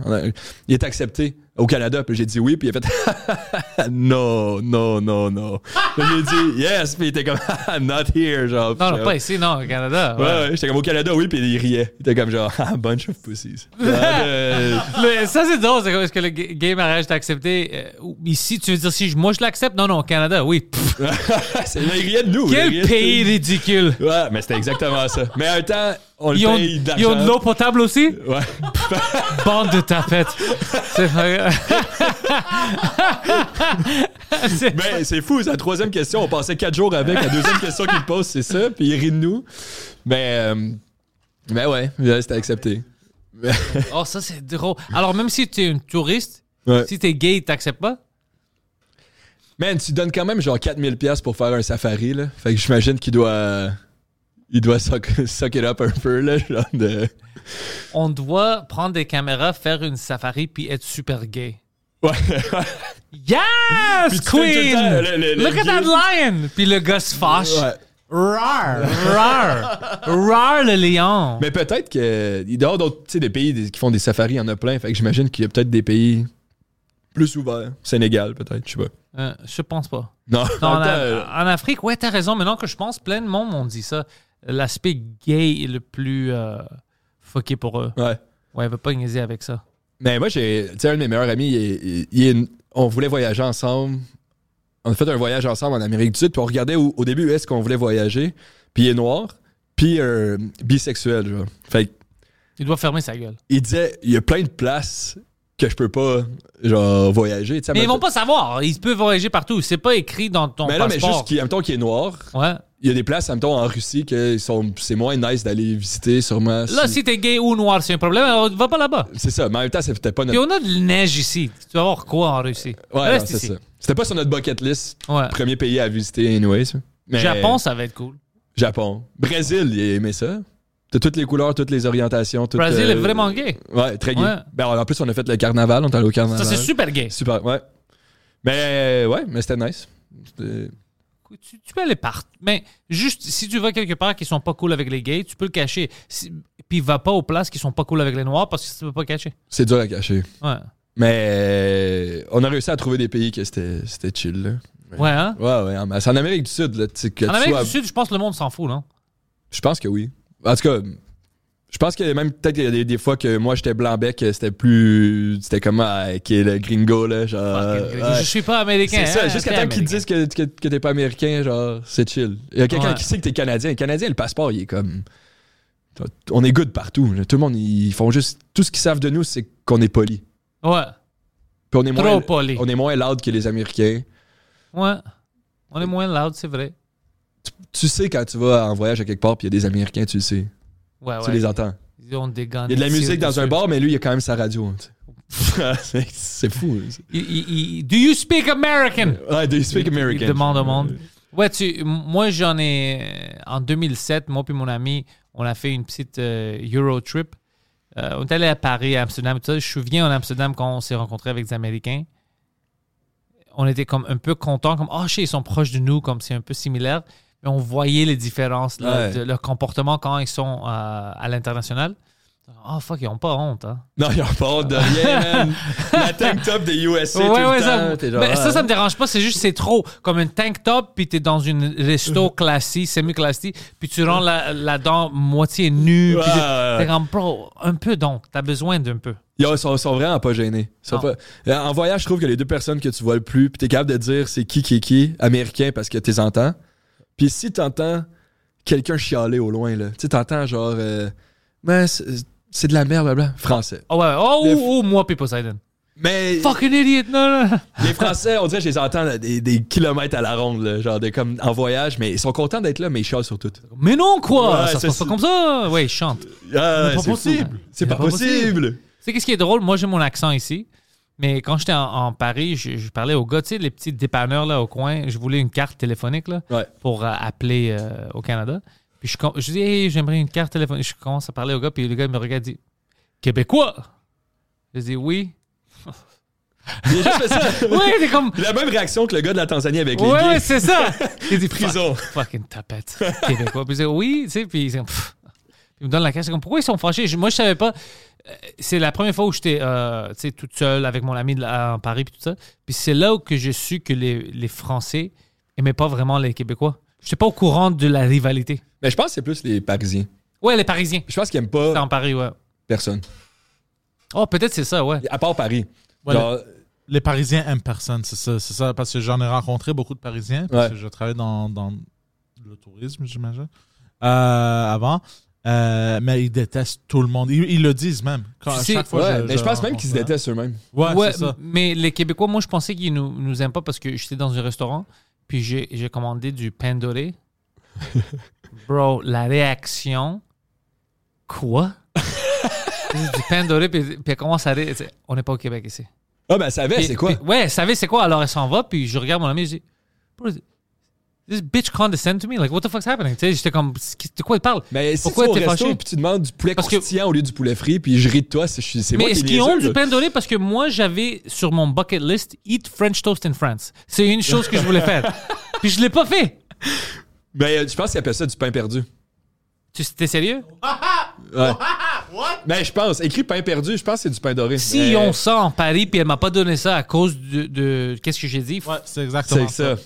Speaker 2: il est accepté au Canada? Puis j'ai dit oui, puis il a fait [laughs] non, non, non, non. Puis j'ai dit yes, puis il était comme [laughs] not here, genre.
Speaker 1: Non,
Speaker 2: Puis
Speaker 1: non, pas ici, non, au Canada.
Speaker 2: Ouais,
Speaker 1: ouais.
Speaker 2: ouais, j'étais comme au Canada, oui, puis il riait. Il était comme genre, [laughs] ah, bunch of pussies. Genre,
Speaker 1: [laughs]
Speaker 2: euh,
Speaker 1: Le- ça, c'est drôle. C'est comme, est-ce que le ga- gay mariage est accepté euh, ou- ici? Tu veux dire, si je- moi je l'accepte? Non, non, au Canada, oui. Pff,
Speaker 2: c'est- il riait de nous. il riait
Speaker 1: quel
Speaker 2: de-
Speaker 1: pays ridicule.
Speaker 2: Ouais, mais c'était exactement ça. Mais en même temps, on le
Speaker 1: Ils ont,
Speaker 2: paye
Speaker 1: ils ont
Speaker 2: d'argent.
Speaker 1: de l'eau potable aussi?
Speaker 2: Ouais.
Speaker 1: [laughs] Bande de tapettes. C'est
Speaker 2: [laughs]
Speaker 1: pas- C'est-
Speaker 2: Mais Ben, c'est fou, c'est la troisième question. On passait quatre jours avec. La deuxième question qu'il pose, c'est ça, puis il rit de nous. Mais, euh, mais ouais, ouais, c'était accepté.
Speaker 1: Oh, ça, c'est drôle. Alors, même si tu es une touriste,
Speaker 2: Ouais.
Speaker 1: si tu es gay, ils t'acceptent pas?
Speaker 2: Man, tu donnes quand même genre 4000$ pour faire un safari, là. Fait que j'imagine qu'il doit. Il doit suck, suck it up un peu, là. Genre de.
Speaker 1: On doit prendre des caméras, faire une safari, puis être super gay.
Speaker 2: [laughs] Ouais.
Speaker 1: Yes,
Speaker 2: Puis tu fais tout le
Speaker 1: Queen!
Speaker 2: temps le- le- le
Speaker 1: Look at
Speaker 2: gay.
Speaker 1: that lion! Puis le gars se fâche.
Speaker 2: ouais.
Speaker 3: Rar.
Speaker 1: Rar! Rar le lion!
Speaker 2: Mais peut-être que il dehors d'autres, tu sais, des pays des- qui font des safaris, il y en a plein. Fait que j'imagine qu'il y a peut-être des pays plus ouverts. Sénégal, peut-être, je sais pas.
Speaker 1: Euh, je pense pas.
Speaker 2: Non,
Speaker 1: Non, en,
Speaker 2: en même temps,
Speaker 1: Af-
Speaker 2: euh,
Speaker 1: en Afrique, ouais, t'as raison. Maintenant que je pense, plein de monde m'ont dit ça. L'aspect gay est le plus euh, fucké pour eux.
Speaker 2: ouais.
Speaker 1: Ouais, ils veulent pas niaiser avec ça.
Speaker 2: Mais moi, j'ai, tu sais, un de mes meilleurs amis, il est- il- il est une- on voulait voyager ensemble. On a fait un voyage ensemble en Amérique du Sud, puis on regardait au, au début où est-ce qu'on voulait voyager. Puis il est noir, puis euh, bisexuel, genre. Fait que
Speaker 1: Il doit fermer sa gueule.
Speaker 2: il disait, il y a plein de places que je peux pas, genre, voyager. tu sais,
Speaker 1: Mais ils
Speaker 2: mettons-
Speaker 1: vont pas savoir. Ils peuvent voyager partout. C'est pas écrit dans ton
Speaker 2: Mais là, mais
Speaker 1: passeport.
Speaker 2: juste qu'il, Ah, mettons qu'il est noir,
Speaker 1: Ouais.
Speaker 2: Il y a des places, admettons, en Russie, que ils sont- c'est moins nice d'aller visiter, sûrement.
Speaker 1: Là, si t'es gay ou noir, c'est un problème. Alors, va pas là-bas.
Speaker 2: C'est ça, mais en même temps, c'était pas
Speaker 1: Puis
Speaker 2: notre.
Speaker 1: on a de la neige ici. Tu vas voir quoi en Russie?
Speaker 2: Ouais, non,
Speaker 1: Reste
Speaker 2: c'est
Speaker 1: ici.
Speaker 2: ça. C'était pas sur notre bucket list.
Speaker 1: Ouais.
Speaker 2: Premier pays à visiter, anyway. ça. Mais-
Speaker 1: Japon, ça va être cool.
Speaker 2: Japon. Brésil, il a aimé ça. T'as toutes les couleurs, toutes les orientations. Tout,
Speaker 1: Brésil
Speaker 2: euh,
Speaker 1: est vraiment gay.
Speaker 2: Ouais, très gay.
Speaker 1: Ouais.
Speaker 2: Ben, en plus, on a fait le carnaval, on est allé au
Speaker 1: Ça,
Speaker 2: carnaval.
Speaker 1: c'est super gay.
Speaker 2: Super, ouais. Mais, ouais, mais c'était nice. C'était-
Speaker 1: Tu, tu peux aller partout. Mais juste, si tu vas quelque part qui sont pas cool avec les gays, tu peux le cacher. Si- puis va pas aux places qui sont pas cool avec les noirs parce que tu peux pas cacher.
Speaker 2: C'est dur à cacher.
Speaker 1: Ouais.
Speaker 2: Mais, on a réussi à trouver des pays que c'était c'était chill, là.
Speaker 1: Ouais, hein?
Speaker 2: Ouais, ouais, en masse. En Amérique du Sud, là, tu sais, que
Speaker 1: En
Speaker 2: tu
Speaker 1: Amérique
Speaker 2: sois-
Speaker 1: du Sud, je pense que le monde s'en fout, non?
Speaker 2: Je pense que oui. En tout cas, je pense que même peut-être qu'il y a des, des fois que moi j'étais blanc-bec, c'était plus. C'était comme ah, qui est le gringo, là. Genre.
Speaker 1: je
Speaker 2: ouais.
Speaker 1: suis pas américain.
Speaker 2: C'est ça,
Speaker 1: hein,
Speaker 2: jusqu'à
Speaker 1: t'es
Speaker 2: temps qu'ils
Speaker 1: américain.
Speaker 2: disent que, que, que t'es pas américain, genre, c'est chill. Il y a quelqu'un
Speaker 1: Ouais.
Speaker 2: qui sait que t'es canadien. Le canadien, le passeport, il est comme. On est good partout. là. Tout le monde, ils font juste. Tout ce qu'ils savent de nous, c'est qu'on est poli.
Speaker 1: Ouais.
Speaker 2: Puis on est
Speaker 1: Trop
Speaker 2: moins.
Speaker 1: poli.
Speaker 2: On est moins loud que les Américains.
Speaker 1: Ouais. On est moins loud, c'est vrai.
Speaker 2: Tu sais quand tu vas en voyage à quelque part, puis il y a des Américains, tu le sais.
Speaker 1: Ouais, Ah ouais.
Speaker 2: Tu les entends.
Speaker 1: Ils ont des guns
Speaker 2: Il y a de la
Speaker 1: ici
Speaker 2: musique dans
Speaker 1: au-dessus.
Speaker 2: un bar, mais lui, il a quand même sa radio. hein, tu sais. [laughs] C'est- c'est fou. hein, ça.
Speaker 1: Il- il- il- do you speak American?
Speaker 2: Ouais, they speak
Speaker 1: Il- il
Speaker 2: American. Euh,
Speaker 1: demande au monde. Ouais, tu, moi j'en ai. euh, En 2007, moi puis mon ami, on a fait une petite euh, Euro trip. Euh, on est allé à Paris, à Amsterdam. Tout ça. Je me souviens en Amsterdam quand on s'est rencontrés avec des Américains. On était comme un peu contents, comme oh shit, ils sont proches de nous, comme c'est un peu similaire. Mais on voyait les différences, là,
Speaker 2: Ouais.
Speaker 1: de leur comportement quand ils sont euh, à l'international. Oh fuck, ils ont pas honte. Hein.
Speaker 2: Non, ils ont pas honte
Speaker 1: [laughs]
Speaker 2: de rien, man. La tank top des USA tout le temps.
Speaker 1: ça,
Speaker 2: t'es genre,
Speaker 1: ben, ça,
Speaker 2: ah,
Speaker 1: ça me dérange pas. C'est juste, c'est trop. Comme un tank top, puis t'es dans une
Speaker 2: [laughs]
Speaker 1: resto classique, semi-classique, puis tu rends la, la dent moitié nue. puis
Speaker 2: Ouais, ouais,
Speaker 1: T'es
Speaker 2: ouais.
Speaker 1: comme, bro, un peu donc. T'as besoin d'un peu.
Speaker 2: Yo, ils sont, sont vraiment pas gênés. Ils sont
Speaker 1: Non.
Speaker 2: pas- euh, En voyage, je trouve que les deux personnes que tu vois le plus, puis t'es capable de dire c'est qui qui est qui, américain, parce que t'es entends. Puis si t'entends quelqu'un chialer au loin, là, tu sais, t'entends genre, euh, mais c'est c'est de la merde, blablabla, français.
Speaker 1: Oh, ouais, ouais. oh,
Speaker 2: Le-
Speaker 1: oh, moi, puis Poseidon.
Speaker 2: Mais
Speaker 1: Fucking idiot, non, non.
Speaker 2: les Français, on dirait que je les entends là, des, des kilomètres à la ronde, là, genre de, comme en voyage, mais ils sont contents d'être là, mais ils chialent sur tout.
Speaker 1: Mais non, quoi!
Speaker 2: Ouais,
Speaker 1: ça se
Speaker 2: c'est-
Speaker 1: passe pas comme ça! Ouais, il chante.
Speaker 2: Ah,
Speaker 3: C'est pas
Speaker 2: fou.
Speaker 3: possible.
Speaker 2: C'est pas,
Speaker 1: pas
Speaker 2: possible.
Speaker 1: Tu sais, qu'est-ce qui est drôle? Moi, j'ai mon accent ici. Mais quand j'étais en, en Paris, je, je parlais aux gars, tu sais, les petits dépanneurs là au coin. Je voulais une carte téléphonique là,
Speaker 2: Ouais.
Speaker 1: pour euh, appeler euh, au Canada. Puis je, com- je dis, hey, j'aimerais une carte téléphonique. Je commence à parler au gars, puis le gars il me regarde et dit, Québécois? Je dis,
Speaker 2: [laughs]
Speaker 1: oui.
Speaker 2: Il a juste fait ça.
Speaker 1: Oui, t'es comme,
Speaker 2: [laughs] La même réaction que le gars de la Tanzanie avec les
Speaker 1: ouais,
Speaker 2: gays.
Speaker 1: ouais, c'est
Speaker 2: [laughs]
Speaker 1: ça. Il dit, Fuck,
Speaker 2: prison.
Speaker 1: fucking tapette québécois. Puis je dis, oui, tu sais, puis ils, sont, Pff. Ils me donnent la caisse. C'est comme, pourquoi ils sont fâchés? Je- Moi, je savais pas. Euh, C'est la première fois où j'étais euh, tu sais, toute seule avec mon ami de là- en Paris, puis tout ça. Puis c'est là où que je su que les, les Français aimaient pas vraiment les Québécois. J'étais pas au courant de la rivalité.
Speaker 2: Mais je pense que c'est plus les Parisiens.
Speaker 1: Ouais, les Parisiens.
Speaker 2: Je pense qu'ils aiment
Speaker 1: C'était
Speaker 2: pas
Speaker 1: en Paris, ouais.
Speaker 2: personne.
Speaker 1: Oh, peut-être c'est ça, ouais.
Speaker 2: À part Paris.
Speaker 3: Ouais,
Speaker 2: Genre,
Speaker 3: Les Parisiens aiment personne, c'est ça, c'est ça, parce que j'en ai rencontré beaucoup de Parisiens, parce
Speaker 2: Ouais.
Speaker 3: que je travaillais dans, dans le tourisme, j'imagine, euh, avant. Euh, mais ils détestent tout le monde. Ils, ils le disent même. Quand,
Speaker 1: Tu
Speaker 3: à
Speaker 1: sais-
Speaker 3: chaque fois,
Speaker 2: ouais, mais je pense même
Speaker 3: rencontre
Speaker 2: qu'ils se
Speaker 3: ça.
Speaker 2: détestent eux-mêmes.
Speaker 3: Ouais,
Speaker 1: Ouais,
Speaker 3: c'est ça.
Speaker 1: mais les Québécois, moi, je pensais qu'ils nous, nous aiment pas parce que j'étais dans un restaurant, puis j'ai j'ai commandé du pain
Speaker 2: [laughs]
Speaker 1: doré. Bro, la réaction. Quoi? du pain doré, puis, puis elle commence à rire. C'est- On n'est pas au Québec ici.
Speaker 2: Ah, ben, ça va,
Speaker 1: Puis-
Speaker 2: c'est quoi?
Speaker 1: puis- ouais, elle savait c'est quoi. Alors elle s'en va, puis je regarde mon ami, je dis, Bro, this bitch condescend to me. Like, what the fuck's happening? Tu sais, j'étais comme, de quoi il parle?
Speaker 2: Mais Ben, si
Speaker 1: Pourquoi
Speaker 2: tu vas au
Speaker 1: t'es
Speaker 2: resto
Speaker 1: fâché?
Speaker 2: puis tu demandes du poulet
Speaker 1: Parce que-
Speaker 2: croustillant au lieu du poulet frit, puis je ris de toi, c'est je suis- c'est moi
Speaker 1: Mais
Speaker 2: qui
Speaker 1: est-ce
Speaker 2: est
Speaker 1: qu'ils ont
Speaker 2: niaiseux,
Speaker 1: du
Speaker 2: là.
Speaker 1: pain doré? Parce que moi, j'avais sur mon bucket list Eat French Toast in France. C'est une chose que je voulais
Speaker 2: [laughs]
Speaker 1: faire. Puis je l'ai pas fait.
Speaker 2: Mais euh, je pense qu'ils appellent ça du pain perdu.
Speaker 1: Tu t'es sérieux?
Speaker 2: Mais Ben, je pense, écrit pain perdu, je pense que c'est du pain doré. Ben,
Speaker 1: Si
Speaker 2: Mais
Speaker 1: on ça en Paris, puis elle m'a pas donné ça à cause de, de- qu'est-ce que j'ai dit?
Speaker 3: Ouais, c'est exactement
Speaker 2: C'est
Speaker 3: ça.
Speaker 2: ça.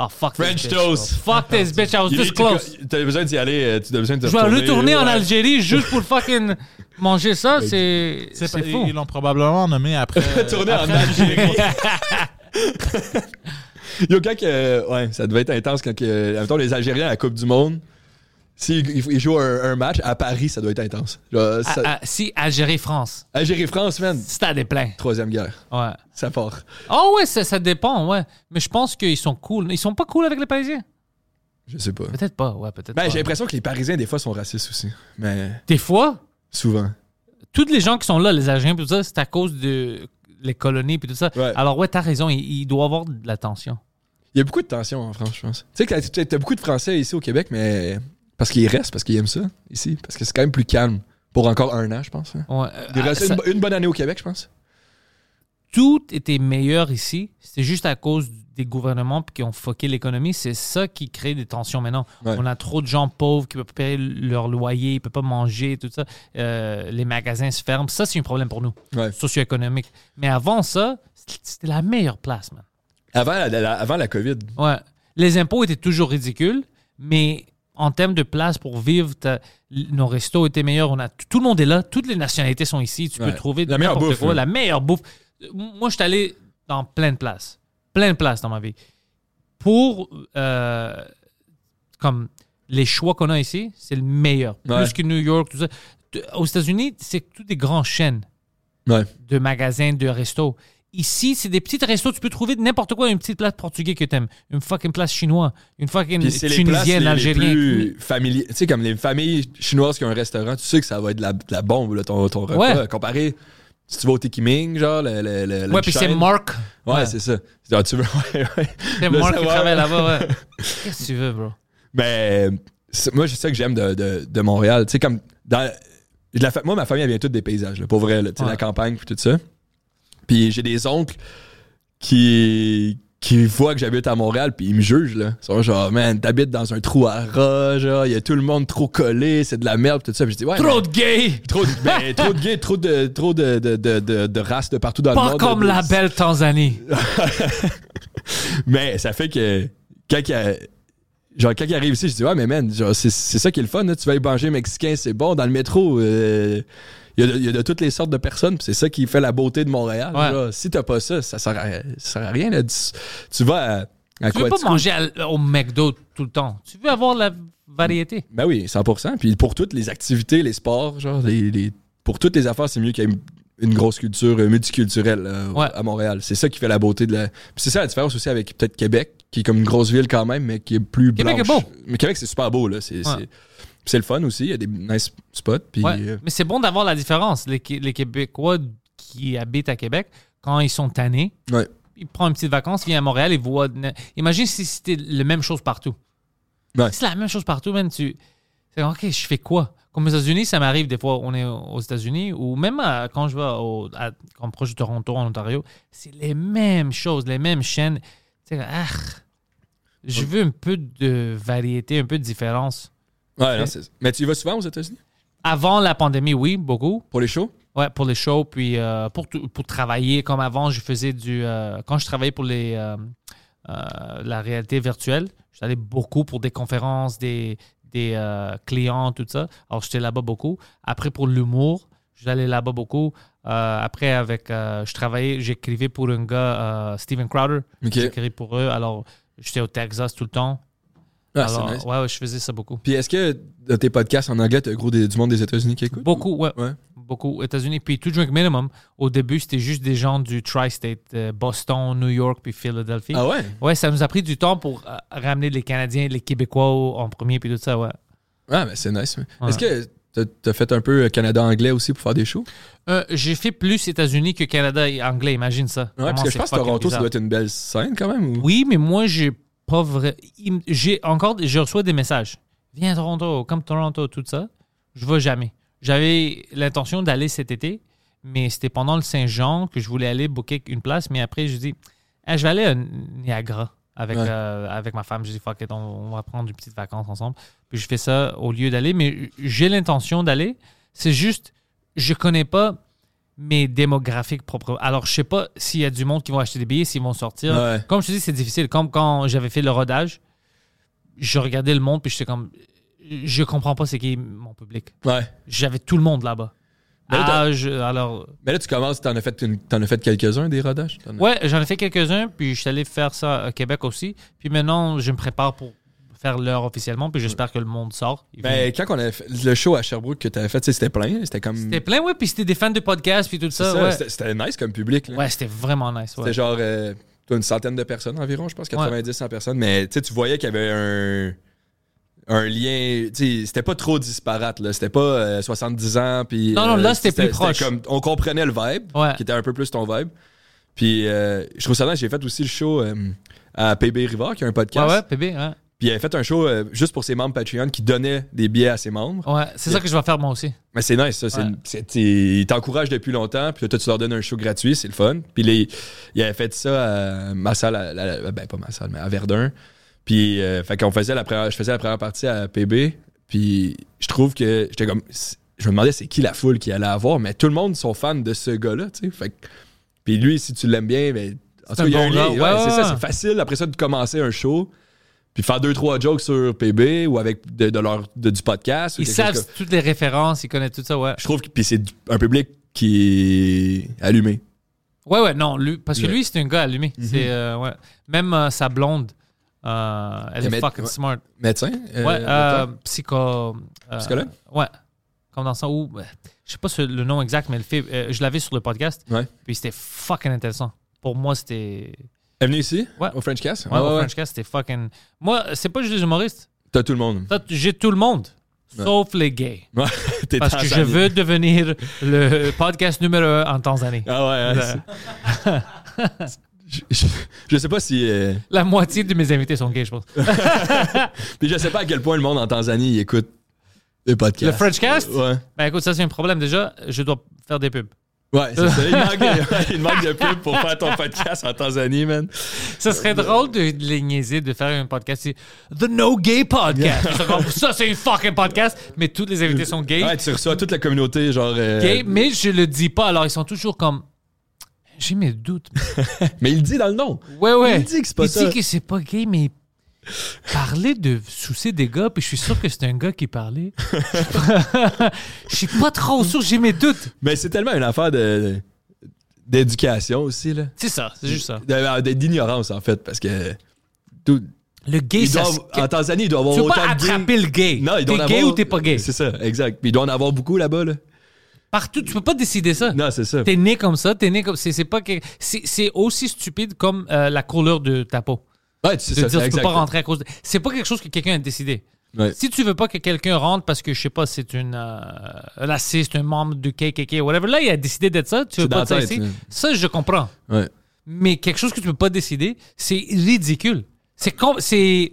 Speaker 1: Oh, fuck this
Speaker 2: French
Speaker 1: bitch,
Speaker 2: toast.
Speaker 1: bro. Fuck this bitch, I was
Speaker 2: Il
Speaker 1: just
Speaker 2: est-
Speaker 1: close.
Speaker 2: t'as- T'as besoin d'y aller, euh, tu as besoin de euh,
Speaker 1: Je vais retourner en
Speaker 2: ouais.
Speaker 1: Algérie juste pour fucking manger ça. C'est
Speaker 3: C'est
Speaker 1: c'est
Speaker 3: pas-
Speaker 1: fou.
Speaker 3: Ils l'ont probablement nommé
Speaker 2: [laughs]
Speaker 3: après.
Speaker 2: [laughs] Retourner en Algérie. [laughs] Yo, quand que, euh, ouais, ça devait être intense quand que, euh, mettons, les Algériens à la Coupe du Monde, s'ils ils- ils jouent un, un match à Paris, ça doit être intense. Genre, ça-
Speaker 1: Ah, ah, si Algérie-France,
Speaker 2: Algérie-France, man,
Speaker 1: stade est plein.
Speaker 2: troisième guerre,
Speaker 1: Ouais.
Speaker 2: ça part.
Speaker 1: Oh ouais, ça, ça dépend, ouais. Mais je pense qu'ils sont cool. Ils sont pas cool avec les Parisiens?
Speaker 2: Je sais pas.
Speaker 1: Peut-être pas, ouais, peut-être
Speaker 2: Ben,
Speaker 1: pas.
Speaker 2: j'ai l'impression que les Parisiens, des fois, sont racistes aussi. Mais
Speaker 1: Des fois,
Speaker 2: souvent.
Speaker 1: toutes les gens qui sont là, les Algériens, puis tout ça, c'est à cause de les colonies puis tout ça.
Speaker 2: Ouais.
Speaker 1: Alors ouais, t'as raison, il, il doit avoir de la tension.
Speaker 2: Il y a beaucoup de tensions en France, je pense. Tu sais, que t'as- t'as beaucoup de Français ici au Québec, mais parce qu'ils restent, parce qu'ils aiment ça, ici. Parce que c'est quand même plus calme pour encore un an, je pense. hein.
Speaker 1: Ouais, euh,
Speaker 2: Il
Speaker 1: ah,
Speaker 2: reste
Speaker 1: ça-
Speaker 2: une, une bonne année au Québec, je pense.
Speaker 1: tout était meilleur ici. C'est juste à cause des gouvernements puis qui ont foqué l'économie. C'est ça qui crée des tensions maintenant.
Speaker 2: Ouais.
Speaker 1: On a trop de gens pauvres qui peuvent pas payer leur loyer, ils peuvent pas manger, tout ça. Euh, les magasins se ferment. Ça, c'est un problème pour nous,
Speaker 2: Ouais.
Speaker 1: socio-économique. Mais avant ça, c'était c'était la meilleure place, man.
Speaker 2: Avant la, la- avant la COVID.
Speaker 1: Ouais. Les impôts étaient toujours ridicules, mais en termes de place pour vivre, t'as- l- nos restos étaient meilleurs. On a, tout le monde est là, toutes les nationalités sont ici. Tu
Speaker 2: Ouais.
Speaker 1: peux trouver
Speaker 2: La meilleure
Speaker 1: n'importe
Speaker 2: bouffe,
Speaker 1: quoi, la
Speaker 2: là.
Speaker 1: meilleure bouffe. Euh, Moi, je suis allé dans plein de places, plein de places dans ma vie. Pour euh, comme les choix qu'on a ici, c'est le meilleur.
Speaker 2: Ouais.
Speaker 1: Plus que New York, tout ça. T- Aux États-Unis, c'est toutes des grandes chaînes
Speaker 2: Ouais.
Speaker 1: de magasins, de restos. Ici, c'est des petites restos. Tu peux trouver n'importe quoi. Une petite place portugais que t'aimes. Une fucking place chinoise. Une fucking
Speaker 2: Puis c'est les places les,
Speaker 1: tunisienne,
Speaker 2: les
Speaker 1: algérienne.
Speaker 2: plus familières. Tu sais, comme les familles chinoises qui ont un restaurant, tu sais que ça va être de la, de la bombe, là, ton, ton repas.
Speaker 1: Ouais.
Speaker 2: Comparé, si tu vas au Tekiming, genre, le, le, le- le
Speaker 1: Ouais, puis c'est
Speaker 2: chaîne.
Speaker 1: Mark.
Speaker 2: Ouais,
Speaker 1: Ouais.
Speaker 2: c'est ça. Genre, tu veux, [laughs] ouais, ouais.
Speaker 1: C'est
Speaker 2: Le
Speaker 1: Mark qui
Speaker 2: savoir.
Speaker 1: travaille là-bas.
Speaker 2: [laughs]
Speaker 1: ouais. Qu'est-ce que tu veux, bro?
Speaker 2: Mais Ben, c'est- moi, c'est ça que j'aime de, de, de Montréal. Tu sais, comme dans. de la fa- moi, ma famille, elle vient toute des paysages, là, pour vrai, là, tu sais,
Speaker 1: Ouais.
Speaker 2: la campagne, puis tout ça. Puis j'ai des oncles qui, qui voient que j'habite à Montréal, puis ils me jugent, là. Ils sont genre, man, t'habites dans un trou à rats, genre, il y a tout le monde trop collé, c'est de la merde, puis tout ça. Puis je dis, ouais.
Speaker 1: Trop
Speaker 2: mais-
Speaker 1: de gays!
Speaker 2: Trop de,
Speaker 1: [laughs]
Speaker 2: ben, trop de gays, trop de, trop de, de, de, de- de races de partout dans le
Speaker 1: Pas
Speaker 2: monde.
Speaker 1: comme
Speaker 2: de-
Speaker 1: la belle Tanzanie.
Speaker 2: Mais ça fait que quand il, a- genre, quand il arrive ici, je dis Ouais, mais man, genre, c'est, c'est ça qui est le fun. là. Tu vas y manger mexicain, c'est bon. Dans le métro, euh, il y, a de- il y a de toutes les sortes de personnes. puis c'est ça qui fait la beauté de Montréal.
Speaker 1: Ouais.
Speaker 2: genre. Si t'as pas ça, ça sert à, ça sert à rien. là. Tu, tu vas à, À
Speaker 1: Tu veux
Speaker 2: quoi
Speaker 1: pas
Speaker 2: tu-
Speaker 1: manger à- au McDo tout le temps. Tu veux avoir la variété.
Speaker 2: Ben oui, 100%. Puis pour toutes les activités, les sports, genre, les, les- pour toutes les affaires, c'est mieux qu'il y ait une- une grosse culture euh, multiculturelle euh,
Speaker 1: Ouais.
Speaker 2: à Montréal. C'est ça qui fait la beauté de la. Puis c'est ça la différence aussi avec peut-être Québec, qui est comme une grosse ville quand même, mais qui est plus
Speaker 1: Québec
Speaker 2: blanche.
Speaker 1: est beau.
Speaker 2: Mais Québec, c'est super beau, là. C'est c'est- puis c'est le fun aussi. Il y a des nice spots. Puis
Speaker 1: Ouais.
Speaker 2: euh,
Speaker 1: Mais c'est bon d'avoir la différence. Les, Qué- les Québécois qui habitent à Québec, quand ils sont tannés,
Speaker 2: Ouais.
Speaker 1: ils prennent une petite vacance, viennent à Montréal, ils voient. Imagine si c'était la même chose partout.
Speaker 2: Ouais.
Speaker 1: Si C'est la même chose partout, même tu. C'est comme, OK, je fais quoi? Comme aux États-Unis, ça m'arrive des fois, on est aux États-Unis, ou même à- quand je vais au, à- quand proche de Toronto, en Ontario, c'est les mêmes choses, les mêmes chaînes. Tu sais, ah, je veux un peu de variété, un peu de différence.
Speaker 2: ouais, non, c'est- Mais tu y vas souvent aux États-Unis
Speaker 1: Avant la pandémie, oui, beaucoup.
Speaker 2: pour les shows
Speaker 1: Ouais, pour les shows, puis euh, pour, tout- pour travailler. Comme avant, je faisais du. euh, quand je travaillais pour les, euh, euh, la réalité virtuelle, j'allais beaucoup pour des conférences, des, des euh, clients, tout ça. Alors, j'étais là-bas beaucoup. Après, pour l'humour, j'allais là-bas beaucoup. Euh, après, avec. euh, je travaillais, j'écrivais pour un gars, euh, Steven Crowder.
Speaker 2: Ok.
Speaker 1: J'écrivais pour eux. Alors, j'étais au Texas tout le temps.
Speaker 2: Ah, c'est
Speaker 1: Alors,
Speaker 2: nice.
Speaker 1: ouais, ouais, je faisais ça beaucoup.
Speaker 2: Puis est-ce que dans tes podcasts en anglais, t'as gros des- du monde des États-Unis qui écoute
Speaker 1: Beaucoup, ouais.
Speaker 2: Ouais.
Speaker 1: Beaucoup aux États-Unis. Puis tout drink minimum, au début, c'était juste des gens du Tri-State, euh, Boston, New York, puis Philadelphie.
Speaker 2: Ah ouais
Speaker 1: Ouais, ça nous a pris du temps pour euh, ramener les Canadiens, les Québécois au- en premier, puis tout ça, ouais.
Speaker 2: Ah, mais c'est nice.
Speaker 1: Ouais.
Speaker 2: Est-ce que t'as- t'as fait un peu euh, Canada anglais aussi pour faire des shows
Speaker 1: Euh, J'ai fait plus États-Unis que Canada et Anglais, imagine ça.
Speaker 2: Ouais, parce
Speaker 1: Comment
Speaker 2: que je
Speaker 1: c'est
Speaker 2: pense que
Speaker 1: fucking
Speaker 2: Toronto, ça
Speaker 1: bizarre.
Speaker 2: doit être une belle scène quand même. Ou...
Speaker 1: Oui, mais moi, j'ai pas vrai. il me- J'ai encore. Je reçois des messages. Viens à Toronto, comme Toronto, tout ça. Je vais jamais. J'avais l'intention d'aller cet été, mais c'était pendant le Saint-Jean que je voulais aller booker une place. Mais après, je dis, Ah, je vais aller à Niagara avec,
Speaker 2: Ouais.
Speaker 1: euh, avec ma femme. Je dis, fuck it, on, on va prendre une petite vacance ensemble. Puis je fais ça au lieu d'aller, mais j'ai l'intention d'aller. C'est juste, je connais pas mes démographiques propres. Alors, je sais pas s'il y a du monde qui vont acheter des billets, s'ils vont sortir.
Speaker 2: Ouais.
Speaker 1: Comme je te dis, c'est difficile. Comme quand j'avais fait le rodage, je regardais le monde, puis j'étais comme, je comprends pas c'est qui mon public.
Speaker 2: Ouais.
Speaker 1: J'avais tout le monde là-bas.
Speaker 2: Ben là, t'as-
Speaker 1: Âge, alors,
Speaker 2: Mais là, tu commences, t'en as fait, une- t'en as fait quelques-uns des rodages. T'en as-
Speaker 1: ouais, j'en ai fait quelques-uns, puis je suis allé faire ça à Québec aussi. Puis maintenant, je me prépare pour faire l'heure officiellement, puis j'espère que le monde sort. Ils viennent.
Speaker 2: Ben, quand on avait fait le show à Sherbrooke que t'avais fait, tu sais, c'était plein. C'était comme.
Speaker 1: C'était plein, ouais, puis c'était des fans de podcast, puis tout
Speaker 2: C'est
Speaker 1: ça.
Speaker 2: ça,
Speaker 1: ouais.
Speaker 2: c'était- C'était nice comme public. là.
Speaker 1: Ouais, c'était vraiment nice. ouais.
Speaker 2: C'était genre euh, toi, une centaine de personnes environ, je pense, 90-100 personnes. Mais tu sais, tu voyais qu'il y avait un. Un lien, tu sais, c'était pas trop disparate, là. C'était pas euh, 70 ans, puis. euh,
Speaker 1: Non, non, là, c'était plus proche.
Speaker 2: comme- on comprenait le vibe,
Speaker 1: Ouais.
Speaker 2: qui était un peu plus ton vibe. Puis, euh, je trouve ça nice, j'ai fait aussi le show euh, à PB Rivard, qui a un
Speaker 1: Ouais,
Speaker 2: podcast.
Speaker 1: ouais, bébé, ouais.
Speaker 2: Puis il avait fait un show euh, juste pour ses membres Patreon qui donnait des billets à ses membres.
Speaker 1: Ouais, c'est ça que je vais faire moi aussi.
Speaker 2: Mais c'est nice, ça. c'est-
Speaker 1: Ouais.
Speaker 2: c'est- t'es- Ils t'encouragent depuis longtemps, puis toi, tu leur donnes un show gratuit, c'est le fun. Puis les, il avait fait ça à ma salle, à la- la- ben pas ma salle, mais à Verdun. Puis, euh, fait qu'on faisait la première, je faisais la première partie à PB, puis je trouve que j'étais comme. Je me demandais c'est qui la foule qui allait avoir, mais tout le monde sont fans de ce gars-là, tu sais. Fait que- puis lui, si tu l'aimes bien, ben,
Speaker 1: C'est
Speaker 2: en tout cas, il y a
Speaker 1: un
Speaker 2: un
Speaker 1: bon
Speaker 2: lien.
Speaker 1: gars.
Speaker 2: Ouais,
Speaker 1: Ouais,
Speaker 2: c'est
Speaker 1: ouais.
Speaker 2: ça, c'est facile après ça de commencer un show, puis faire deux, trois jokes sur PB ou avec de, de leur, de- du podcast. ou
Speaker 1: Ils
Speaker 2: quelque chose
Speaker 1: savent
Speaker 2: comme-
Speaker 1: toutes les références, ils connaissent tout ça, ouais.
Speaker 2: je trouve que puis c'est du- un public qui est allumé.
Speaker 1: Ouais, ouais, non, lui, parce que
Speaker 2: Le-
Speaker 1: lui, c'est un gars allumé.
Speaker 2: Mm-hmm.
Speaker 1: C'est, euh, ouais. Même euh, sa blonde, euh, elle
Speaker 2: Mais-
Speaker 1: est fucking
Speaker 2: ouais.
Speaker 1: smart.
Speaker 2: Médecin? euh,
Speaker 1: Ouais, euh,
Speaker 2: docteur?
Speaker 1: psycho. euh,
Speaker 2: Psychologue?
Speaker 1: Ouais. Comme dans le sens où, euh, je sais pas ce- le nom exact, mais elle fait, euh, je l'avais sur le podcast,
Speaker 2: Ouais.
Speaker 1: puis c'était fucking intéressant. Pour moi, c'était.
Speaker 2: Elle est venue ici?
Speaker 1: Ouais.
Speaker 2: Au French Cast?
Speaker 1: Ouais, au Frenchcast, c'était fucking. Moi, c'est pas juste les humoristes.
Speaker 2: T'as tout le monde.
Speaker 1: Ça, t- J'ai tout le monde,
Speaker 2: Ouais.
Speaker 1: sauf les gays.
Speaker 2: Ouais, t'es
Speaker 1: [laughs] Parce que je
Speaker 2: Tanzanie.
Speaker 1: veux devenir le podcast numéro un en
Speaker 2: [laughs]
Speaker 1: Tanzanie.
Speaker 2: Ah ouais, ouais, c'est- [laughs] je, je- je sais pas si. euh,
Speaker 1: La moitié de mes invités sont gays, je pense.
Speaker 2: puis je sais pas à quel point le monde en Tanzanie il écoute les
Speaker 1: Le
Speaker 2: podcasts.
Speaker 1: Frenchcast?
Speaker 2: Ouais.
Speaker 1: Ben écoute, ça c'est un problème. Déjà, je dois faire des pubs.
Speaker 2: Ouais, c'est ça. Il
Speaker 1: [laughs]
Speaker 2: manque, il manque de pub pour faire ton podcast en Tanzanie, man.
Speaker 1: Ça serait
Speaker 2: Euh,
Speaker 1: drôle de les niaiser, de faire un podcast. c'est The No Gay Podcast. Ils sont comme, [laughs] ça c'est un fucking podcast, mais tous les invités sont gays.
Speaker 2: Ouais, tu reçois toute la communauté, genre. euh,
Speaker 1: Gays, mais je le dis pas. Alors ils sont toujours comme. J'ai mes doutes.
Speaker 2: Mais il le dit dans le nom.
Speaker 1: Ouais, ouais.
Speaker 2: Il dit que c'est pas
Speaker 1: Il
Speaker 2: ça.
Speaker 1: dit que c'est pas gay, mais parler de soucis des gars, puis je suis sûr que c'est un gars qui
Speaker 2: [laughs]
Speaker 1: parlait. Je suis pas trop sûr, j'ai mes doutes.
Speaker 2: Mais c'est tellement une affaire de d'éducation aussi, là.
Speaker 1: C'est ça, c'est juste ça.
Speaker 2: De- de- D'ignorance, en fait, parce que dude,
Speaker 1: Le gay,
Speaker 2: ils
Speaker 1: ça
Speaker 2: doivent-
Speaker 1: se-
Speaker 2: en Tanzanie, il doit avoir
Speaker 1: Tu veux
Speaker 2: autant
Speaker 1: pas
Speaker 2: de gays-
Speaker 1: attraper le gay.
Speaker 2: Non, il doit
Speaker 1: T'es
Speaker 2: en
Speaker 1: gay
Speaker 2: avoir-
Speaker 1: ou t'es pas gay.
Speaker 2: C'est ça, exact. Puis il doit en avoir beaucoup là-bas. Là.
Speaker 1: Partout, tu peux pas décider ça.
Speaker 2: Non, c'est ça.
Speaker 1: Ah. T'es né comme ça, t'es né comme c'est c'est pas que- c'est c'est aussi stupide comme euh, la couleur de ta peau.
Speaker 2: Ouais, c'est
Speaker 1: De
Speaker 2: ça,
Speaker 1: dire
Speaker 2: c'est
Speaker 1: tu peux
Speaker 2: exact.
Speaker 1: pas rentrer à cause de... c'est pas quelque chose que quelqu'un a décidé.
Speaker 2: Ouais.
Speaker 1: Si tu veux pas que quelqu'un rentre parce que je sais pas c'est une euh, raciste, un membre du KKK whatever là il a décidé d'être ça, tu veux
Speaker 2: C'est dans
Speaker 1: pas de ça
Speaker 2: la tête,
Speaker 1: ici.
Speaker 2: là.
Speaker 1: Ça je comprends.
Speaker 2: Ouais.
Speaker 1: Mais quelque chose que tu peux pas décider, c'est ridicule. C'est com- c'est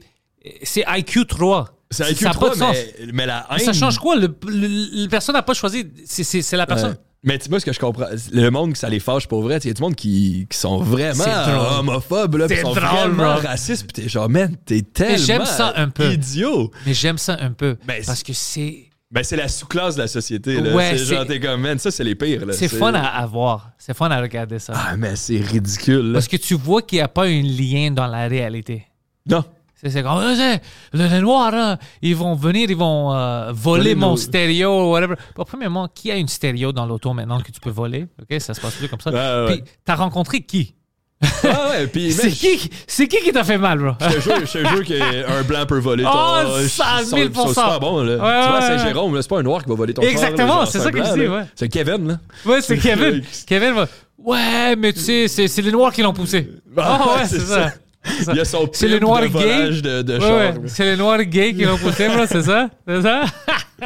Speaker 1: c'est IQ 3.
Speaker 2: C'est IQ
Speaker 1: ça a pas
Speaker 2: 3,
Speaker 1: de sens.
Speaker 2: mais, mais la haine.
Speaker 1: Ça change quoi le, le- le- personne n'a pas choisi, c'est- c'est c'est la personne.
Speaker 2: Ouais. Mais tu vois ce que je comprends, le monde que ça les fâche pour vrai, tu sais, il y a du monde qui, qui sont vraiment
Speaker 1: C'est drôle.
Speaker 2: homophobes, là, pis
Speaker 1: C'est
Speaker 2: sont
Speaker 1: drôle,
Speaker 2: vraiment
Speaker 1: bro.
Speaker 2: racistes, pis t'es genre, man, t'es tellement
Speaker 1: j'aime ça un peu.
Speaker 2: idiot.
Speaker 1: Mais j'aime ça un peu
Speaker 2: Ben, c'est-
Speaker 1: parce que c'est
Speaker 2: Ben, c'est la sous-classe de la société, là.
Speaker 1: Ouais,
Speaker 2: c'est genre,
Speaker 1: c'est-
Speaker 2: t'es comme, man, ça, c'est les pires, là.
Speaker 1: Ben, c'est fun à, à voir, c'est fun à regarder ça.
Speaker 2: Ah, mais c'est ridicule, là.
Speaker 1: Parce que tu vois qu'il n'y a pas un lien dans la réalité.
Speaker 2: Non.
Speaker 1: C'est c'est comme, Ah, c'est- le, le noir, hein, ils vont venir, ils vont euh, voler
Speaker 2: Voler
Speaker 1: mon
Speaker 2: nos-
Speaker 1: stéréo, whatever. Bon, premièrement, qui a une stéréo dans l'auto maintenant que tu peux voler? OK, ça se passe plus comme ça.
Speaker 2: Ouais, ouais.
Speaker 1: Puis, t'as rencontré qui?
Speaker 2: Ah [laughs] ouais, pis,
Speaker 1: C'est
Speaker 2: man,
Speaker 1: qui, qui- c'est qui qui t'a fait [laughs] mal, bro?
Speaker 2: je te jure, je te jure qu'un blanc peut voler ton.
Speaker 1: Oh,
Speaker 2: ils
Speaker 1: ça,
Speaker 2: sont-
Speaker 1: 1000%.
Speaker 2: Ils sont super bons, là.
Speaker 1: Ouais,
Speaker 2: tu vois,
Speaker 1: ouais, ouais.
Speaker 2: Saint-Jérôme, là, c'est pas un noir qui va voler ton char, là,
Speaker 1: Exactement,
Speaker 2: genre,
Speaker 1: c'est ça
Speaker 2: un
Speaker 1: que je
Speaker 2: blanc,
Speaker 1: dis,
Speaker 2: là.
Speaker 1: ouais.
Speaker 2: C'est Kevin, là.
Speaker 1: Ouais, c'est Kevin. Kevin va. Ouais, mais tu sais, c'est, c'est les Noirs qui l'ont poussé. Ah ouais, c'est, ça. C'est ça.
Speaker 2: Il y a son
Speaker 1: C'est les
Speaker 2: pipe
Speaker 1: Noirs
Speaker 2: de
Speaker 1: gays.
Speaker 2: volage de, de
Speaker 1: Ouais,
Speaker 2: char,
Speaker 1: ouais.
Speaker 2: là.
Speaker 1: C'est les Noirs gays qui l'ont poussé, bro, c'est ça? C'est ça? [laughs]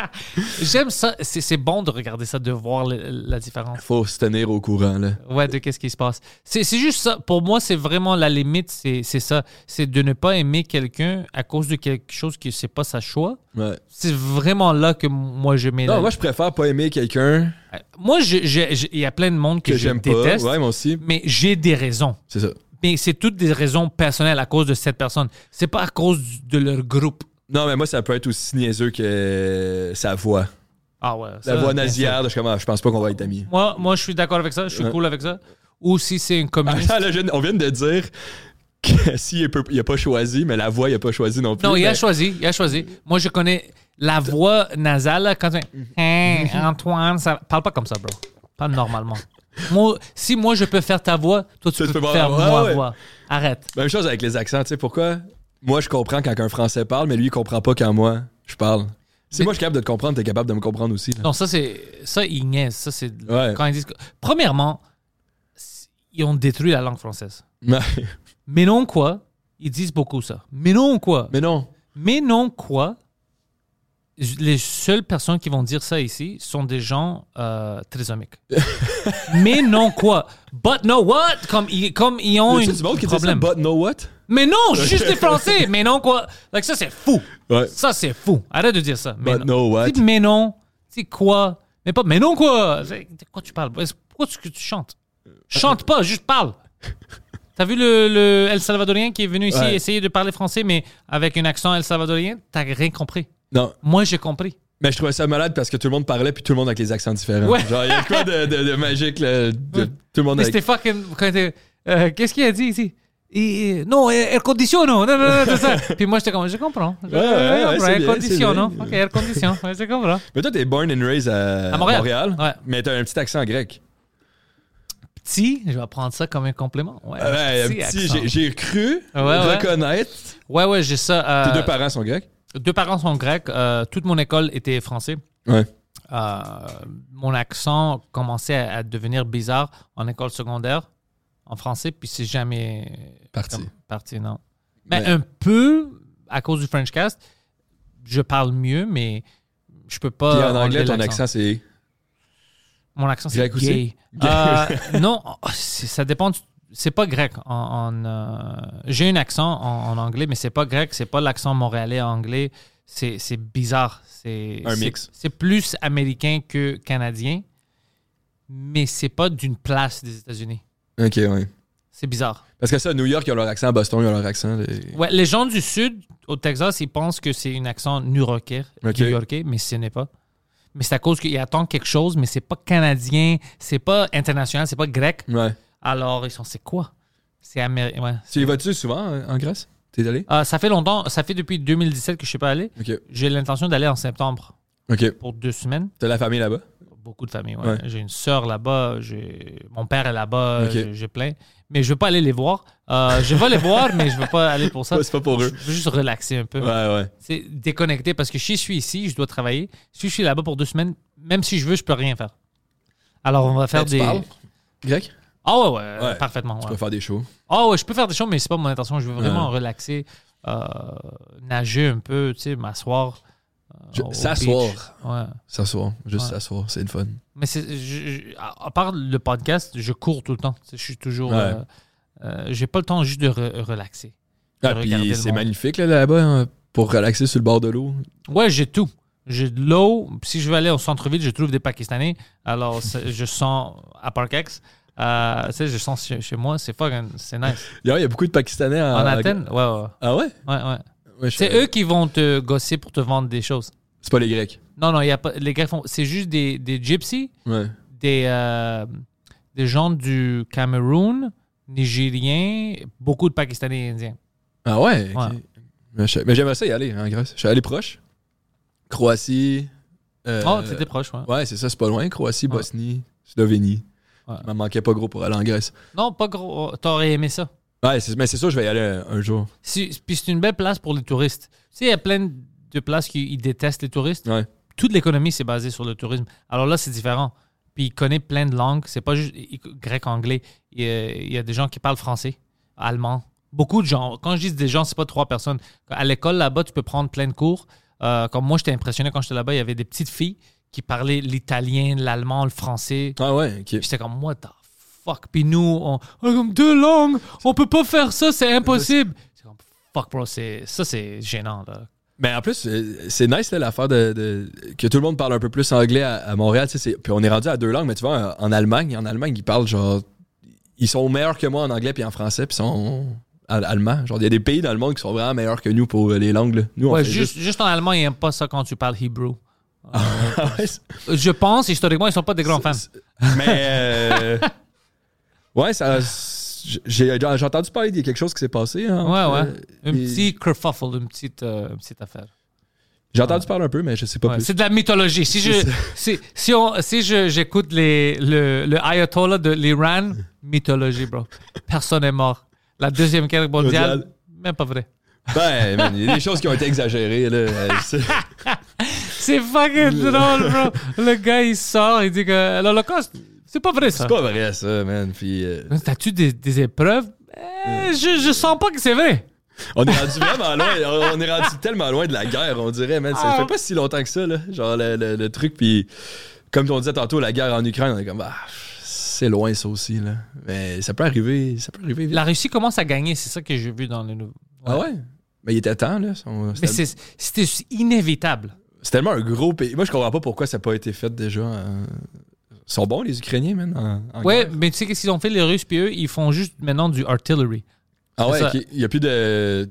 Speaker 1: J'aime ça. C'est, c'est bon de regarder ça, de voir le- la différence.
Speaker 2: faut se tenir au courant, là.
Speaker 1: Ouais, de qu'est-ce qui se passe. C'est, c'est juste ça. Pour moi, c'est vraiment la limite, c'est, c'est ça. C'est de ne pas aimer quelqu'un à cause de quelque chose qui c'est pas sa choix.
Speaker 2: Ouais.
Speaker 1: C'est vraiment là que moi je mets la- Euh,
Speaker 2: Non, moi, je préfère pas aimer quelqu'un
Speaker 1: Moi, je- je- je- il y a plein de monde que,
Speaker 2: que
Speaker 1: je
Speaker 2: j'aime pas.
Speaker 1: déteste,
Speaker 2: Ouais, moi aussi.
Speaker 1: mais j'ai des raisons.
Speaker 2: C'est ça.
Speaker 1: Mais c'est toutes des raisons personnelles à cause de cette personne. C'est pas à cause du- de leur groupe.
Speaker 2: Non, mais moi, ça peut être aussi niaiseux que sa voix.
Speaker 1: Ah ouais. ça,
Speaker 2: La voix
Speaker 1: bien
Speaker 2: nasillarde, je suis comme, ah, je pense pas qu'on va être amis.
Speaker 1: sûr. Moi, moi je suis d'accord avec ça. Je suis cool avec ça. Ou si c'est une communiste.
Speaker 2: [laughs] Attends, là, je viens- on vient de dire que [laughs] s'il peut- il a pas choisi, mais la voix, il a pas choisi non plus. Ben,
Speaker 1: non, il a
Speaker 2: mais-
Speaker 1: choisi. Il a choisi. Moi, je connais la voix nasale. là, Quand tu-
Speaker 2: [laughs]
Speaker 1: Hey, Antoine, ça... parle pas comme ça, bro. Parle normalement. Moi, si moi, je peux faire ta voix, toi, tu peux,
Speaker 2: Toi, tu peux pas-
Speaker 1: faire
Speaker 2: Ah
Speaker 1: moi
Speaker 2: ouais.
Speaker 1: voix. Arrête.
Speaker 2: Même chose avec les accents, tu sais pourquoi? Moi, je comprends quand un Français parle, mais lui, il comprend pas quand moi, je parle. Si
Speaker 1: Mais-
Speaker 2: moi, je suis capable de te comprendre, t'es capable de me comprendre aussi. là.
Speaker 1: Non, ça, c'est. Ça, ils niaisent. Ça, c'est.
Speaker 2: Ouais.
Speaker 1: Quand ils disent. que- Premièrement, ils ont détruit la langue française.
Speaker 2: [laughs] Mais,
Speaker 1: Mais non quoi? Ils disent beaucoup ça. Mais non quoi? Mais,
Speaker 2: mais non.
Speaker 1: non quoi? Les seules personnes qui vont dire ça ici sont des gens euh,
Speaker 2: [laughs]
Speaker 1: trisomiques. mais non quoi? But no what? Comme ils, comme ils ont
Speaker 2: Y a-tu
Speaker 1: une-
Speaker 2: du monde
Speaker 1: un
Speaker 2: qui dit ça,
Speaker 1: problème.
Speaker 2: but know what?
Speaker 1: Mais
Speaker 2: [laughs]
Speaker 1: non, juste des Français. Mais non quoi? Like, ça c'est fou.
Speaker 2: Ouais.
Speaker 1: Ça c'est fou. Arrête de dire ça. Mais
Speaker 2: But no what?
Speaker 1: Dis, mais non. C'est quoi? Mais pas. Mais non quoi? C'est- De quoi tu parles? Pourquoi est-ce que tu chantes? Chante pas, juste
Speaker 2: [laughs]
Speaker 1: parle. T'as vu le, le El Salvadorien qui est venu ici
Speaker 2: Ouais.
Speaker 1: essayer de parler français, mais avec un accent El Salvadorien, t'as rien compris.
Speaker 2: Non.
Speaker 1: Moi, j'ai compris.
Speaker 2: Mais je trouvais ça malade parce que tout le monde parlait, puis tout le monde avec les accents différents.
Speaker 1: Ouais.
Speaker 2: Genre, il y a quoi de, de- de magique, là, de- tout le monde
Speaker 1: Mais
Speaker 2: avec...
Speaker 1: c'était fucking. quand t'es- euh, Qu'est-ce qu'il a dit ici? Il- non, air air conditionno. Non, non, non, tout
Speaker 2: [laughs]
Speaker 1: ça. Puis moi, j'étais comme, je comprends. Je,
Speaker 2: ouais,
Speaker 1: je
Speaker 2: ouais,
Speaker 1: comprends,
Speaker 2: c'est
Speaker 1: air
Speaker 2: bien,
Speaker 1: conditionno.
Speaker 2: c'est bien.
Speaker 1: hein. Ok, air condition. Ouais, je comprends.
Speaker 2: Mais toi, t'es born and raised à,
Speaker 1: À Montréal. Ouais.
Speaker 2: Mais t'as un petit accent grec.
Speaker 1: Petit, je vais prendre ça comme un complément. Ah Ouais,
Speaker 2: Ouais, un
Speaker 1: petit
Speaker 2: petit,
Speaker 1: accent.
Speaker 2: j'ai- j'ai cru
Speaker 1: Ouais, ouais.
Speaker 2: reconnaître.
Speaker 1: Ouais, ouais, j'ai ça.
Speaker 2: Tes
Speaker 1: euh,
Speaker 2: deux parents sont grecs.
Speaker 1: deux parents sont grecs. euh, toute mon école était français.
Speaker 2: Ouais.
Speaker 1: Euh, mon accent commençait à, à devenir bizarre en école secondaire, en français, puis c'est jamais
Speaker 2: Parti.
Speaker 1: comme- parti, non. Ben,
Speaker 2: Mais-
Speaker 1: Un peu à cause du French cast, je parle mieux, mais je peux pas.
Speaker 2: Puis en
Speaker 1: enlever
Speaker 2: anglais, ton
Speaker 1: l'accent.
Speaker 2: accent, c'est.
Speaker 1: Mon accent, c'est
Speaker 2: Grec aussi?
Speaker 1: gay.
Speaker 2: Gay. [laughs]
Speaker 1: Euh, non, oh, c'est- ça dépend. du- C'est pas grec. En, en, euh, J'ai un accent en, en anglais, mais c'est pas grec. C'est pas l'accent montréalais anglais. C'est c'est bizarre. C'est
Speaker 2: Un
Speaker 1: c'est-
Speaker 2: mix.
Speaker 1: C'est plus américain que canadien, mais c'est pas d'une place des États-Unis.
Speaker 2: Ok, ouais.
Speaker 1: C'est bizarre.
Speaker 2: Parce que ça, New York, ils ont leur accent, Boston, ils ont leur accent. les-
Speaker 1: Ouais, les gens du sud, au Texas, ils pensent que c'est un accent new-yorkais,
Speaker 2: Ok.
Speaker 1: new-yorkais, mais ce n'est pas. Mais c'est à cause qu'ils attendent quelque chose, mais c'est pas canadien, c'est pas international, c'est pas grec.
Speaker 2: Ouais.
Speaker 1: Alors, ils sont, c'est quoi? C'est américain.
Speaker 2: Tu y vas-tu souvent hein, en Grèce T'es allé
Speaker 1: ça fait longtemps, ça fait depuis 2017 que je ne suis pas allé.
Speaker 2: Ok.
Speaker 1: J'ai l'intention d'aller en septembre
Speaker 2: Ok.
Speaker 1: pour deux semaines.
Speaker 2: T'as la famille là-bas
Speaker 1: beaucoup de familles. ouais.
Speaker 2: Ouais.
Speaker 1: J'ai une sœur là-bas, j'ai- mon père est là-bas,
Speaker 2: Ok.
Speaker 1: j'ai- j'ai plein. Mais je veux pas aller les voir. Euh, je vais les voir, mais je veux pas aller pour ça.
Speaker 2: Ouais, c'est pas pour
Speaker 1: Je
Speaker 2: eux.
Speaker 1: veux juste relaxer un peu.
Speaker 2: Ouais, ouais.
Speaker 1: C'est déconnecter parce que si je suis ici, je dois travailler. Si je suis là-bas pour deux semaines, même si je veux, je peux rien faire. Alors, on va faire
Speaker 2: tu
Speaker 1: des.
Speaker 2: parles? Grec?
Speaker 1: Ah ouais, ouais,
Speaker 2: Ouais.
Speaker 1: parfaitement.
Speaker 2: Tu
Speaker 1: ouais.
Speaker 2: peux faire des shows.
Speaker 1: Ah ouais, je peux faire des choses, mais c'est pas mon intention. Je veux vraiment relaxer, euh, nager un peu, tu sais, m'asseoir. euh,
Speaker 2: Je-
Speaker 1: au beach.
Speaker 2: s'asseoir.
Speaker 1: Ouais.
Speaker 2: S'asseoir. Juste
Speaker 1: Ouais.
Speaker 2: s'asseoir. C'est le fun.
Speaker 1: Mais c'est, je- je- à à part le podcast, je cours tout le temps. Tu sais, Je suis toujours.
Speaker 2: Ouais.
Speaker 1: euh, euh, j'ai pas le temps juste de re- relaxer.
Speaker 2: Ah,
Speaker 1: Regarder le
Speaker 2: puis c'est
Speaker 1: monde.
Speaker 2: magnifique là, là-bas hein, pour relaxer sur le bord de l'eau.
Speaker 1: Ouais, j'ai tout. J'ai de l'eau. Si je veux aller au centre-ville, je trouve des Pakistanais. Alors,
Speaker 2: [laughs]
Speaker 1: c'est- je sens à Parkex. Euh, tu sais, je sens chez, chez moi. C'est fucking, c'est nice.
Speaker 2: Il y a- il y a beaucoup de Pakistanais à-
Speaker 1: en Athènes, ouais, ouais,
Speaker 2: Ah ouais?
Speaker 1: ouais, ouais.
Speaker 2: Ouais, je-
Speaker 1: C'est eux qui vont te gosser pour te vendre des choses.
Speaker 2: C'est pas les Grecs.
Speaker 1: Non, non, il y a pas, les gars font. C'est juste des, des gypsies,
Speaker 2: Ouais.
Speaker 1: des, euh, des gens du Cameroun, Nigériens, beaucoup de Pakistanais et Indiens.
Speaker 2: Ah ouais? ok.
Speaker 1: Ouais.
Speaker 2: Mais je- mais j'aimerais ça y aller en Grèce. Je suis allé proche. Croatie. euh,
Speaker 1: oh, t'étais proche, ouais.
Speaker 2: Ouais, c'est ça, c'est pas loin. Croatie,
Speaker 1: Ouais.
Speaker 2: Bosnie, Slovénie.
Speaker 1: Ouais.
Speaker 2: Il m'en manquait pas gros pour aller en Grèce.
Speaker 1: Non, pas gros. T'aurais aimé ça.
Speaker 2: Ouais, c'est- mais c'est sûr, je vais y aller un, un jour.
Speaker 1: Si- Puis c'est une belle place pour les touristes. Tu sais, il y a plein de places qui ils détestent les touristes.
Speaker 2: Ouais.
Speaker 1: Toute l'économie, c'est basée sur le tourisme. Alors là, c'est différent. Puis il connaît plein de langues. C'est pas juste il- grec, anglais. Il y, a, il y a des gens qui parlent français, allemand. Beaucoup de gens. Quand je dis des gens, c'est pas trois personnes. À l'école, là-bas, tu peux prendre plein de cours. Euh, comme moi, j'étais impressionné quand j'étais là-bas. Il y avait des petites filles qui parlaient l'italien, l'allemand, le français.
Speaker 2: Ah ouais, ok.
Speaker 1: Puis J'étais comme, what the fuck? Puis nous, on, on a comme deux langues, on peut pas faire ça, c'est impossible. C'est comme, fuck, bro, c'est- ça, c'est gênant, là.
Speaker 2: Mais en plus, euh, c'est nice là, l'affaire de, de- que tout le monde parle un peu plus anglais à, à Montréal. tu sais, c'est- Puis on est rendu à deux langues, mais tu vois, en Allemagne, en Allemagne, ils parlent genre. Ils sont meilleurs que moi en anglais puis en français, puis ils sont al- allemands. Genre, il y a des pays dans le monde qui sont vraiment meilleurs que nous pour euh, les langues. là. Nous, on
Speaker 1: Ouais,
Speaker 2: fait
Speaker 1: juste, juste en allemand, ils aiment pas ça quand tu parles hebrew. Euh,
Speaker 2: Ah [laughs] ouais, c'est-
Speaker 1: Je pense, historiquement, ils sont pas des grands fans.
Speaker 2: c'est- Mais. euh, [laughs] ouais, ça. J'ai j'ai entendu parler de quelque chose qui s'est passé. hein,
Speaker 1: Ouais,
Speaker 2: entre,
Speaker 1: ouais.
Speaker 2: euh,
Speaker 1: Un
Speaker 2: les-
Speaker 1: petit kerfuffle, une petite, euh, une petite affaire.
Speaker 2: J'ai entendu parler un peu, mais je sais pas
Speaker 1: Ouais,
Speaker 2: plus.
Speaker 1: c'est de la mythologie. Si je,
Speaker 2: C'est ça.
Speaker 1: si, si, on, si je, j'écoute les, le, le ayatollah de l'Iran, mythologie, bro. Personne n'est mort. La deuxième guerre mondiale,
Speaker 2: Mondiale.
Speaker 1: même pas vrai.
Speaker 2: Ben, man, il y a des choses qui ont été exagérées. Là. Euh,
Speaker 1: [laughs]
Speaker 2: c'est-
Speaker 1: C'est fucking drôle, bro. Le gars, il sort, il dit que l'Holocauste, c'est pas vrai, ça.
Speaker 2: C'est pas vrai, ça, man. Puis, euh,
Speaker 1: T'as-tu des, des épreuves? Euh, je, je sens pas que c'est vrai.
Speaker 2: on est rendu vraiment loin. On on est rendu tellement loin de la guerre, on dirait, man. Ça
Speaker 1: Ah.
Speaker 2: fait pas si longtemps que ça, là. Genre, le, le- le truc, puis comme on disait tantôt, la guerre en Ukraine, on est comme, ah, c'est loin, ça aussi, là. Mais ça peut arriver, ça peut arriver vite.
Speaker 1: La Russie commence à gagner, c'est ça que j'ai vu dans les nouvelles.
Speaker 2: Ah ouais? Mais il était temps, là. son-
Speaker 1: Mais
Speaker 2: C'était
Speaker 1: c'est- c'était inévitable.
Speaker 2: c'est tellement un gros pays. Moi, je comprends pas pourquoi ça n'a pas été fait déjà. euh, Ils sont bons, les Ukrainiens, man. en- en
Speaker 1: Ouais,
Speaker 2: guerre.
Speaker 1: mais tu sais qu'est-ce qu'ils ont fait, les Russes, puis eux, ils font juste maintenant du artillery.
Speaker 2: Ah
Speaker 1: c'est
Speaker 2: ouais,
Speaker 1: ça.
Speaker 2: ok. il y a plus de.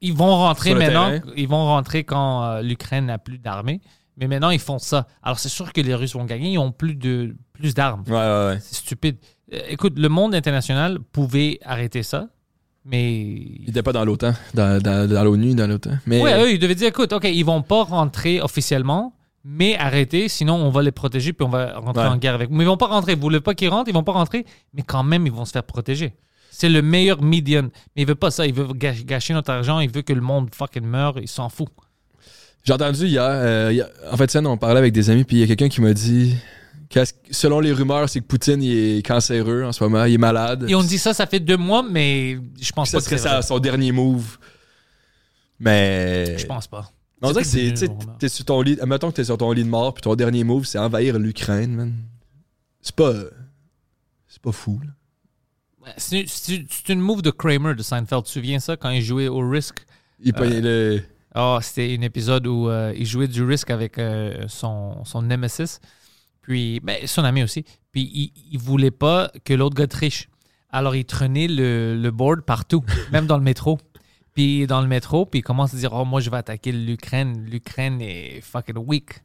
Speaker 1: Ils vont rentrer
Speaker 2: Sur le
Speaker 1: maintenant,
Speaker 2: terrain.
Speaker 1: ils vont rentrer quand euh, l'Ukraine n'a plus d'armée, mais maintenant, ils font ça. Alors, c'est sûr que les Russes vont gagner, ils ont plus de plus d'armes.
Speaker 2: Ouais, ouais, ouais.
Speaker 1: C'est stupide. Euh, Écoute, le monde international pouvait arrêter ça, mais.
Speaker 2: Ils n'étaient pas dans l'OTAN, dans, dans, dans l'ONU, dans l'OTAN. Mais euh,
Speaker 1: Ouais, eux, ils devaient dire écoute, OK, ils vont pas rentrer officiellement, mais arrêtez, sinon on va les protéger puis on va rentrer
Speaker 2: Ouais.
Speaker 1: en guerre avec vous. Mais ils vont pas rentrer. Vous voulez pas qu'ils rentrent, ils vont pas rentrer, mais quand même, ils vont se faire protéger. C'est le meilleur median. Mais il veut pas ça. Il veut gâ- gâcher notre argent. Il veut que le monde fucking meure. Il s'en fout.
Speaker 2: J'ai entendu hier, euh, hier- en fait, ça, on parlait avec des amis, puis il y a quelqu'un qui m'a dit que selon les rumeurs, c'est que Poutine il est cancéreux en ce moment, il est malade.
Speaker 1: Et on dit ça, ça fait deux mois, mais je pense
Speaker 2: ça
Speaker 1: pas que
Speaker 2: serait
Speaker 1: c'est ça.
Speaker 2: sa- son dernier move. Mais.
Speaker 1: Je pense pas.
Speaker 2: On dirait que c'est.
Speaker 1: une
Speaker 2: tu sais,
Speaker 1: rumeur.
Speaker 2: T'es sur ton lit. Mettons que t'es sur ton lit de mort, puis ton dernier move, c'est envahir l'Ukraine, man. C'est pas. C'est pas fou, là.
Speaker 1: C'est c'est- c'est une move de Kramer de Seinfeld. Tu te souviens ça quand il jouait au Risk
Speaker 2: Il pognait le.
Speaker 1: Ah, c'était un épisode où euh, il jouait du risque avec euh, son, son nemesis, puis ben, son ami aussi. Puis il, il voulait pas que l'autre gars triche. Alors il traînait le, le board partout, même dans le métro. Puis dans le métro, puis il commence à dire Oh, moi je vais attaquer l'Ukraine. L'Ukraine est fucking weak.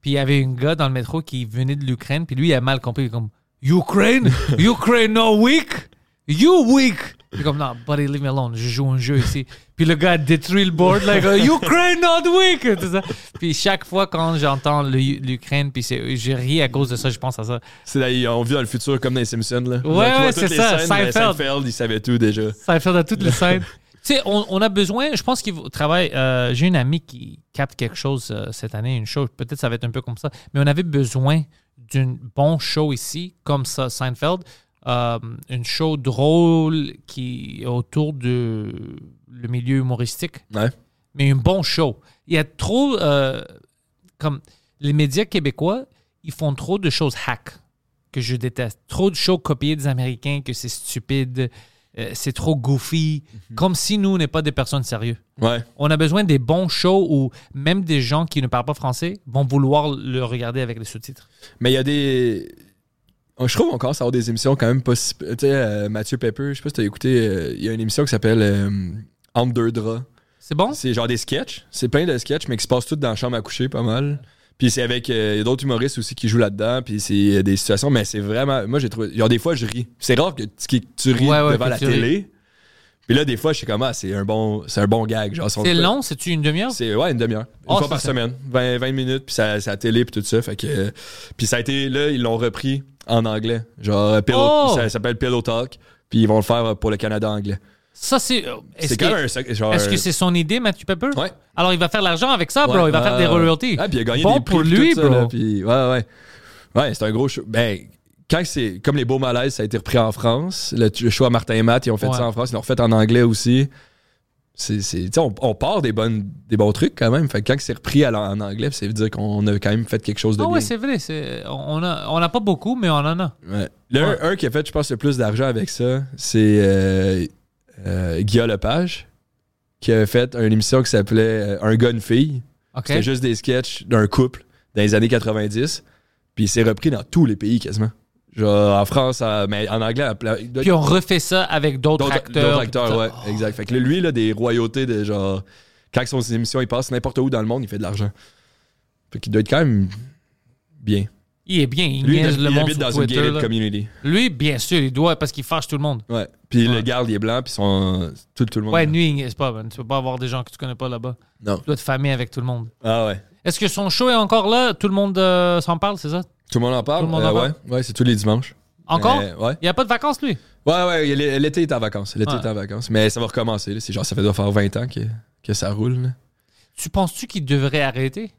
Speaker 1: Puis il y avait un gars dans le métro qui venait de l'Ukraine, puis lui il a mal compris. Il est comme Ukraine? Ukraine no weak? You weak! Puis comme, non, buddy, leave me alone, je joue un jeu ici. Puis le gars détruit le board, like, uh, Ukraine not weak! Tout ça. Puis chaque fois quand j'entends le- l'Ukraine, puis c'est- je ris à cause de ça, je pense à ça.
Speaker 2: C'est là, on vit dans le futur comme dans les Simpsons. Là.
Speaker 1: Ouais,
Speaker 2: tu vois
Speaker 1: ouais,
Speaker 2: toutes
Speaker 1: c'est
Speaker 2: les
Speaker 1: ça,
Speaker 2: scènes, mais
Speaker 1: Seinfeld.
Speaker 2: Seinfeld, il savait tout déjà.
Speaker 1: Ça va faire de toutes les scènes. [laughs] Tu sais, on, on a besoin, je pense qu'il faut- travaille. euh, J'ai une amie qui capte quelque chose euh, cette année, une show, peut-être ça va être un peu comme ça, mais on avait besoin d'une bonne show ici, comme ça, Seinfeld. Euh, une show drôle qui est autour de le milieu humoristique,
Speaker 2: Ouais.
Speaker 1: mais une bonne show. Il y a trop. euh, comme les médias québécois, ils font trop de choses hack que je déteste. Trop de shows copiées des Américains, que c'est stupide, euh, c'est trop goofy.
Speaker 2: Mhm.
Speaker 1: Comme si nous, on n'est pas des personnes sérieuses.
Speaker 2: Ouais.
Speaker 1: On a besoin des bons shows où même des gens qui ne parlent pas français vont vouloir le regarder avec les sous-titres.
Speaker 2: Mais il y a des. Oh, Je trouve encore ça avoir des émissions quand même pas si. Tu sais, euh, Mathieu Pepper, je sais pas si t'as écouté, euh, il y a une émission qui s'appelle euh, Entre deux draps.
Speaker 1: C'est bon?
Speaker 2: C'est genre des sketchs. C'est plein de sketchs, mais qui se passent toutes dans la chambre à coucher pas mal. Puis c'est avec. euh, Il y a d'autres humoristes aussi qui jouent là-dedans. Puis c'est euh, des situations, mais c'est vraiment. Moi, j'ai trouvé. Genre, des fois, je ris. C'est rare que tu, que tu ris
Speaker 1: Ouais, ouais,
Speaker 2: devant
Speaker 1: que
Speaker 2: la
Speaker 1: tu ris.
Speaker 2: télé. Puis là, des fois, je suis comme, ah, c'est un bon, c'est un bon gag. Genre,
Speaker 1: C'est long? C'est-tu une demi-heure?
Speaker 2: c'est ouais, une demi-heure.
Speaker 1: Ah,
Speaker 2: Une fois
Speaker 1: c'est
Speaker 2: par
Speaker 1: ça.
Speaker 2: semaine. 20, 20 minutes, puis ça, ça télé, puis tout ça. Fait que, euh, puis ça a été, là, ils l'ont repris en anglais. Genre, euh, Pillow-
Speaker 1: Oh!
Speaker 2: ça s'appelle Pillow Talk, puis ils vont le faire euh, pour le Canada anglais.
Speaker 1: Ça, c'est. euh, Est-ce
Speaker 2: C'est quand même
Speaker 1: que
Speaker 2: un sac- genre,
Speaker 1: est-ce que
Speaker 2: un-
Speaker 1: c'est son idée, Mathieu Pepper?
Speaker 2: Ouais.
Speaker 1: Alors, il va faire l'argent avec ça, Ah, bro.
Speaker 2: Ouais,
Speaker 1: Il va
Speaker 2: ouais,
Speaker 1: faire des
Speaker 2: ouais.
Speaker 1: royalties.
Speaker 2: Ah, puis il a gagné
Speaker 1: bon
Speaker 2: des prix,
Speaker 1: pour
Speaker 2: puis
Speaker 1: lui,
Speaker 2: tout ça,
Speaker 1: bro.
Speaker 2: là, puis- ouais, ouais. Ouais, c'est un gros show. Ben, quand c'est comme les beaux malaises, ça a été repris en France. Le, le show à Martin et Matt, ils ont fait
Speaker 1: Ouais.
Speaker 2: ça en France, ils l'ont refait en anglais aussi. C'est, c'est, tu sais, on, on part des, bonnes, des bons trucs quand même. Fait que quand c'est repris à l'an- en anglais, ça veut dire qu'on a quand même fait quelque chose de
Speaker 1: Ah
Speaker 2: bien.
Speaker 1: ouais, c'est vrai. c'est- On n'a on a pas beaucoup, mais on en a.
Speaker 2: Ouais. Le
Speaker 1: Ouais.
Speaker 2: un, un qui a fait, je pense, le plus d'argent avec ça, c'est euh, euh, Guillaume Lepage, qui a fait une émission qui s'appelait euh, Un gars, une fille.
Speaker 1: OK.
Speaker 2: C'était juste des sketchs d'un couple dans les années 90. Puis c'est repris dans tous les pays quasiment. Genre en France, en- mais en anglais, en plein-
Speaker 1: Puis on refait ça avec d'autres
Speaker 2: d'autres
Speaker 1: acteurs.
Speaker 2: d'autres acteurs, ouais,
Speaker 1: Oh.
Speaker 2: exact. Fait que là, lui, là, des royautés de genre. Quand son émission, il passe n'importe où dans le monde, il fait de l'argent. Fait qu'il doit être quand même bien.
Speaker 1: Il est bien, il
Speaker 2: Lui, il,
Speaker 1: niaise le
Speaker 2: il
Speaker 1: monde
Speaker 2: habite
Speaker 1: sur
Speaker 2: dans
Speaker 1: Twitter,
Speaker 2: une gated
Speaker 1: là.
Speaker 2: community.
Speaker 1: Lui, bien sûr, il doit parce qu'il fâche tout le monde.
Speaker 2: Ouais. Puis
Speaker 1: Ouais.
Speaker 2: le garde, il est blanc, puis son... tout, tout le monde.
Speaker 1: Ouais,
Speaker 2: est blanc.
Speaker 1: lui, il niaise pas, man. Tu peux pas avoir des gens que tu connais pas là-bas.
Speaker 2: Non.
Speaker 1: Tu dois être famille avec tout le monde.
Speaker 2: Ah ouais.
Speaker 1: Est-ce que son show est encore là? Tout le monde euh, s'en parle, c'est ça?
Speaker 2: Tout le monde en parle.
Speaker 1: Tout le monde
Speaker 2: euh,
Speaker 1: en parle.
Speaker 2: Ouais, ouais c'est tous les dimanches.
Speaker 1: Encore?
Speaker 2: Euh, ouais.
Speaker 1: Il n'y a pas de vacances, lui?
Speaker 2: Ouais, ouais, il- l'été est en vacances. L'été
Speaker 1: Ouais.
Speaker 2: est en vacances. Mais ça va recommencer. là. C'est genre, ça fait doit faire 20 ans que, que ça roule. là.
Speaker 1: Tu penses-tu qu'il devrait arrêter?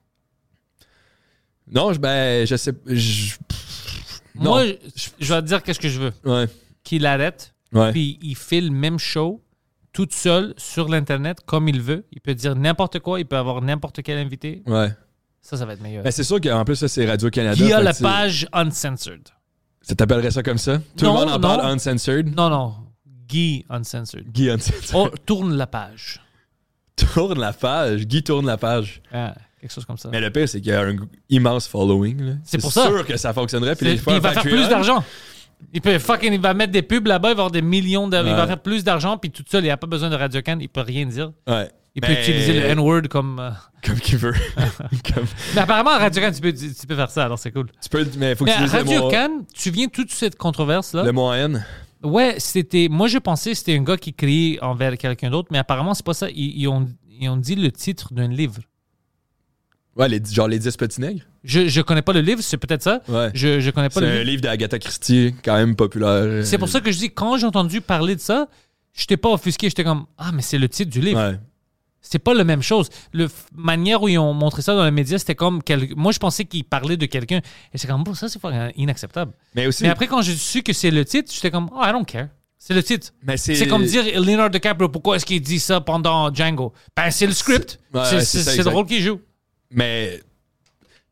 Speaker 2: Non, je, ben, je sais. je- pff, non.
Speaker 1: Moi, je, je vais te dire qu'est-ce que je veux.
Speaker 2: ouais.
Speaker 1: Qu'il arrête,
Speaker 2: Ouais.
Speaker 1: puis il fait le même show tout seul sur l'Internet comme il veut. Il peut dire n'importe quoi, il peut avoir n'importe quel invité.
Speaker 2: ouais.
Speaker 1: Ça, ça va être meilleur.
Speaker 2: Ben, c'est sûr qu'en plus, ça, c'est Radio-Canada.
Speaker 1: Il y a
Speaker 2: fait
Speaker 1: la
Speaker 2: que c'est-
Speaker 1: page uncensored.
Speaker 2: Ça t'appellerait ça comme ça? Tout
Speaker 1: Non,
Speaker 2: le monde en parle
Speaker 1: non.
Speaker 2: uncensored.
Speaker 1: Non, non. Guy Uncensored.
Speaker 2: Guy uncensored.
Speaker 1: Oh, tourne la page.
Speaker 2: Tourne la page. Guy tourne la page.
Speaker 1: Ah, quelque chose comme ça.
Speaker 2: Mais le pire, c'est qu'il y a un immense following. là.
Speaker 1: C'est pour ça.
Speaker 2: sûr que ça fonctionnerait. Puis
Speaker 1: C'est-
Speaker 2: les
Speaker 1: puis il va faire
Speaker 2: Patreon,
Speaker 1: plus d'argent. Il peut fucking, il va mettre des pubs là-bas, il va avoir des millions d'argent. Il va
Speaker 2: Ouais.
Speaker 1: faire plus d'argent, puis tout seul, il n'a pas besoin de Radio Can, il peut rien dire.
Speaker 2: Ouais.
Speaker 1: Il peut
Speaker 2: Ben,
Speaker 1: utiliser le N-word comme. euh,
Speaker 2: Comme
Speaker 1: [laughs]
Speaker 2: qu'il veut. Comme-
Speaker 1: Mais apparemment, à Radio Can, tu peux, tu peux faire ça, alors c'est cool.
Speaker 2: Tu peux, mais faut que
Speaker 1: Mais
Speaker 2: tu
Speaker 1: à
Speaker 2: dises le
Speaker 1: Radio
Speaker 2: mot,
Speaker 1: Can, tu viens toute cette controverse-là.
Speaker 2: le mot en haine.
Speaker 1: Ouais, c'était. Moi, je pensais que c'était un gars qui criait envers quelqu'un d'autre, mais apparemment, c'est pas ça. Ils, ils ont, ils ont dit le titre d'un livre.
Speaker 2: Ouais, les, genre les 10 petits nègres.
Speaker 1: Je, je connais pas le livre, c'est peut-être ça.
Speaker 2: Ouais.
Speaker 1: Je, je connais pas
Speaker 2: C'est
Speaker 1: le livre.
Speaker 2: un livre d'Agatha Christie, quand même populaire.
Speaker 1: C'est pour ça que je dis, quand j'ai entendu parler de ça, je n'étais pas offusqué. J'étais comme, ah, mais c'est le titre du livre.
Speaker 2: Ouais.
Speaker 1: C'est pas la même chose. La manière où ils ont montré ça dans les médias, c'était comme. quel- Moi, je pensais qu'ils parlaient de quelqu'un. Et c'est comme, bon, ça, c'est fucking inacceptable.
Speaker 2: Mais aussi.
Speaker 1: Mais après, quand j'ai su que c'est le titre, j'étais comme, oh, I don't care. C'est le titre.
Speaker 2: mais
Speaker 1: C'est comme dire Leonardo DiCaprio, pourquoi est-ce qu'il dit ça pendant Django Ben, c'est le script.
Speaker 2: C'est- ouais,
Speaker 1: C'est
Speaker 2: ouais,
Speaker 1: c'est-
Speaker 2: c'est ça,
Speaker 1: c'est le
Speaker 2: exact.
Speaker 1: rôle qu'il joue.
Speaker 2: Mais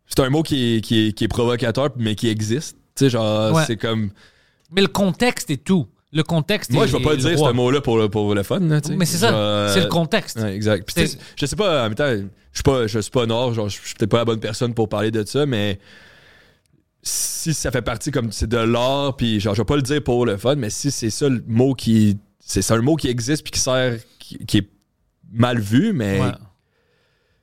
Speaker 2: c'est un mot qui est, qui est- qui est provocateur, mais qui existe. Tu sais, genre,
Speaker 1: Ouais.
Speaker 2: c'est comme.
Speaker 1: Mais le contexte est tout. Le contexte
Speaker 2: Moi,
Speaker 1: est-
Speaker 2: je vais pas
Speaker 1: est le
Speaker 2: dire
Speaker 1: roi.
Speaker 2: ce mot-là pour, le- pour le fun. là, tu sais.
Speaker 1: Mais c'est ça.
Speaker 2: Genre,
Speaker 1: C'est le contexte.
Speaker 2: Ouais, exact. Puis, tu sais, je sais pas, en même temps, je suis pas, je suis pas nord, genre, je suis peut-être pas la bonne personne pour parler de ça, mais si ça fait partie comme c'est de l'art, puis genre, je vais pas le dire pour le fun, mais si c'est ça le mot qui, c'est ça un mot qui existe puis qui sert, qui, qui est mal vu, mais
Speaker 1: Ouais.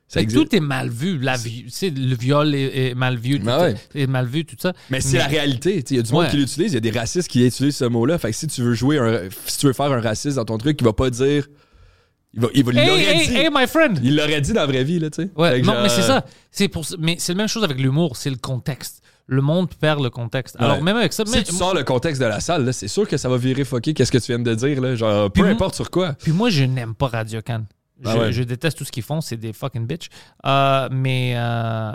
Speaker 2: Ça
Speaker 1: Mais
Speaker 2: existe.
Speaker 1: Tout est mal vu. La vie- tu sais, le viol est, est mal vu. Tout
Speaker 2: Ah ouais.
Speaker 1: est, est mal vu, tout ça.
Speaker 2: Mais c'est la réalité. tu sais, Il y a du
Speaker 1: Ouais.
Speaker 2: monde qui l'utilise. Il y a des racistes qui utilisent ce mot-là. Fait que si tu veux jouer, un, si tu veux faire un raciste dans ton truc, il va pas dire. Il va, il va- il
Speaker 1: Hey,
Speaker 2: l'aurait
Speaker 1: hey,
Speaker 2: dit.
Speaker 1: hey, my friend!
Speaker 2: Il l'aurait dit dans la vraie vie, là, tu sais.
Speaker 1: Ouais,
Speaker 2: Fait que
Speaker 1: non,
Speaker 2: genre,
Speaker 1: mais c'est ça. C'est pour, ça- mais c'est la même chose avec l'humour, c'est le contexte. Le monde perd le contexte. Alors
Speaker 2: Ouais.
Speaker 1: même avec ça,
Speaker 2: Si
Speaker 1: mais-
Speaker 2: tu sors le contexte de la salle, là, c'est sûr que ça va virer fucké qu'est-ce que tu viens de dire, là. Genre, peu
Speaker 1: Puis moi-
Speaker 2: importe sur quoi.
Speaker 1: puis moi je n'aime pas Radio Can. Je,
Speaker 2: Ah ouais.
Speaker 1: je déteste tout ce qu'ils font, c'est des fucking bitches. Euh, mais euh,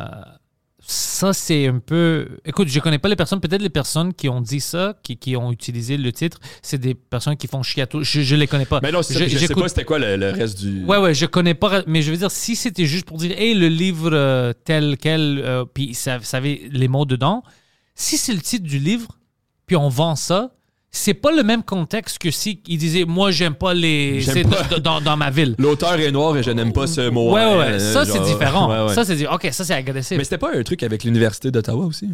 Speaker 1: ça c'est un peu. Écoute, je connais pas les personnes. Peut-être les personnes qui ont dit ça, qui, qui ont utilisé le titre, c'est des personnes qui font chier à tout. Je, je les connais pas.
Speaker 2: Mais Ben non, c'est ça, puis je, sais
Speaker 1: j'écoute-
Speaker 2: pas c'était quoi le, le reste du.
Speaker 1: Ouais, ouais, je connais pas, mais je veux dire, si c'était juste pour dire, hey, le livre euh, tel quel, euh, puis ça, ça avait les mots dedans, si c'est le titre du livre, puis on vend ça, c'est pas le même contexte que si il disait, moi, j'aime pas les.
Speaker 2: J'aime
Speaker 1: c'est
Speaker 2: pas.
Speaker 1: dans- Dans, dans ma ville.
Speaker 2: L'auteur est noir et je n'aime pas ce mot.
Speaker 1: Ouais, ouais, ouais,
Speaker 2: Euh,
Speaker 1: ça, c'est
Speaker 2: genre,
Speaker 1: différent.
Speaker 2: ouais, ouais.
Speaker 1: Ça, c'est dire, ok, ça, c'est agressif.
Speaker 2: Mais c'était pas un truc avec l'université d'Ottawa aussi.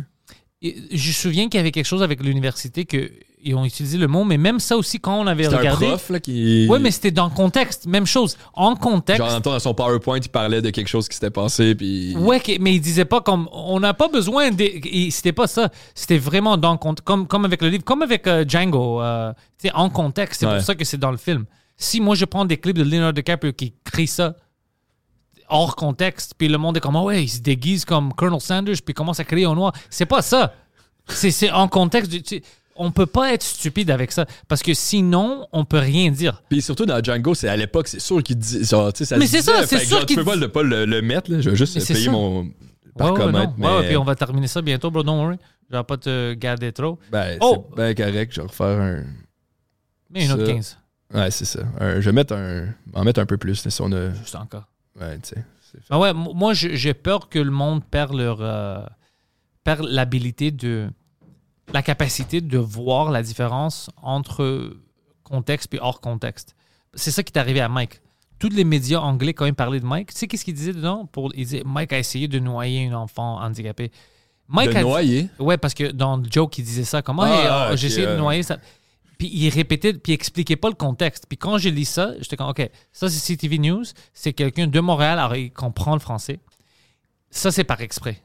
Speaker 1: Et Je me souviens qu'il y avait quelque chose avec l'université que ils ont utilisé le mot, mais même ça aussi, quand on avait
Speaker 2: C'était un
Speaker 1: regardé.
Speaker 2: prof là, qui.
Speaker 1: Ouais, mais c'était dans le contexte, même chose. En contexte.
Speaker 2: Genre, en même temps, dans son PowerPoint, il parlait de quelque chose qui s'était passé, puis.
Speaker 1: Ouais, que- mais il disait pas comme on n'a pas besoin de. il- C'était pas ça. C'était vraiment dans le contexte, comme, comme avec le livre, comme avec euh, Django. euh, tu sais, en contexte, c'est
Speaker 2: Ouais.
Speaker 1: pour ça que c'est dans le film. Si moi je prends des clips de Leonardo DiCaprio qui crie ça hors contexte, puis le monde est comme ah ouais, il se déguise comme Colonel Sanders, puis commence à crier au noir. C'est pas ça. C'est c'est en contexte. du- tu- on peut pas être stupide avec ça parce que sinon on peut rien dire.
Speaker 2: Puis surtout dans Django, c'est à l'époque, c'est sûr qu'il dit. Genre, tu sais, ça
Speaker 1: Mais
Speaker 2: se
Speaker 1: c'est
Speaker 2: disait,
Speaker 1: ça, c'est
Speaker 2: fait que
Speaker 1: sûr
Speaker 2: genre, Tu
Speaker 1: qu'il
Speaker 2: peux pas
Speaker 1: dit-
Speaker 2: le, pas le, le mettre, là. Je vais juste
Speaker 1: Mais c'est
Speaker 2: payer
Speaker 1: ça.
Speaker 2: mon. Par
Speaker 1: ouais, ouais,
Speaker 2: comète,
Speaker 1: non. Ouais, ouais,
Speaker 2: mais-
Speaker 1: puis on va terminer ça bientôt, bro. Don't worry. Je vais pas te garder trop.
Speaker 2: Ben,
Speaker 1: Oh!
Speaker 2: c'est ben correct, je vais refaire un.
Speaker 1: Mais une autre
Speaker 2: Ça.
Speaker 1: 15.
Speaker 2: Ouais, c'est ça. Un- je vais mettre un. En mettre un peu plus, là, si on a.
Speaker 1: Juste encore.
Speaker 2: Ouais, tu sais. c'est-
Speaker 1: Ah ouais, m- moi, je- j'ai peur que le monde perd leur. euh, perd l'habilité de. la capacité de voir la différence entre contexte et hors contexte. C'est ça qui est arrivé à Mike. Tous les médias anglais, quand ils parlaient de Mike, tu sais qu'est-ce qu'ils disaient dedans? Pour, ils disaient Mike a essayé de noyer un enfant handicapé. Mike
Speaker 2: De
Speaker 1: a dit-
Speaker 2: noyer.
Speaker 1: Ouais, parce que dans le joke, il disait ça comme
Speaker 2: Ah,
Speaker 1: Hey,
Speaker 2: ah,
Speaker 1: euh, j'ai
Speaker 2: ok,
Speaker 1: essayé de
Speaker 2: euh.
Speaker 1: noyer ça. Puis il répétait, puis il expliquait pas le contexte. Puis quand j'ai lu ça, j'étais comme OK, ça c'est CTV News, c'est quelqu'un de Montréal, alors il comprend le français. Ça c'est par exprès.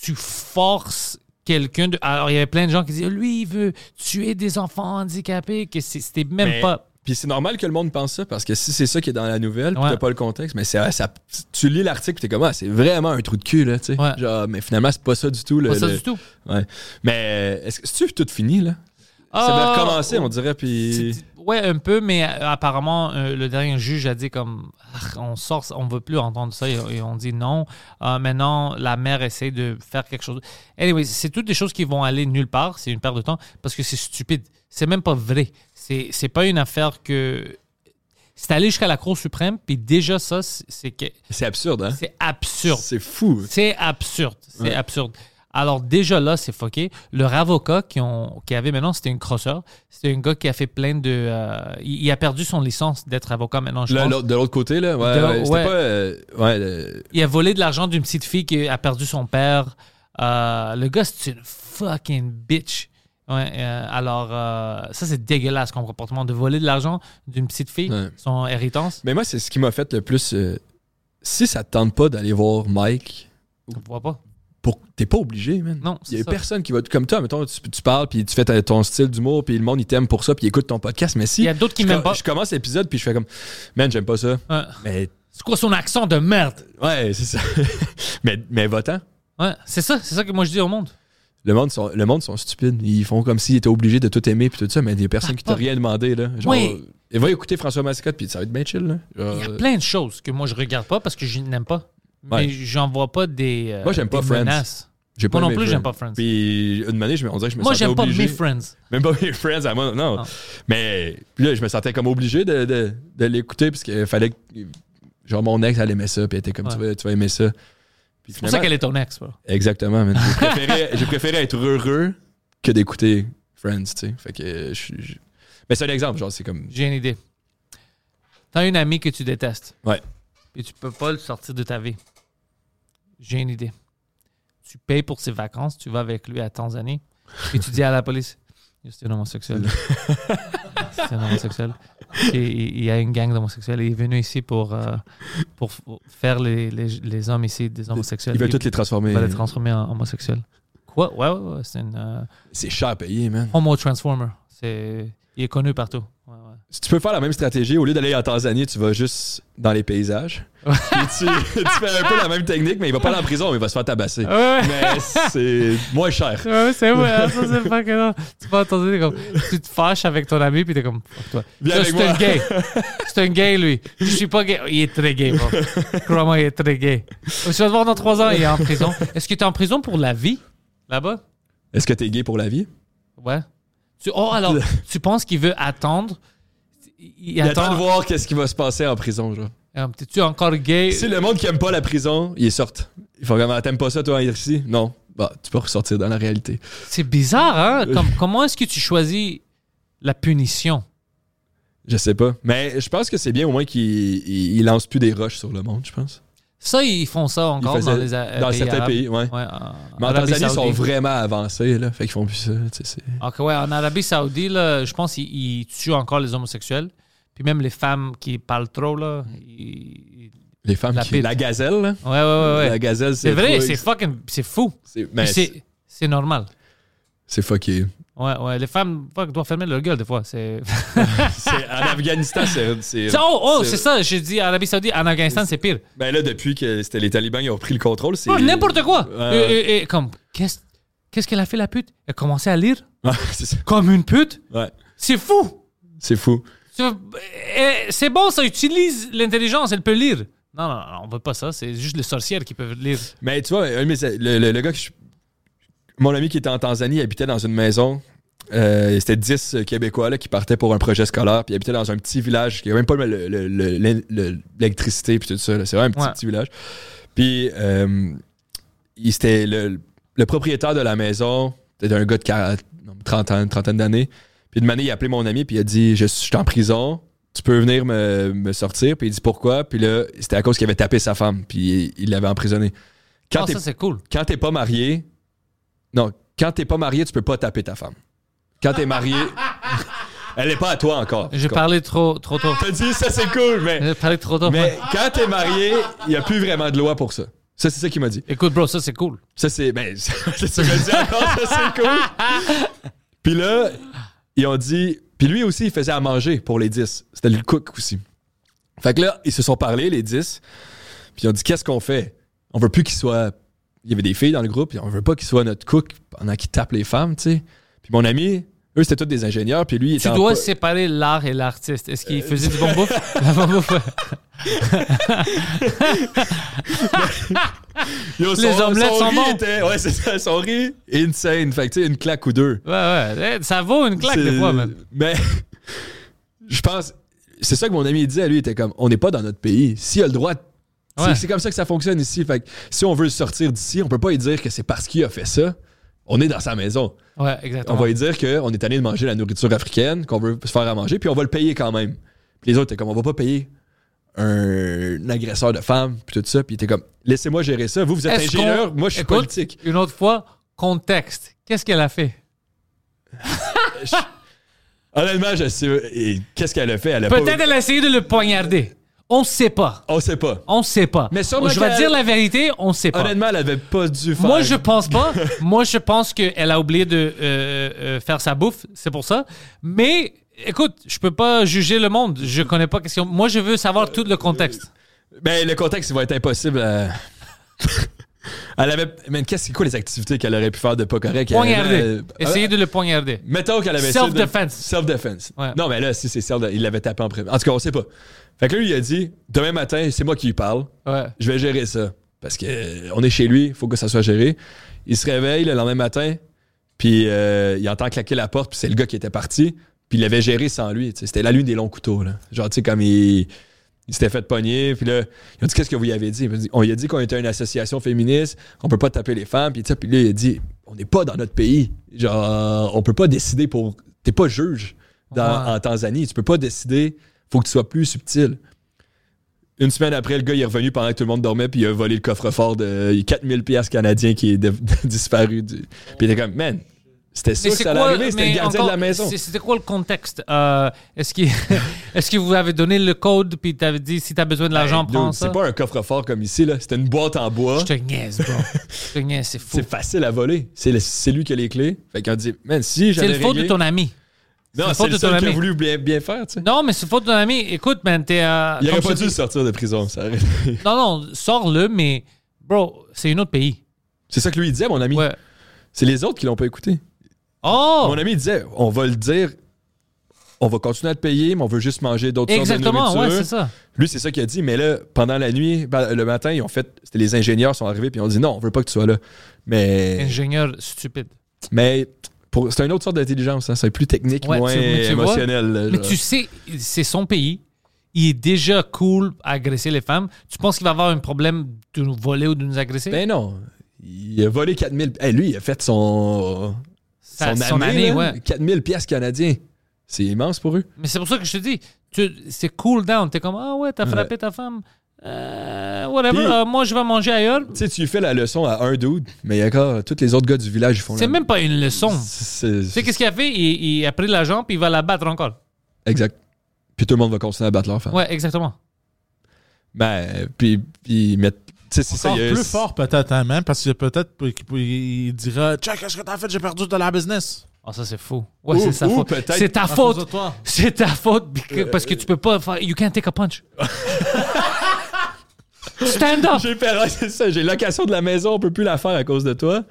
Speaker 1: Tu forces quelqu'un de. Alors il y avait plein de gens qui disaient Lui, il veut tuer des enfants handicapés, que c'est- c'était même
Speaker 2: Mais-
Speaker 1: pas.
Speaker 2: Puis c'est normal que le monde pense ça, parce que si c'est ça qui est dans la nouvelle, puis
Speaker 1: Ouais.
Speaker 2: t'as pas le contexte, mais c'est, ça, tu lis l'article, puis t'es comme, ah, c'est vraiment un trou de cul, là, tu sais.
Speaker 1: Ouais.
Speaker 2: Genre, mais finalement, c'est pas ça du tout. le-
Speaker 1: Pas ça
Speaker 2: le-
Speaker 1: du tout.
Speaker 2: Ouais. Mais est-ce que c'est-tu tout fini, là? ça va
Speaker 1: Ah,
Speaker 2: recommencer, on dirait, puis...
Speaker 1: C'est- Ouais, un peu, mais euh, apparemment, euh, le dernier juge a dit comme Ah, on sort, on veut plus entendre ça et, et on dit non. Euh, maintenant, la mère essaie de faire quelque chose. Anyway, c'est toutes des choses qui vont aller nulle part. C'est une perte de temps parce que c'est stupide. C'est même pas vrai. C'est c'est pas une affaire que c'est allé jusqu'à la Cour suprême puis déjà ça c'est- c'est que
Speaker 2: C'est absurde, hein?
Speaker 1: c'est absurde.
Speaker 2: C'est fou.
Speaker 1: C'est absurde. C'est
Speaker 2: Ouais.
Speaker 1: absurde. Alors, déjà là, c'est fucké. Leur avocat qui, ont, qui avait maintenant, c'était une crosseur. C'était un gars qui a fait plein de. euh, il, il a perdu son licence d'être avocat maintenant, je
Speaker 2: Là,
Speaker 1: pense.
Speaker 2: l'autre- de l'autre côté, là, ouais,
Speaker 1: De-
Speaker 2: ouais, c'était
Speaker 1: ouais.
Speaker 2: pas... euh, ouais, le-
Speaker 1: Il a volé de l'argent d'une petite fille qui a perdu son père. Euh, le gars, c'est une fucking bitch. Ouais, euh, alors, euh, ça, c'est dégueulasse comme comportement de voler de l'argent d'une petite fille,
Speaker 2: Ouais.
Speaker 1: son héritance.
Speaker 2: Mais moi, c'est ce qui m'a fait le plus... euh, si ça te tente pas d'aller voir Mike,
Speaker 1: On voit pas.
Speaker 2: pour... t'es pas obligé, man.
Speaker 1: Non,
Speaker 2: Il y
Speaker 1: c'est
Speaker 2: a
Speaker 1: ça.
Speaker 2: personne qui va... Comme toi, mettons, tu, tu parles, puis tu fais ta- ton style d'humour, puis le monde, il t'aime pour ça, puis il écoute ton podcast, mais si...
Speaker 1: Il y a d'autres qui
Speaker 2: je,
Speaker 1: m'aiment
Speaker 2: com-
Speaker 1: pas.
Speaker 2: je commence l'épisode, puis je fais comme... Man, j'aime pas ça.
Speaker 1: Ouais.
Speaker 2: Mais...
Speaker 1: C'est quoi son accent de merde?
Speaker 2: Ouais, c'est ça. [laughs] mais mais va-t'en.
Speaker 1: Ouais, c'est ça, c'est ça que moi je dis au monde.
Speaker 2: Le monde, sont, le monde sont stupides. Ils font comme s'ils étaient obligés de tout aimer puis tout ça, mais il y a personne qui t'a
Speaker 1: Ah, pas-
Speaker 2: rien demandé. Là. Genre,
Speaker 1: Oui.
Speaker 2: Et va écouter François Mascotte puis ça va être bien chill. Là. Genre,
Speaker 1: Il y a plein de choses que moi je regarde pas parce que je n'aime pas. Mais
Speaker 2: Euh, Ouais.
Speaker 1: j'en vois pas des. euh,
Speaker 2: Moi, j'aime pas
Speaker 1: des
Speaker 2: Friends.
Speaker 1: menaces.
Speaker 2: j'ai
Speaker 1: Moi non
Speaker 2: aimé
Speaker 1: plus,
Speaker 2: Friends.
Speaker 1: j'aime pas Friends.
Speaker 2: Puis une manière, je, me- on dirait que je me
Speaker 1: Moi,
Speaker 2: sentais
Speaker 1: j'aime pas
Speaker 2: obligé.
Speaker 1: mes Friends.
Speaker 2: Même pas mes friends à moi, non.
Speaker 1: Non.
Speaker 2: Mais puis là, je me sentais comme obligé de, de, de l'écouter parce qu'il fallait que. Genre, mon ex, elle aimait ça puis elle était comme
Speaker 1: Ouais.
Speaker 2: tu, vas, tu vas aimer ça. Puis
Speaker 1: C'est pour ça
Speaker 2: finalement-
Speaker 1: qu'elle est ton ex. bro.
Speaker 2: Exactement, man.
Speaker 1: [laughs]
Speaker 2: J'ai préféré, j'ai préféré être heureux que d'écouter Friends, tu sais. Fait que euh, je suis. je- Mais c'est un exemple, genre, c'est comme.
Speaker 1: J'ai une idée. T'as une amie que tu détestes.
Speaker 2: Ouais.
Speaker 1: Et tu peux pas le sortir de ta vie. J'ai une idée. Tu payes pour ses vacances, tu vas avec lui à Tanzanie, et tu dis à la police Yo, c'est un homosexuel. c'est un homosexuel. Et Il y a une gang d'homosexuels. Il est venu ici pour, euh, pour f- faire les, les, les hommes ici des homosexuels.
Speaker 2: Ils veulent tous les transformer.
Speaker 1: Il va les transformer en homosexuels. Quoi? Ouais, ouais, ouais, C'est une euh,
Speaker 2: C'est cher à payer, man.
Speaker 1: homo transformer. C'est... Il est connu partout. Ouais, ouais.
Speaker 2: Si tu peux faire la même stratégie, au lieu d'aller en Tanzanie, tu vas juste dans les paysages. Puis tu, [laughs] tu fais un peu la même technique, mais il va pas aller en prison, mais il va se faire tabasser. Mais c'est moins cher.
Speaker 1: Ouais, c'est vrai, hein, ça
Speaker 2: [laughs]
Speaker 1: c'est pas que non. Tu vas entendre, t'es comme, tu te fâches avec ton ami, puis t'es comme, fuck toi.
Speaker 2: Viens
Speaker 1: Ça,
Speaker 2: avec
Speaker 1: c'est
Speaker 2: moi.
Speaker 1: un gay. C'est un gay, lui. Je suis pas gay. Il est très gay, bro. Crois-moi, il est très gay. Je vas le voir dans trois ans, il est en prison. Est-ce que t'es en prison pour la vie, là-bas?
Speaker 2: Est-ce que t'es gay pour la vie?
Speaker 1: Ouais. Tu, oh, alors, tu penses qu'il veut attendre? Il,
Speaker 2: Il
Speaker 1: attend.
Speaker 2: attend de voir qu'est-ce qui va se passer en prison, genre.
Speaker 1: Euh, T'es-tu encore gay?
Speaker 2: Si le monde qui aime pas la prison, ils sortent. Ils font vraiment, t'aimes pas ça, toi, ici? Non. Bah, tu peux ressortir dans la réalité.
Speaker 1: C'est bizarre, hein? Comme, comment est-ce que tu choisis la punition?
Speaker 2: Je sais pas. Mais je pense que c'est bien au moins qu'ils ils- ils lancent plus des roches sur le monde, je pense.
Speaker 1: Ça, ils font ça
Speaker 2: Ils
Speaker 1: encore
Speaker 2: faisaient-
Speaker 1: dans les a- euh,
Speaker 2: dans
Speaker 1: pays
Speaker 2: certains
Speaker 1: arabes.
Speaker 2: pays, ouais.
Speaker 1: Ouais,
Speaker 2: Mais en
Speaker 1: Arabie
Speaker 2: Tanzanie, ils sont
Speaker 1: Saoudite.
Speaker 2: vraiment avancés, là. Fait qu'ils font plus ça, tu sais. c'est-
Speaker 1: Ok, ouais, en Arabie Saoudite, là, je pense qu'ils ils tuent encore les homosexuels. Puis même les femmes qui parlent trop, là. ils- ils-
Speaker 2: Les femmes
Speaker 1: La
Speaker 2: qui.
Speaker 1: pite.
Speaker 2: La gazelle, là.
Speaker 1: Ouais, ouais, ouais. ouais.
Speaker 2: La gazelle, c'est.
Speaker 1: C'est vrai,
Speaker 2: fou,
Speaker 1: c'est fucking. C'est fou.
Speaker 2: c'est- mais
Speaker 1: Puis
Speaker 2: c'est.
Speaker 1: c'est- C'est normal.
Speaker 2: C'est fucké.
Speaker 1: Ouais, ouais. Les femmes fuck, doivent fermer leur gueule, des fois. C'est. [laughs]
Speaker 2: C'est- en Afghanistan, c'est. c'est-
Speaker 1: oh, oh,
Speaker 2: c'est-
Speaker 1: c'est ça. J'ai dit Arabie Saoudite, en Afghanistan, c'est pire.
Speaker 2: Ben là, depuis que c'était les talibans qui ont pris le contrôle, c'est.
Speaker 1: Oh, N'importe quoi.
Speaker 2: Ouais,
Speaker 1: Euh,
Speaker 2: ouais.
Speaker 1: euh, euh, comme, qu'est-ce qu'est-ce qu'elle a fait, la pute? Elle a commencé à lire
Speaker 2: [laughs] Ouais, c'est ça.
Speaker 1: comme une pute?
Speaker 2: Ouais.
Speaker 1: C'est fou!
Speaker 2: C'est fou.
Speaker 1: Tu- eh, C'est bon, ça utilise l'intelligence, elle peut lire. Non, non, non, on veut pas ça, c'est juste les sorcières qui peuvent lire.
Speaker 2: Mais tu vois, un de mes- le, le- le gars que je- Mon ami qui était en Tanzanie il habitait dans une maison. euh, C'était 10 Québécois là, qui partaient pour un projet scolaire. Puis ils habitaient dans un petit village qui n'avait même pas le- le- le- le- le- l'électricité. Puis tout ça. là. C'est vraiment un petit,
Speaker 1: Ouais.
Speaker 2: petit village. Puis euh, il- c'était le, le propriétaire de la maison. C'était un gars de 40, non, 30 ans, une trentaine d'années. Puis de manière, il a appelé mon ami. Puis il a dit Je suis je suis en prison. tu peux venir me, me sortir. Puis il dit pourquoi. Puis là, c'était à cause qu'il avait tapé sa femme. Puis il l'avait emprisonné. Quand
Speaker 1: Oh,
Speaker 2: t'es-
Speaker 1: ça, c'est cool.
Speaker 2: quand t'es pas marié, non, quand t'es pas marié, tu peux pas taper ta femme. Quand t'es marié, [laughs] elle est pas à toi encore.
Speaker 1: J'ai parlé trop, trop tôt.
Speaker 2: T'as dit ça c'est cool,
Speaker 1: [laughs]
Speaker 2: mais,
Speaker 1: J'ai parlé trop tôt.
Speaker 2: mais quand t'es marié, il y a plus vraiment de loi pour ça. Ça c'est ça qu'il m'a dit.
Speaker 1: Écoute, bro, ça, c'est cool.
Speaker 2: Ça c'est ben [laughs] c'est ça que je dis encore, ça c'est cool. Puis là, ils ont dit, puis lui aussi il faisait à manger pour les 10. C'était le cook aussi. Fait que là, ils se sont parlé les 10. Puis ils ont dit qu'est-ce qu'on fait On veut plus qu'il soit il y avait des filles dans le groupe, puis on veut pas qu'il soit notre cook pendant qu'il tape les femmes, tu sais. Puis mon ami, eux c'était tous des ingénieurs, puis lui il était
Speaker 1: Tu
Speaker 2: en
Speaker 1: dois
Speaker 2: po-
Speaker 1: séparer l'art et l'artiste. Est-ce
Speaker 2: Euh,
Speaker 1: qu'il faisait du bon bouffe?
Speaker 2: [laughs]
Speaker 1: La bonne bouffe, ouais.
Speaker 2: Yo,
Speaker 1: les omelettes
Speaker 2: son
Speaker 1: sont
Speaker 2: riz
Speaker 1: bons.
Speaker 2: était- ouais, c'est ça, son riz insane, fait que tu sais une claque ou deux.
Speaker 1: Ouais, ouais. Eh, Ça vaut une claque, des
Speaker 2: C'est-
Speaker 1: fois, même.
Speaker 2: Mais [laughs] je pense. C'est ça que mon ami disait à lui, il était comme on n'est pas dans notre pays. S'il a le droit. de- c'est-
Speaker 1: Ouais.
Speaker 2: C'est comme ça que ça fonctionne ici. Fait que si on veut le sortir d'ici, on peut pas lui dire que c'est parce qu'il a fait ça. On est dans sa maison.
Speaker 1: Ouais,
Speaker 2: On
Speaker 1: exactement.
Speaker 2: va lui dire qu'on est allé de manger la nourriture africaine, qu'on veut se faire à manger, puis on va le payer quand même. Puis les autres étaient comme on va pas payer un, agresseur de femmes, puis tout ça. Puis il était comme laissez-moi gérer ça. Vous, vous êtes
Speaker 1: Est-ce qu'on-
Speaker 2: ingénieur, moi je suis
Speaker 1: Écoute,
Speaker 2: politique.
Speaker 1: Une autre fois, contexte. Qu'est-ce qu'elle a fait?
Speaker 2: Honnêtement, je sais. et Qu'est-ce qu'elle a fait Elle a pas-
Speaker 1: Peut-être elle a essayé de le poignarder. On sait pas.
Speaker 2: On sait pas.
Speaker 1: On sait pas.
Speaker 2: Mais sûrement
Speaker 1: je vais
Speaker 2: qu'elle-
Speaker 1: dire la vérité, on sait pas.
Speaker 2: Honnêtement, elle avait pas dû faire.
Speaker 1: Moi, je pense
Speaker 2: [laughs]
Speaker 1: pas. Moi, je pense qu'elle a oublié de euh, euh, faire sa bouffe. C'est pour ça. Mais écoute, je peux pas juger le monde. Je connais pas question. Moi, je veux savoir tout le contexte.
Speaker 2: Ben, le contexte, il va être
Speaker 1: [laughs]
Speaker 2: impossible à- elle avait. Mais qu'est-ce c'est quoi les activités qu'elle aurait pu faire de pas correct? Elle
Speaker 1: Poignarder.
Speaker 2: avait-
Speaker 1: Essayez
Speaker 2: Euh,
Speaker 1: de le poignarder.
Speaker 2: Mettons qu'elle avait.
Speaker 1: Self-defense.
Speaker 2: Self-defense.
Speaker 1: Ouais.
Speaker 2: Non, mais là, si c'est self il l'avait tapé en premier. En tout cas, on sait pas. Fait que là, lui, il a dit demain matin, c'est moi qui lui parle.
Speaker 1: Ouais.
Speaker 2: Je vais gérer ça. Parce que euh, on est chez lui, il faut que ça soit géré. Il se réveille le lendemain matin, puis euh, il entend claquer la porte, puis c'est le gars qui était parti, puis il l'avait géré sans lui. tu sais. C'était la lune des longs couteaux. Là. Genre, tu sais, comme il, il s'était fait pogner, puis là, ils ont dit Qu'est-ce que vous lui avez dit Il a dit, On lui a dit qu'on était une association féministe, qu'on peut pas taper les femmes, puis tu sais, puis là, il a dit On n'est pas dans notre pays. Genre, on peut pas décider pour. T'es pas juge dans-
Speaker 1: Ouais.
Speaker 2: en Tanzanie, tu peux pas décider, faut que tu sois plus subtil. Une semaine après, le gars il est revenu pendant que tout le monde dormait, puis il a volé [laughs] le coffre-fort de 4000 pièces canadiens qui est de- disparu. du- Puis il était comme, man, C'était sûr que ça allait arriver, c'était le
Speaker 1: mais
Speaker 2: gardien de
Speaker 1: encore,
Speaker 2: la maison.
Speaker 1: c'est- C'était quoi le contexte? Euh, Est-ce qu'il- [laughs] est-ce que vous avez donné le code puis t'avais dit si t'as besoin de l'argent,
Speaker 2: Hey,
Speaker 1: prends
Speaker 2: dude,
Speaker 1: ça?
Speaker 2: C'est pas un coffre-fort comme ici, là. C'était une boîte en bois.
Speaker 1: Je te niaise, bro. Je te niaise, c'est fou.
Speaker 2: [laughs] C'est facile à voler. C'est le- c'est lui qui a les clés. Fait qu'on dit, man, si
Speaker 1: C'est
Speaker 2: j'avais
Speaker 1: le faute de
Speaker 2: réglé-
Speaker 1: ton ami.
Speaker 2: Non,
Speaker 1: le
Speaker 2: c'est
Speaker 1: faute
Speaker 2: le
Speaker 1: de ton
Speaker 2: seul qui a
Speaker 1: ami.
Speaker 2: voulu bien, bien faire, tu sais.
Speaker 1: Non, mais c'est faute de ton ami. Écoute, man, t'es. euh,
Speaker 2: Il aurait
Speaker 1: comme
Speaker 2: pas
Speaker 1: tu
Speaker 2: dû
Speaker 1: dis-
Speaker 2: sortir de prison. ça aurait- [laughs]
Speaker 1: Non, non, sors-le, mais bro, c'est un autre pays.
Speaker 2: C'est ça que lui il disait, mon ami.
Speaker 1: Ouais.
Speaker 2: C'est les autres qui l'ont pas écouté.
Speaker 1: Oh!
Speaker 2: Mon ami il disait, on va le dire, on va continuer à te payer, mais on veut juste manger d'autres sortes de
Speaker 1: Exactement, ouais,
Speaker 2: nourriture.
Speaker 1: c'est ça.
Speaker 2: Lui, c'est ça qu'il a dit, mais là, pendant la nuit, ben, le matin, ils ont fait, c'était les ingénieurs sont arrivés, puis ils ont dit, non, on veut pas que tu sois là. Mais,
Speaker 1: Ingénieur stupide.
Speaker 2: mais pour- c'est une autre sorte d'intelligence, hein. c'est plus technique,
Speaker 1: Ouais,
Speaker 2: moins
Speaker 1: tu- mais tu vois,
Speaker 2: émotionnel. là,
Speaker 1: Mais
Speaker 2: genre.
Speaker 1: tu sais, c'est son pays. Il est déjà cool à agresser les femmes. Tu penses qu'il va avoir un problème de nous voler ou de nous agresser?
Speaker 2: Ben non. Il a volé 4000. Hey, lui, il a fait son,
Speaker 1: Ça-
Speaker 2: son,
Speaker 1: son année,
Speaker 2: année, là.
Speaker 1: ouais.
Speaker 2: 4000 pièces canadiens. C'est immense pour eux.
Speaker 1: Mais c'est pour ça que je te dis, tu- c'est cool down. T'es comme, ah ouais, t'as frappé ta femme. Euh, whatever,
Speaker 2: Puis-
Speaker 1: euh, moi je vais manger ailleurs.
Speaker 2: Tu sais, tu fais la leçon à un dude, mais il y a encore tous les autres gars du village ils font
Speaker 1: C'est
Speaker 2: la-
Speaker 1: même pas une leçon. Tu
Speaker 2: C'est-
Speaker 1: sais qu'est-ce qu'il a fait? Il, il a pris la jambe puis il va la battre encore.
Speaker 2: Exact. Puis tout le monde va continuer à battre leur femme.
Speaker 1: Ouais, exactement.
Speaker 2: Ben, puis, puis ils mettent. Tu sais, c'est ça.
Speaker 3: Encore
Speaker 2: il y a-
Speaker 3: plus fort peut-être, hein, man, parce que peut-être qu'il peut- il dira Check, qu'est-ce que t'as fait, j'ai perdu de la business.
Speaker 1: Oh, ça c'est fou. Ouais,
Speaker 2: Ou-
Speaker 1: c'est sa
Speaker 2: ou
Speaker 1: faute.
Speaker 2: peut-être-
Speaker 1: C'est ta
Speaker 3: À cause de
Speaker 1: faute.
Speaker 3: toi.
Speaker 1: C'est ta faute parce
Speaker 2: Euh,
Speaker 1: que- parce que tu peux pas faire. You can't take a
Speaker 2: [laughs]
Speaker 1: punch. Stand up.
Speaker 2: J'ai fait- ouais, c'est ça. J'ai location de la maison, on peut plus la faire à cause de toi.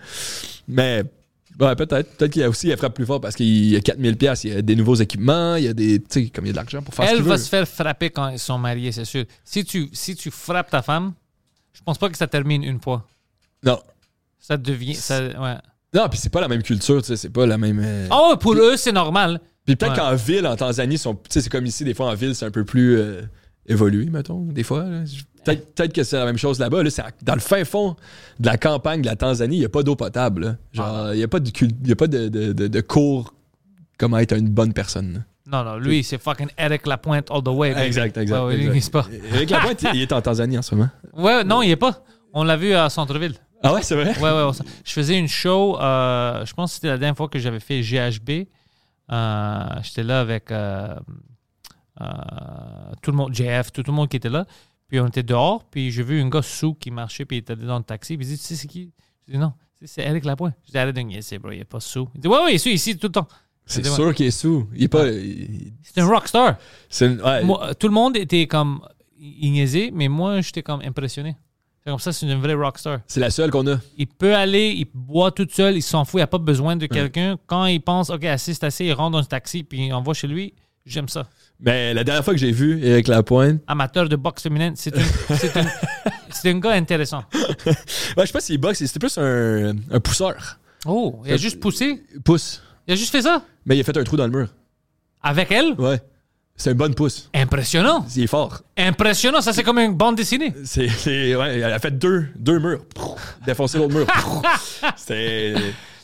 Speaker 2: Mais. Ouais, peut-être. Peut-être qu'il y a aussi, il frappe plus fort parce qu'il y a 4000 pièces, il y a des nouveaux équipements, il y a des, tu sais, comme il y a de l'argent pour faire ce
Speaker 1: Elle
Speaker 2: qu'il
Speaker 1: va
Speaker 2: veut.
Speaker 1: se faire frapper quand ils sont mariés, c'est sûr. Si tu, si tu frappes ta femme, je pense pas que ça termine une fois.
Speaker 2: Non,
Speaker 1: Ça devient. Ça, ouais.
Speaker 2: Non, puis c'est pas la même culture, tu sais, c'est pas la même. euh,
Speaker 1: Oh, pour eux, c'est normal.
Speaker 2: puis peut-être
Speaker 1: ouais.
Speaker 2: qu'en ville, en Tanzanie, sont- tu sais, c'est comme ici, des fois en ville, c'est un peu plus euh, évolué, mettons, des fois. là. Je- Peut-être peut-être que c'est la même chose là-bas. Là, c'est à- dans le fin fond de la campagne de la Tanzanie, il n'y a pas d'eau potable. là.
Speaker 1: Ah.
Speaker 2: Genre, il n'y a pas de, cul- il y a pas de, de, de- de cours comment être une bonne personne.
Speaker 1: Non, non, lui, c'est fucking Eric Lapointe all the way. baby. Ouais, ouais, il n'existe pas.
Speaker 2: [laughs] Avec la pointe, il est en Tanzanie en ce moment.
Speaker 1: Ouais, non, il est pas. On l'a vu à Centreville.
Speaker 2: Ah ouais, c'est vrai?
Speaker 1: Ouais, ouais, on s- Je faisais une show, euh, je pense que c'était la dernière fois que j'avais fait GHB. Euh, J'étais là avec euh, euh, tout le monde, JF, tout, tout le monde qui était là. Puis on était dehors, puis j'ai vu un gars sous qui marchait, puis il était dans le taxi. Puis il dit Tu sais, c'est qui Je dis Non, c'est- c'est Eric Lapointe. Je dis Arrête de niaiser, bro, il est pas sous. Il dit Ouais, ouais, il est sous ici tout le temps.
Speaker 2: C'est
Speaker 1: Ouais.
Speaker 2: sûr qu'il est sous. Il est pas. il-
Speaker 1: C'est un rockstar.
Speaker 2: c'est une- ouais.
Speaker 1: Moi, euh, tout le monde était comme il niaisait, mais moi, j'étais comme impressionné. C'est comme ça, c'est une vraie rockstar.
Speaker 2: C'est la seule qu'on a.
Speaker 1: Il peut aller, il boit tout seul, il s'en fout, il n'a pas besoin de quelqu'un. Quand il pense, OK, assiste assez, il rentre dans un taxi, puis il envoie chez lui, j'aime ça.
Speaker 2: Mais la dernière fois que j'ai vu Eric Lapointe,
Speaker 1: Amateur de boxe féminine, c'est [laughs] une- c'est une- c'est un gars intéressant.
Speaker 2: Ouais, je sais pas s'il boxe, c'était plus un, un pousseur.
Speaker 1: Oh, il a juste poussé,
Speaker 2: Pousse.
Speaker 1: il a juste fait ça.
Speaker 2: Mais il a fait un trou dans le mur.
Speaker 1: Avec elle,
Speaker 2: Ouais. C'est une bonne pousse.
Speaker 1: impressionnant.
Speaker 2: Il est fort.
Speaker 1: Impressionnant, ça c'est comme une bande dessinée.
Speaker 2: C'est, c'est- ouais, elle a fait deux, deux murs. Défoncer l'autre [laughs] mur. C'était.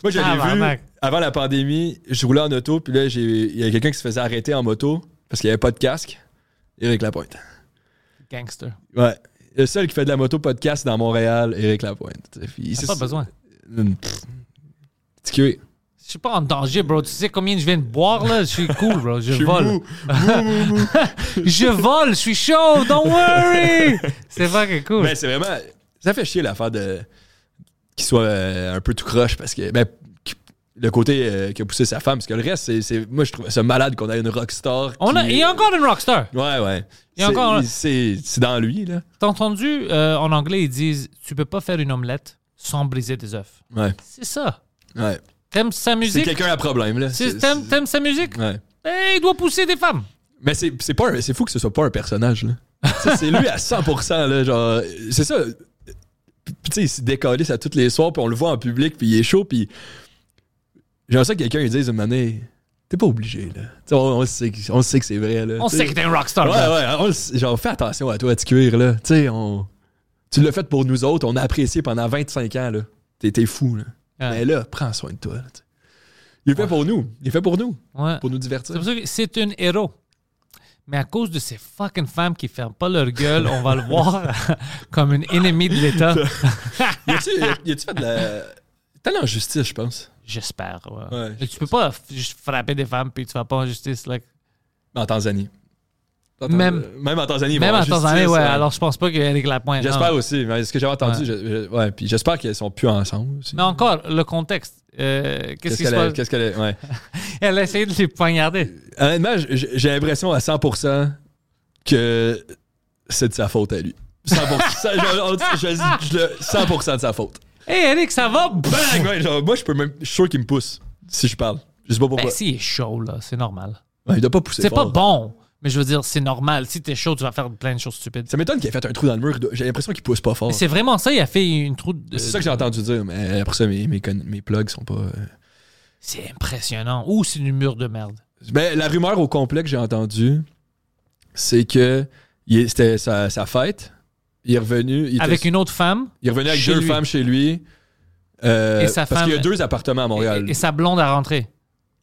Speaker 2: Moi, je l'ai
Speaker 1: Tabarnak.
Speaker 2: vu avant la pandémie. Je roulais en auto, puis là, j'ai- il y a quelqu'un qui se faisait arrêter en moto parce qu'il n'y avait pas de casque. Éric Lapointe.
Speaker 1: Gangster.
Speaker 2: Ouais. Le seul qui fait de la moto podcast dans Montréal, Éric Lapointe. T'sais, puis
Speaker 1: T'as
Speaker 2: c'est-
Speaker 1: pas besoin.
Speaker 2: Pff, Petit cué.
Speaker 1: Je suis pas en danger, bro. Tu sais combien je viens de boire, là? Je suis cool, bro. Je,
Speaker 2: Je suis
Speaker 1: vole.
Speaker 2: mou.
Speaker 1: Je vole, je suis chaud, don't [laughs] worry! C'est fucking cool.
Speaker 2: Mais c'est vraiment. Ça fait chier l'affaire de. Qu'il soit euh, un peu tout croche parce que. Ben, qu- le côté euh, qui a poussé sa femme, parce que le reste, c'est. c'est- moi, je trouve ça malade qu'on ait une rockstar.
Speaker 1: On a,
Speaker 2: qui-
Speaker 1: il y a encore une rockstar.
Speaker 2: Ouais, ouais.
Speaker 1: Il y a
Speaker 2: C'est-
Speaker 1: encore-
Speaker 2: C'est c'est dans lui, là.
Speaker 1: T'as entendu, euh, en anglais, ils disent « Tu peux pas faire une omelette sans briser tes œufs.
Speaker 2: Ouais. »
Speaker 1: C'est ça.
Speaker 2: ouais.
Speaker 1: T'aimes sa
Speaker 2: C'est
Speaker 1: musique?
Speaker 2: quelqu'un à problème, là.
Speaker 1: C'est-
Speaker 2: C'est-
Speaker 1: T'aimes
Speaker 2: c'est-
Speaker 1: t'aimes sa musique?
Speaker 2: Ouais.
Speaker 1: Eh, il doit pousser des femmes.
Speaker 2: Mais c'est c'est pas un- c'est fou que ce soit pas un personnage, là. Ça, c'est lui à 100%, là. Genre, c'est ça. Puis, tu sais, il se décalisse à tous les soirs, puis on le voit en public, puis il est chaud, puis. J'ai l'impression que quelqu'un, il dise une année, t'es pas obligé, là. Tu sais, on, on le sait, que- on le sait que c'est vrai, là.
Speaker 1: On
Speaker 2: Tu
Speaker 1: sait
Speaker 2: sais.
Speaker 1: que t'es un rockstar.
Speaker 2: Ouais,
Speaker 1: bro.
Speaker 2: ouais, on le sait. genre, fais attention à toi, à te cuire, là. Tu sais, on. Tu l'as fait pour nous autres, on a apprécié pendant 25 ans, là. T'es t'es fou, là.
Speaker 1: Ouais.
Speaker 2: Mais là, prends soin de toi, là, tu sais. Il est fait pour nous. Il est fait pour nous.
Speaker 1: Ouais.
Speaker 2: Pour nous
Speaker 1: C'est
Speaker 2: divertir.
Speaker 1: pour ça que c'est un héros. Mais à cause de ces fucking femmes qui ferment pas leur gueule, on va le voir [laughs] comme une ennemie de l'État.
Speaker 2: Y a-tu y a- y a-tu fait de la. T'es allé en justice, je pense.
Speaker 1: J'espère. ouais.
Speaker 2: Ouais.
Speaker 1: Et Tu peux pas f- juste frapper des femmes puis tu vas pas en justice. like.
Speaker 2: En Tanzanie. En Tanz-
Speaker 1: Même-
Speaker 2: même en Tanzanie. ils vont
Speaker 1: Même
Speaker 2: en
Speaker 1: en
Speaker 2: justice,
Speaker 1: Tanzanie, ouais.
Speaker 2: euh,
Speaker 1: Alors je pense pas qu'Éric Lapointe. non.
Speaker 2: J'espère aussi. Mais ce que j'avais entendu,
Speaker 1: Ouais.
Speaker 2: je- je- ouais, puis j'espère qu'elles sont plus ensemble aussi.
Speaker 1: Mais encore, le contexte. euh, Qu'est-ce
Speaker 2: Qu'est-ce
Speaker 1: qui se
Speaker 2: qu'elle a-
Speaker 1: passe?
Speaker 2: qu'est-ce qu'elle a- ouais. [laughs]
Speaker 1: Elle a essayé de les poignarder.
Speaker 2: Euh, Honnêtement, j- j- j'ai l'impression à 100% que c'est de sa faute à lui. 100%, je, on- je le dis, je le- 100% de sa faute.
Speaker 1: Hé, Eric, ça va?
Speaker 2: Bang!
Speaker 1: [laughs]
Speaker 2: Ouais, genre, moi, je peux même. Je suis sûr qu'il me pousse si je parle. Je sais pas pourquoi.
Speaker 1: Ben, s'il est chaud, là, c'est normal.
Speaker 2: Ouais, il doit pas pousser.
Speaker 1: C'est pas
Speaker 2: fort.
Speaker 1: bon, mais je veux dire, c'est normal. Si t'es chaud, tu vas faire plein de choses stupides.
Speaker 2: Ça m'étonne qu'il ait fait un trou dans le mur. J'ai l'impression qu'il pousse pas fort.
Speaker 1: Mais C'est vraiment ça, il a fait une trou de.
Speaker 2: C'est ça que j'ai entendu dire, mais euh, après ça, mes, mes, con- mes plugs sont pas. euh,
Speaker 1: C'est impressionnant. Ou c'est du mur de merde.
Speaker 2: Ben, la rumeur au complet que j'ai entendue, c'est que il est- c'était sa, sa fête. Il est revenu. Il, était-
Speaker 1: Avec une autre femme
Speaker 2: il est revenu avec
Speaker 1: chez
Speaker 2: deux
Speaker 1: lui.
Speaker 2: femmes chez lui. euh,
Speaker 1: Et sa
Speaker 2: parce
Speaker 1: femme-
Speaker 2: qu'il y a deux appartements à
Speaker 1: et,
Speaker 2: Montréal.
Speaker 1: et sa blonde à rentrer.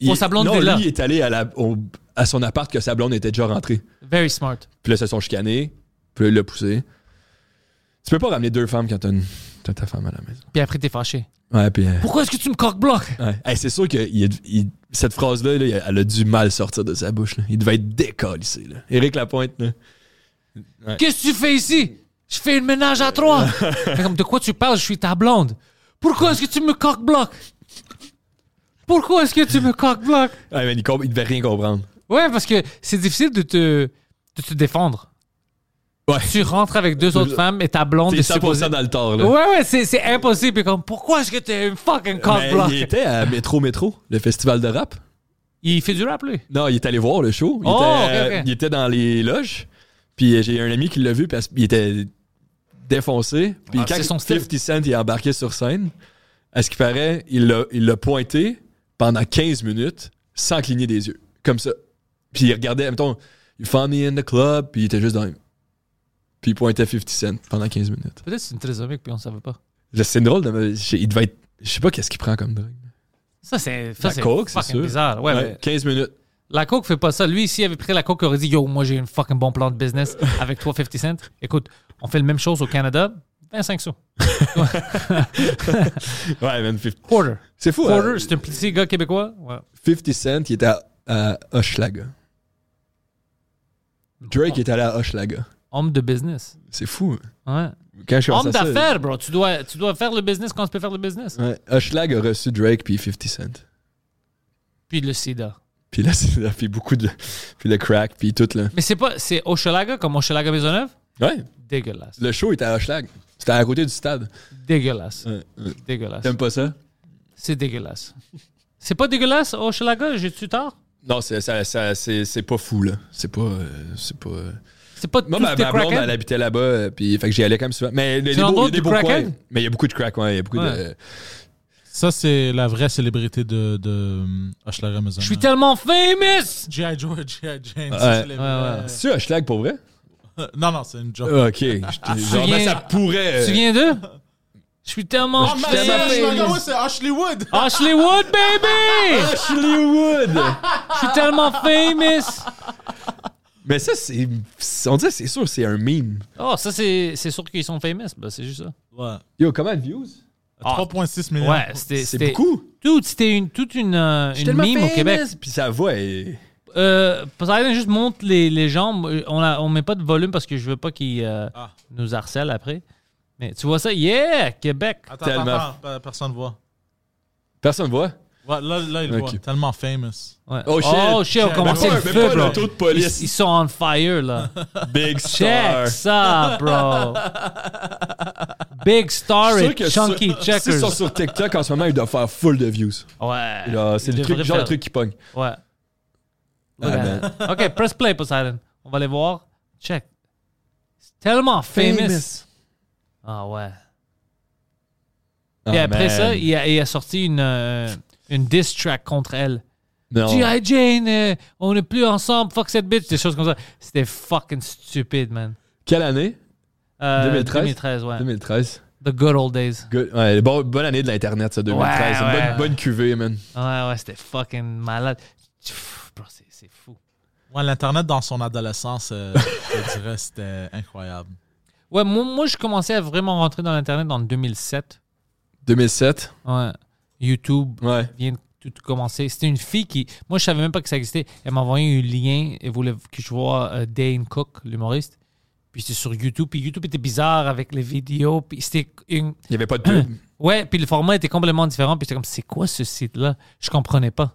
Speaker 2: Il-
Speaker 1: oh, sa blonde
Speaker 2: non,
Speaker 1: était
Speaker 2: lui,
Speaker 1: là.
Speaker 2: il est allé à, la- au- à son appart que sa blonde était déjà rentrée.
Speaker 1: Very smart.
Speaker 2: Puis là, ils se sont chicanés. Puis là, il l'a poussé. Tu peux pas ramener deux femmes quand t'as une- t'as ta femme à la maison.
Speaker 1: Puis après, t'es fâché.
Speaker 2: Ouais, puis. euh,
Speaker 1: Pourquoi est-ce que tu me coque-bloques?
Speaker 2: Ouais. Hey, c'est sûr que il a- il- cette phrase-là, là, elle a dû mal sortir de sa bouche. là. Il devait être décalissé. Là. Éric Lapointe, là.
Speaker 1: Qu'est-ce que tu fais ici? Je fais une ménage à
Speaker 2: [laughs]
Speaker 1: trois. Fait comme de quoi tu parles, je suis ta blonde. Pourquoi est-ce que tu me coque-bloques? Pourquoi est-ce que tu me coque-bloques?
Speaker 2: Ouais, Ah, mais il, comp- il devait rien comprendre.
Speaker 1: Ouais, parce que c'est difficile de te, de te défendre.
Speaker 2: Ouais. Euh,
Speaker 1: Tu rentres avec deux autres femmes et ta blonde
Speaker 2: T'es
Speaker 1: est
Speaker 2: 100%
Speaker 1: supposée...
Speaker 2: dans le tort. Là.
Speaker 1: Ouais, ouais, c'est c'est impossible. Et comme, pourquoi est-ce que t'es une fucking
Speaker 2: Mais
Speaker 1: cock-block?
Speaker 2: il était à Métro Métro, le festival de rap.
Speaker 1: Il... fait du rap, lui.
Speaker 2: Non, il est allé voir le show. Il,
Speaker 1: Oh,
Speaker 2: était,
Speaker 1: ok, ok.
Speaker 2: euh, il était dans les loges. Puis euh, j'ai un ami qui l'a vu parce qu'il était défoncé. Puis
Speaker 1: Ah,
Speaker 2: quand
Speaker 1: c'est son style.
Speaker 2: 50 Cent il est embarqué sur scène, à ce qu'il paraît, il l'a- il l'a pointé pendant 15 minutes sans cligner des yeux. Comme ça. Puis il regardait, mettons, il found me in the club, puis il était juste dans le- Puis il pointait 50 Cent pendant 15 minutes.
Speaker 1: Peut-être c'est une trisomique, puis on savait pas.
Speaker 2: Là, C'est drôle, de me- j'ai- il devait être. Je sais pas qu'est-ce qu'il prend comme drogue.
Speaker 1: Ça, c'est ça,
Speaker 2: La
Speaker 1: c'est
Speaker 2: coke, c'est
Speaker 1: fucking
Speaker 2: sûr.
Speaker 1: bizarre. Ouais,
Speaker 2: Ouais,
Speaker 1: mais
Speaker 2: 15 minutes.
Speaker 1: La coke fait pas ça. Lui, s'il avait pris la coke, il aurait dit Yo, moi j'ai une fucking bon plan de business avec toi, 50 Cent. Écoute, on fait la même chose au Canada, 25
Speaker 2: [laughs]
Speaker 1: sous.
Speaker 2: Ouais, man, 50
Speaker 1: Quarter.
Speaker 2: C'est fou. hein?
Speaker 1: Quarter, c'est un petit gars québécois. Ouais.
Speaker 2: 50 Cent, il était à, à Hochelaga. Drake était allé à Hochelaga.
Speaker 1: Homme de business.
Speaker 2: C'est fou. hein.
Speaker 1: Ouais.
Speaker 2: Quand je
Speaker 1: Homme
Speaker 2: commence à ça,
Speaker 1: d'affaires, bro. Tu dois, tu dois faire le business quand tu peux faire le business.
Speaker 2: Ouais, Hochelag a reçu Drake puis 50 Cent.
Speaker 1: Puis le sida.
Speaker 2: Puis là, [laughs] c'est là, puis beaucoup de. Puis le crack, puis tout, là.
Speaker 1: Mais c'est pas. C'est Hochelaga comme Hochelaga Maisonneuve
Speaker 2: Ouais.
Speaker 1: Dégueulasse.
Speaker 2: Le show était à Hochelag. C'était à côté du stade.
Speaker 1: Dégueulasse.
Speaker 2: Ouais, ouais.
Speaker 1: Dégueulasse.
Speaker 2: T'aimes pas ça?
Speaker 1: C'est dégueulasse. C'est pas dégueulasse, Hochelaga J'ai-tu tard
Speaker 2: Non, c'est, ça- ça- c'est, c'est pas fou, là. C'est pas. euh, c'est pas. euh.
Speaker 1: C'est pas
Speaker 2: Moi,
Speaker 1: tous
Speaker 2: ma,
Speaker 1: des
Speaker 2: ma blonde,
Speaker 1: crackheads?
Speaker 2: elle habitait là-bas, euh, puis fait que j'y allais quand même souvent. Mais il y a des
Speaker 1: en
Speaker 2: beaux- il
Speaker 1: d'autres
Speaker 2: y a des
Speaker 1: du
Speaker 2: beaux
Speaker 1: crackhead?
Speaker 2: coins. Mais il y a beaucoup de crack, ouais. Il y a beaucoup
Speaker 1: Ouais.
Speaker 2: de. euh,
Speaker 3: Ça, c'est la vraie célébrité de, de Hochelaga Maison.
Speaker 1: Je suis tellement famous
Speaker 3: G.I. Joe, G.I. Jane.
Speaker 2: Ouais.
Speaker 3: ça, c'est les
Speaker 1: Ouais, ouais.
Speaker 2: C'est-tu Hochelag pour vrai?
Speaker 3: vrais- Non, non, c'est une joke.
Speaker 2: [laughs] Ok. Genre, ben, ça
Speaker 1: Tu
Speaker 2: pourrait.
Speaker 1: te
Speaker 2: euh,
Speaker 1: souviens d'eux? Je suis tellement.
Speaker 3: Oh, man,
Speaker 2: Je tellement
Speaker 3: c'est Hochelaga,
Speaker 2: famous.
Speaker 3: ouais, c'est Ashley Wood.
Speaker 1: Ashley Wood, baby!
Speaker 2: Hollywood!
Speaker 1: Je suis tellement famous!
Speaker 2: [laughs] Mais ça, c'est. On dirait, c'est sûr, c'est un meme.
Speaker 1: Oh, ça, c'est c'est sûr qu'ils sont famous. Bah, c'est juste ça.
Speaker 3: Ouais.
Speaker 2: Yo, comment de views?
Speaker 3: Ah. 3,6 millions.
Speaker 1: Ouais, c'était.
Speaker 2: C'est
Speaker 1: c'était-
Speaker 2: beaucoup.
Speaker 1: Dude, c'était une, toute une, euh, une meme au Québec.
Speaker 2: Puis sa voix est.
Speaker 1: Euh, Poseidon juste monte les, les jambes. Euh, On, a, on met pas de volume parce que je veux pas qu'ils euh,
Speaker 3: Ah.
Speaker 1: nous harcèlent après. Mais tu vois ça? Yeah! Québec!
Speaker 3: Attends,
Speaker 2: Tellement.
Speaker 3: attends, attends, pe- personne voit.
Speaker 2: Personne voit.
Speaker 3: Ouais, là, là, il
Speaker 2: Ok.
Speaker 3: voit. Tellement famous.
Speaker 1: Ouais.
Speaker 2: Oh, shit.
Speaker 1: on
Speaker 3: Shit.
Speaker 1: commence
Speaker 3: Mais
Speaker 1: le
Speaker 3: pas-
Speaker 2: mais
Speaker 1: feu,
Speaker 2: pas
Speaker 1: bro.
Speaker 2: le taux de
Speaker 1: ils,
Speaker 2: police.
Speaker 1: ils sont on fire,
Speaker 2: [laughs]
Speaker 1: là.
Speaker 2: Big
Speaker 1: Check
Speaker 2: star.
Speaker 1: ça, bro. Big
Speaker 2: Je
Speaker 1: Star
Speaker 2: suis
Speaker 1: et
Speaker 2: sûr que
Speaker 1: Chunky
Speaker 2: sur- S'ils sont
Speaker 1: Checkers.
Speaker 2: sur TikTok en ce moment, ils doivent faire full de views.
Speaker 1: Ouais.
Speaker 2: Là, c'est
Speaker 1: il
Speaker 2: le truc,
Speaker 1: devrait
Speaker 2: genre le
Speaker 1: faire-
Speaker 2: truc qui pogne.
Speaker 1: Ouais.
Speaker 2: Ah,
Speaker 1: Look at
Speaker 2: man.
Speaker 1: that. ok, press play, Poseidon. On va les voir. Check. C'est tellement famous. Ah ouais. Et
Speaker 2: Ah,
Speaker 1: après
Speaker 2: man.
Speaker 1: ça, il a, il a sorti une, euh, une diss track contre elle.
Speaker 2: Non.
Speaker 1: G.I. Jane, euh, on n'est plus ensemble, fuck cette bitch, des choses comme ça. C'était fucking stupide, man.
Speaker 2: Quelle année?
Speaker 1: Euh,
Speaker 2: 2013?
Speaker 1: 2013, ouais.
Speaker 2: 2013.
Speaker 1: The good old days.
Speaker 2: Good- ouais, bon- bonne année de l'Internet, ça,
Speaker 1: Ouais,
Speaker 2: 2013. Une
Speaker 1: ouais.
Speaker 2: bonne, bonne cuvée, man.
Speaker 1: Ouais, ouais, c'était fucking malade. Pff, Bro, c'est c'est fou.
Speaker 3: Ouais, l'Internet dans son adolescence, [laughs] euh, je dirais, c'était incroyable.
Speaker 1: Ouais, moi, moi, je commençais à vraiment rentrer dans l'Internet en 2007.
Speaker 2: 2007.
Speaker 1: Ouais. YouTube
Speaker 2: Ouais.
Speaker 1: vient de tout commencer. C'était une fille qui. Moi, je savais même pas que ça existait. Elle m'a envoyé un lien. Elle voulait que je vois euh, Dane Cook, l'humoriste. Puis c'était sur YouTube. Puis YouTube était bizarre avec les vidéos. Puis c'était une.
Speaker 2: Il n'y avait pas de pub.
Speaker 1: Ouais, puis le format était complètement différent. Puis j'étais comme, c'est quoi ce site-là? Je comprenais pas.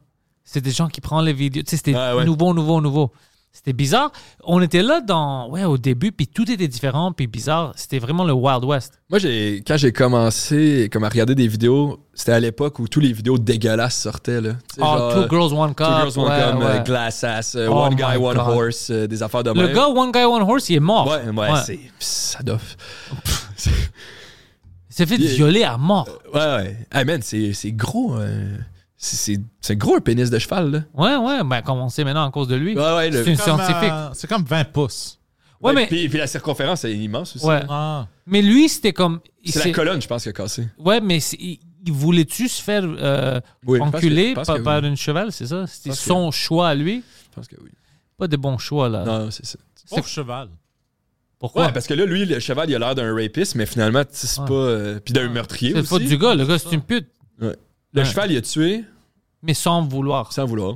Speaker 1: C'est des gens qui prennent les vidéos. Tu sais, c'était
Speaker 2: Ah ouais.
Speaker 1: nouveau, nouveau, nouveau. C'était bizarre. On était là dans, ouais, au début, puis tout était différent, puis bizarre. C'était vraiment le Wild West.
Speaker 2: [clears throat] Moi, j'ai, quand j'ai commencé comme à regarder des vidéos, c'était à l'époque où tous les vidéos dégueulasses sortaient. Là. Tu sais,
Speaker 1: Ah,
Speaker 2: genre,
Speaker 1: Two
Speaker 2: euh,
Speaker 1: Girls, One Cup.
Speaker 2: Two Girls One
Speaker 1: ouais,
Speaker 2: Cup, euh,
Speaker 1: ouais.
Speaker 2: Glass Ass, euh,
Speaker 1: Oh
Speaker 2: One
Speaker 1: my
Speaker 2: Guy,
Speaker 1: God.
Speaker 2: One Horse, euh, des affaires de
Speaker 1: Le
Speaker 2: même.
Speaker 1: gars One Guy, One Horse, il est mort.
Speaker 2: Ouais, ouais,
Speaker 1: Ouais.
Speaker 2: c'est. pis Ça doit.
Speaker 1: Il s'est fait
Speaker 2: Il-
Speaker 1: violer à mort.
Speaker 2: ouais, ouais. Hey man, c'est c'est gros. euh, c'est- C'est c'est gros un pénis de cheval, là.
Speaker 1: Ouais, ouais, ben, comme on sait maintenant à cause de lui.
Speaker 2: Ouais, ouais. le-
Speaker 1: C'est une-
Speaker 3: Comme,
Speaker 1: scientifique.
Speaker 3: euh, c'est comme 20 pouces.
Speaker 1: Ouais, mais,
Speaker 2: Puis, puis la circonférence est immense aussi.
Speaker 1: ouais.
Speaker 3: Ah.
Speaker 1: mais lui, c'était comme. il
Speaker 2: C'est
Speaker 1: s'est-
Speaker 2: la colonne, je pense, qui a cassé.
Speaker 1: Ouais, mais c'est- il, il voulait-tu se faire euh,
Speaker 2: Oui, je pense que-
Speaker 1: enculer
Speaker 2: je pense
Speaker 1: par,
Speaker 2: que oui.
Speaker 1: par une cheval, c'est ça? C'était
Speaker 2: pense que
Speaker 1: son choix à lui.
Speaker 2: Je pense que oui.
Speaker 1: Pas de bons choix, là.
Speaker 2: Non, non, c'est ça.
Speaker 3: Pauvre cheval.
Speaker 1: Pourquoi?
Speaker 2: Ah. Ouais, parce que là, lui, le cheval, il a l'air d'un rapiste, mais finalement, tu sais, c'est
Speaker 1: Ouais.
Speaker 2: pas. euh, puis d'un meurtrier
Speaker 1: c'est le
Speaker 2: aussi.
Speaker 1: faute du gars. Le gars, c'est une pute,
Speaker 2: Le
Speaker 1: Ouais.
Speaker 2: cheval, il a tué
Speaker 1: mais sans vouloir.
Speaker 2: sans vouloir.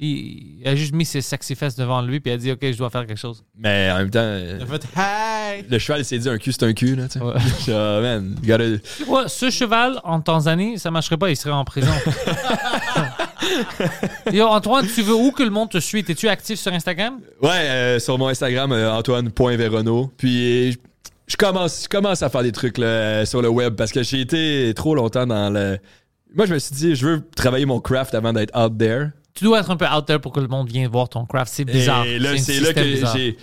Speaker 1: Il, il a juste mis ses sexy fesses devant lui puis il a dit, OK, je dois faire quelque chose.
Speaker 2: Mais en même temps, euh,
Speaker 3: Il a fait Hey!
Speaker 2: le cheval, il s'est dit un cul, c'est un cul, là, tu sais.
Speaker 1: Ouais.
Speaker 2: [laughs] Ah, man, you gotta-
Speaker 1: Ouais, ce cheval, en Tanzanie, ça marcherait pas. Il serait en
Speaker 2: [laughs]
Speaker 1: prison. Yo, Antoine, tu veux où que le monde te suit? Es-tu actif sur Instagram?
Speaker 2: Ouais, euh, sur mon Instagram, euh, antoine.verono. Puis je- je commence, je commence à faire des trucs là, euh, sur le web parce que j'ai été trop longtemps dans le. Moi, je me suis dit, je veux travailler mon craft avant d'être out there.
Speaker 1: Tu dois être un peu out there pour que le monde vienne voir ton craft. C'est bizarre.
Speaker 2: Et là,
Speaker 1: une
Speaker 2: c'est là
Speaker 1: système
Speaker 2: que
Speaker 1: bizarre.
Speaker 2: j'ai.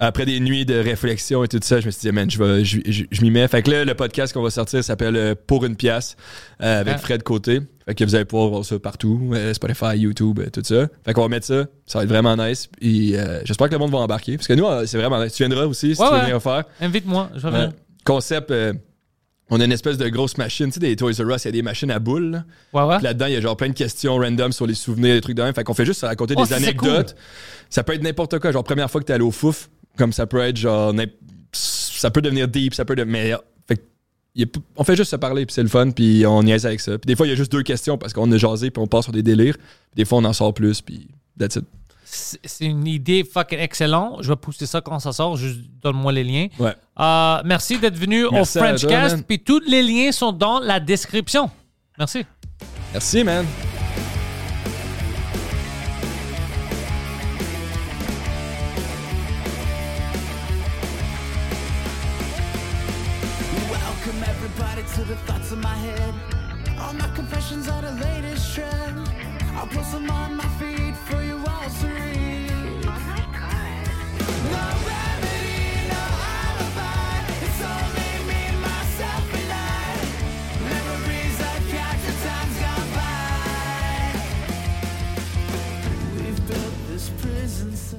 Speaker 2: Après des nuits de réflexion et tout ça, je me suis dit, man, je, vais- je, je- je m'y mets. Fait que là, le podcast qu'on va sortir s'appelle euh, Pour une pièce euh, avec
Speaker 1: Ah.
Speaker 2: Fred Côté. Fait que vous allez pouvoir voir ça partout, euh, Spotify, YouTube, euh, tout ça. Fait qu'on va mettre ça. Ça va être vraiment nice. Et euh, j'espère que le monde va embarquer. Parce que nous, euh, c'est vraiment nice. Tu viendras aussi si
Speaker 1: Ouais,
Speaker 2: tu veux
Speaker 1: ouais.
Speaker 2: venir faire.
Speaker 1: Invite-moi. Je vais
Speaker 2: Ouais.
Speaker 1: venir.
Speaker 2: Concept, euh, on a une espèce de grosse machine. Tu sais, des Toys R Us, il y a des machines à boules. là.
Speaker 1: Ouais, ouais.
Speaker 2: Puis Là-dedans, il y a genre plein de questions random sur les souvenirs, des trucs de même. Fait qu'on fait juste raconter
Speaker 1: Oh,
Speaker 2: des
Speaker 1: ça, c'est
Speaker 2: anecdotes. Ça peut être n'importe quoi. Genre, première fois que t'es allé au fouf, comme ça peut être genre. n'im- Ça peut devenir deep, ça peut devenir. Mais, euh, fait que il y a p- on fait juste se parler, puis c'est le fun, puis on niaise avec ça. Puis des fois, il y a juste deux questions parce qu'on a jasé, puis on part sur des délires. Puis des fois, on en sort plus, puis that's it.
Speaker 1: C'est c'est une idée fucking excellente. Je vais pousser ça quand ça sort. Juste donne-moi les liens.
Speaker 2: Ouais.
Speaker 1: Euh, merci d'être venu au
Speaker 2: Merci à toi,
Speaker 1: Frenchcast.
Speaker 2: man.
Speaker 1: Puis tous les liens sont dans la description. Merci.
Speaker 2: Merci, man.
Speaker 4: Welcome everybody to the thoughts in my head. All my confessions are the latest trend. I'll post them on my feed for you all to read. Oh my god. No remedy, no alibi. It's only me, myself, and I. Memories I capture times gone by. We've built this prison cell.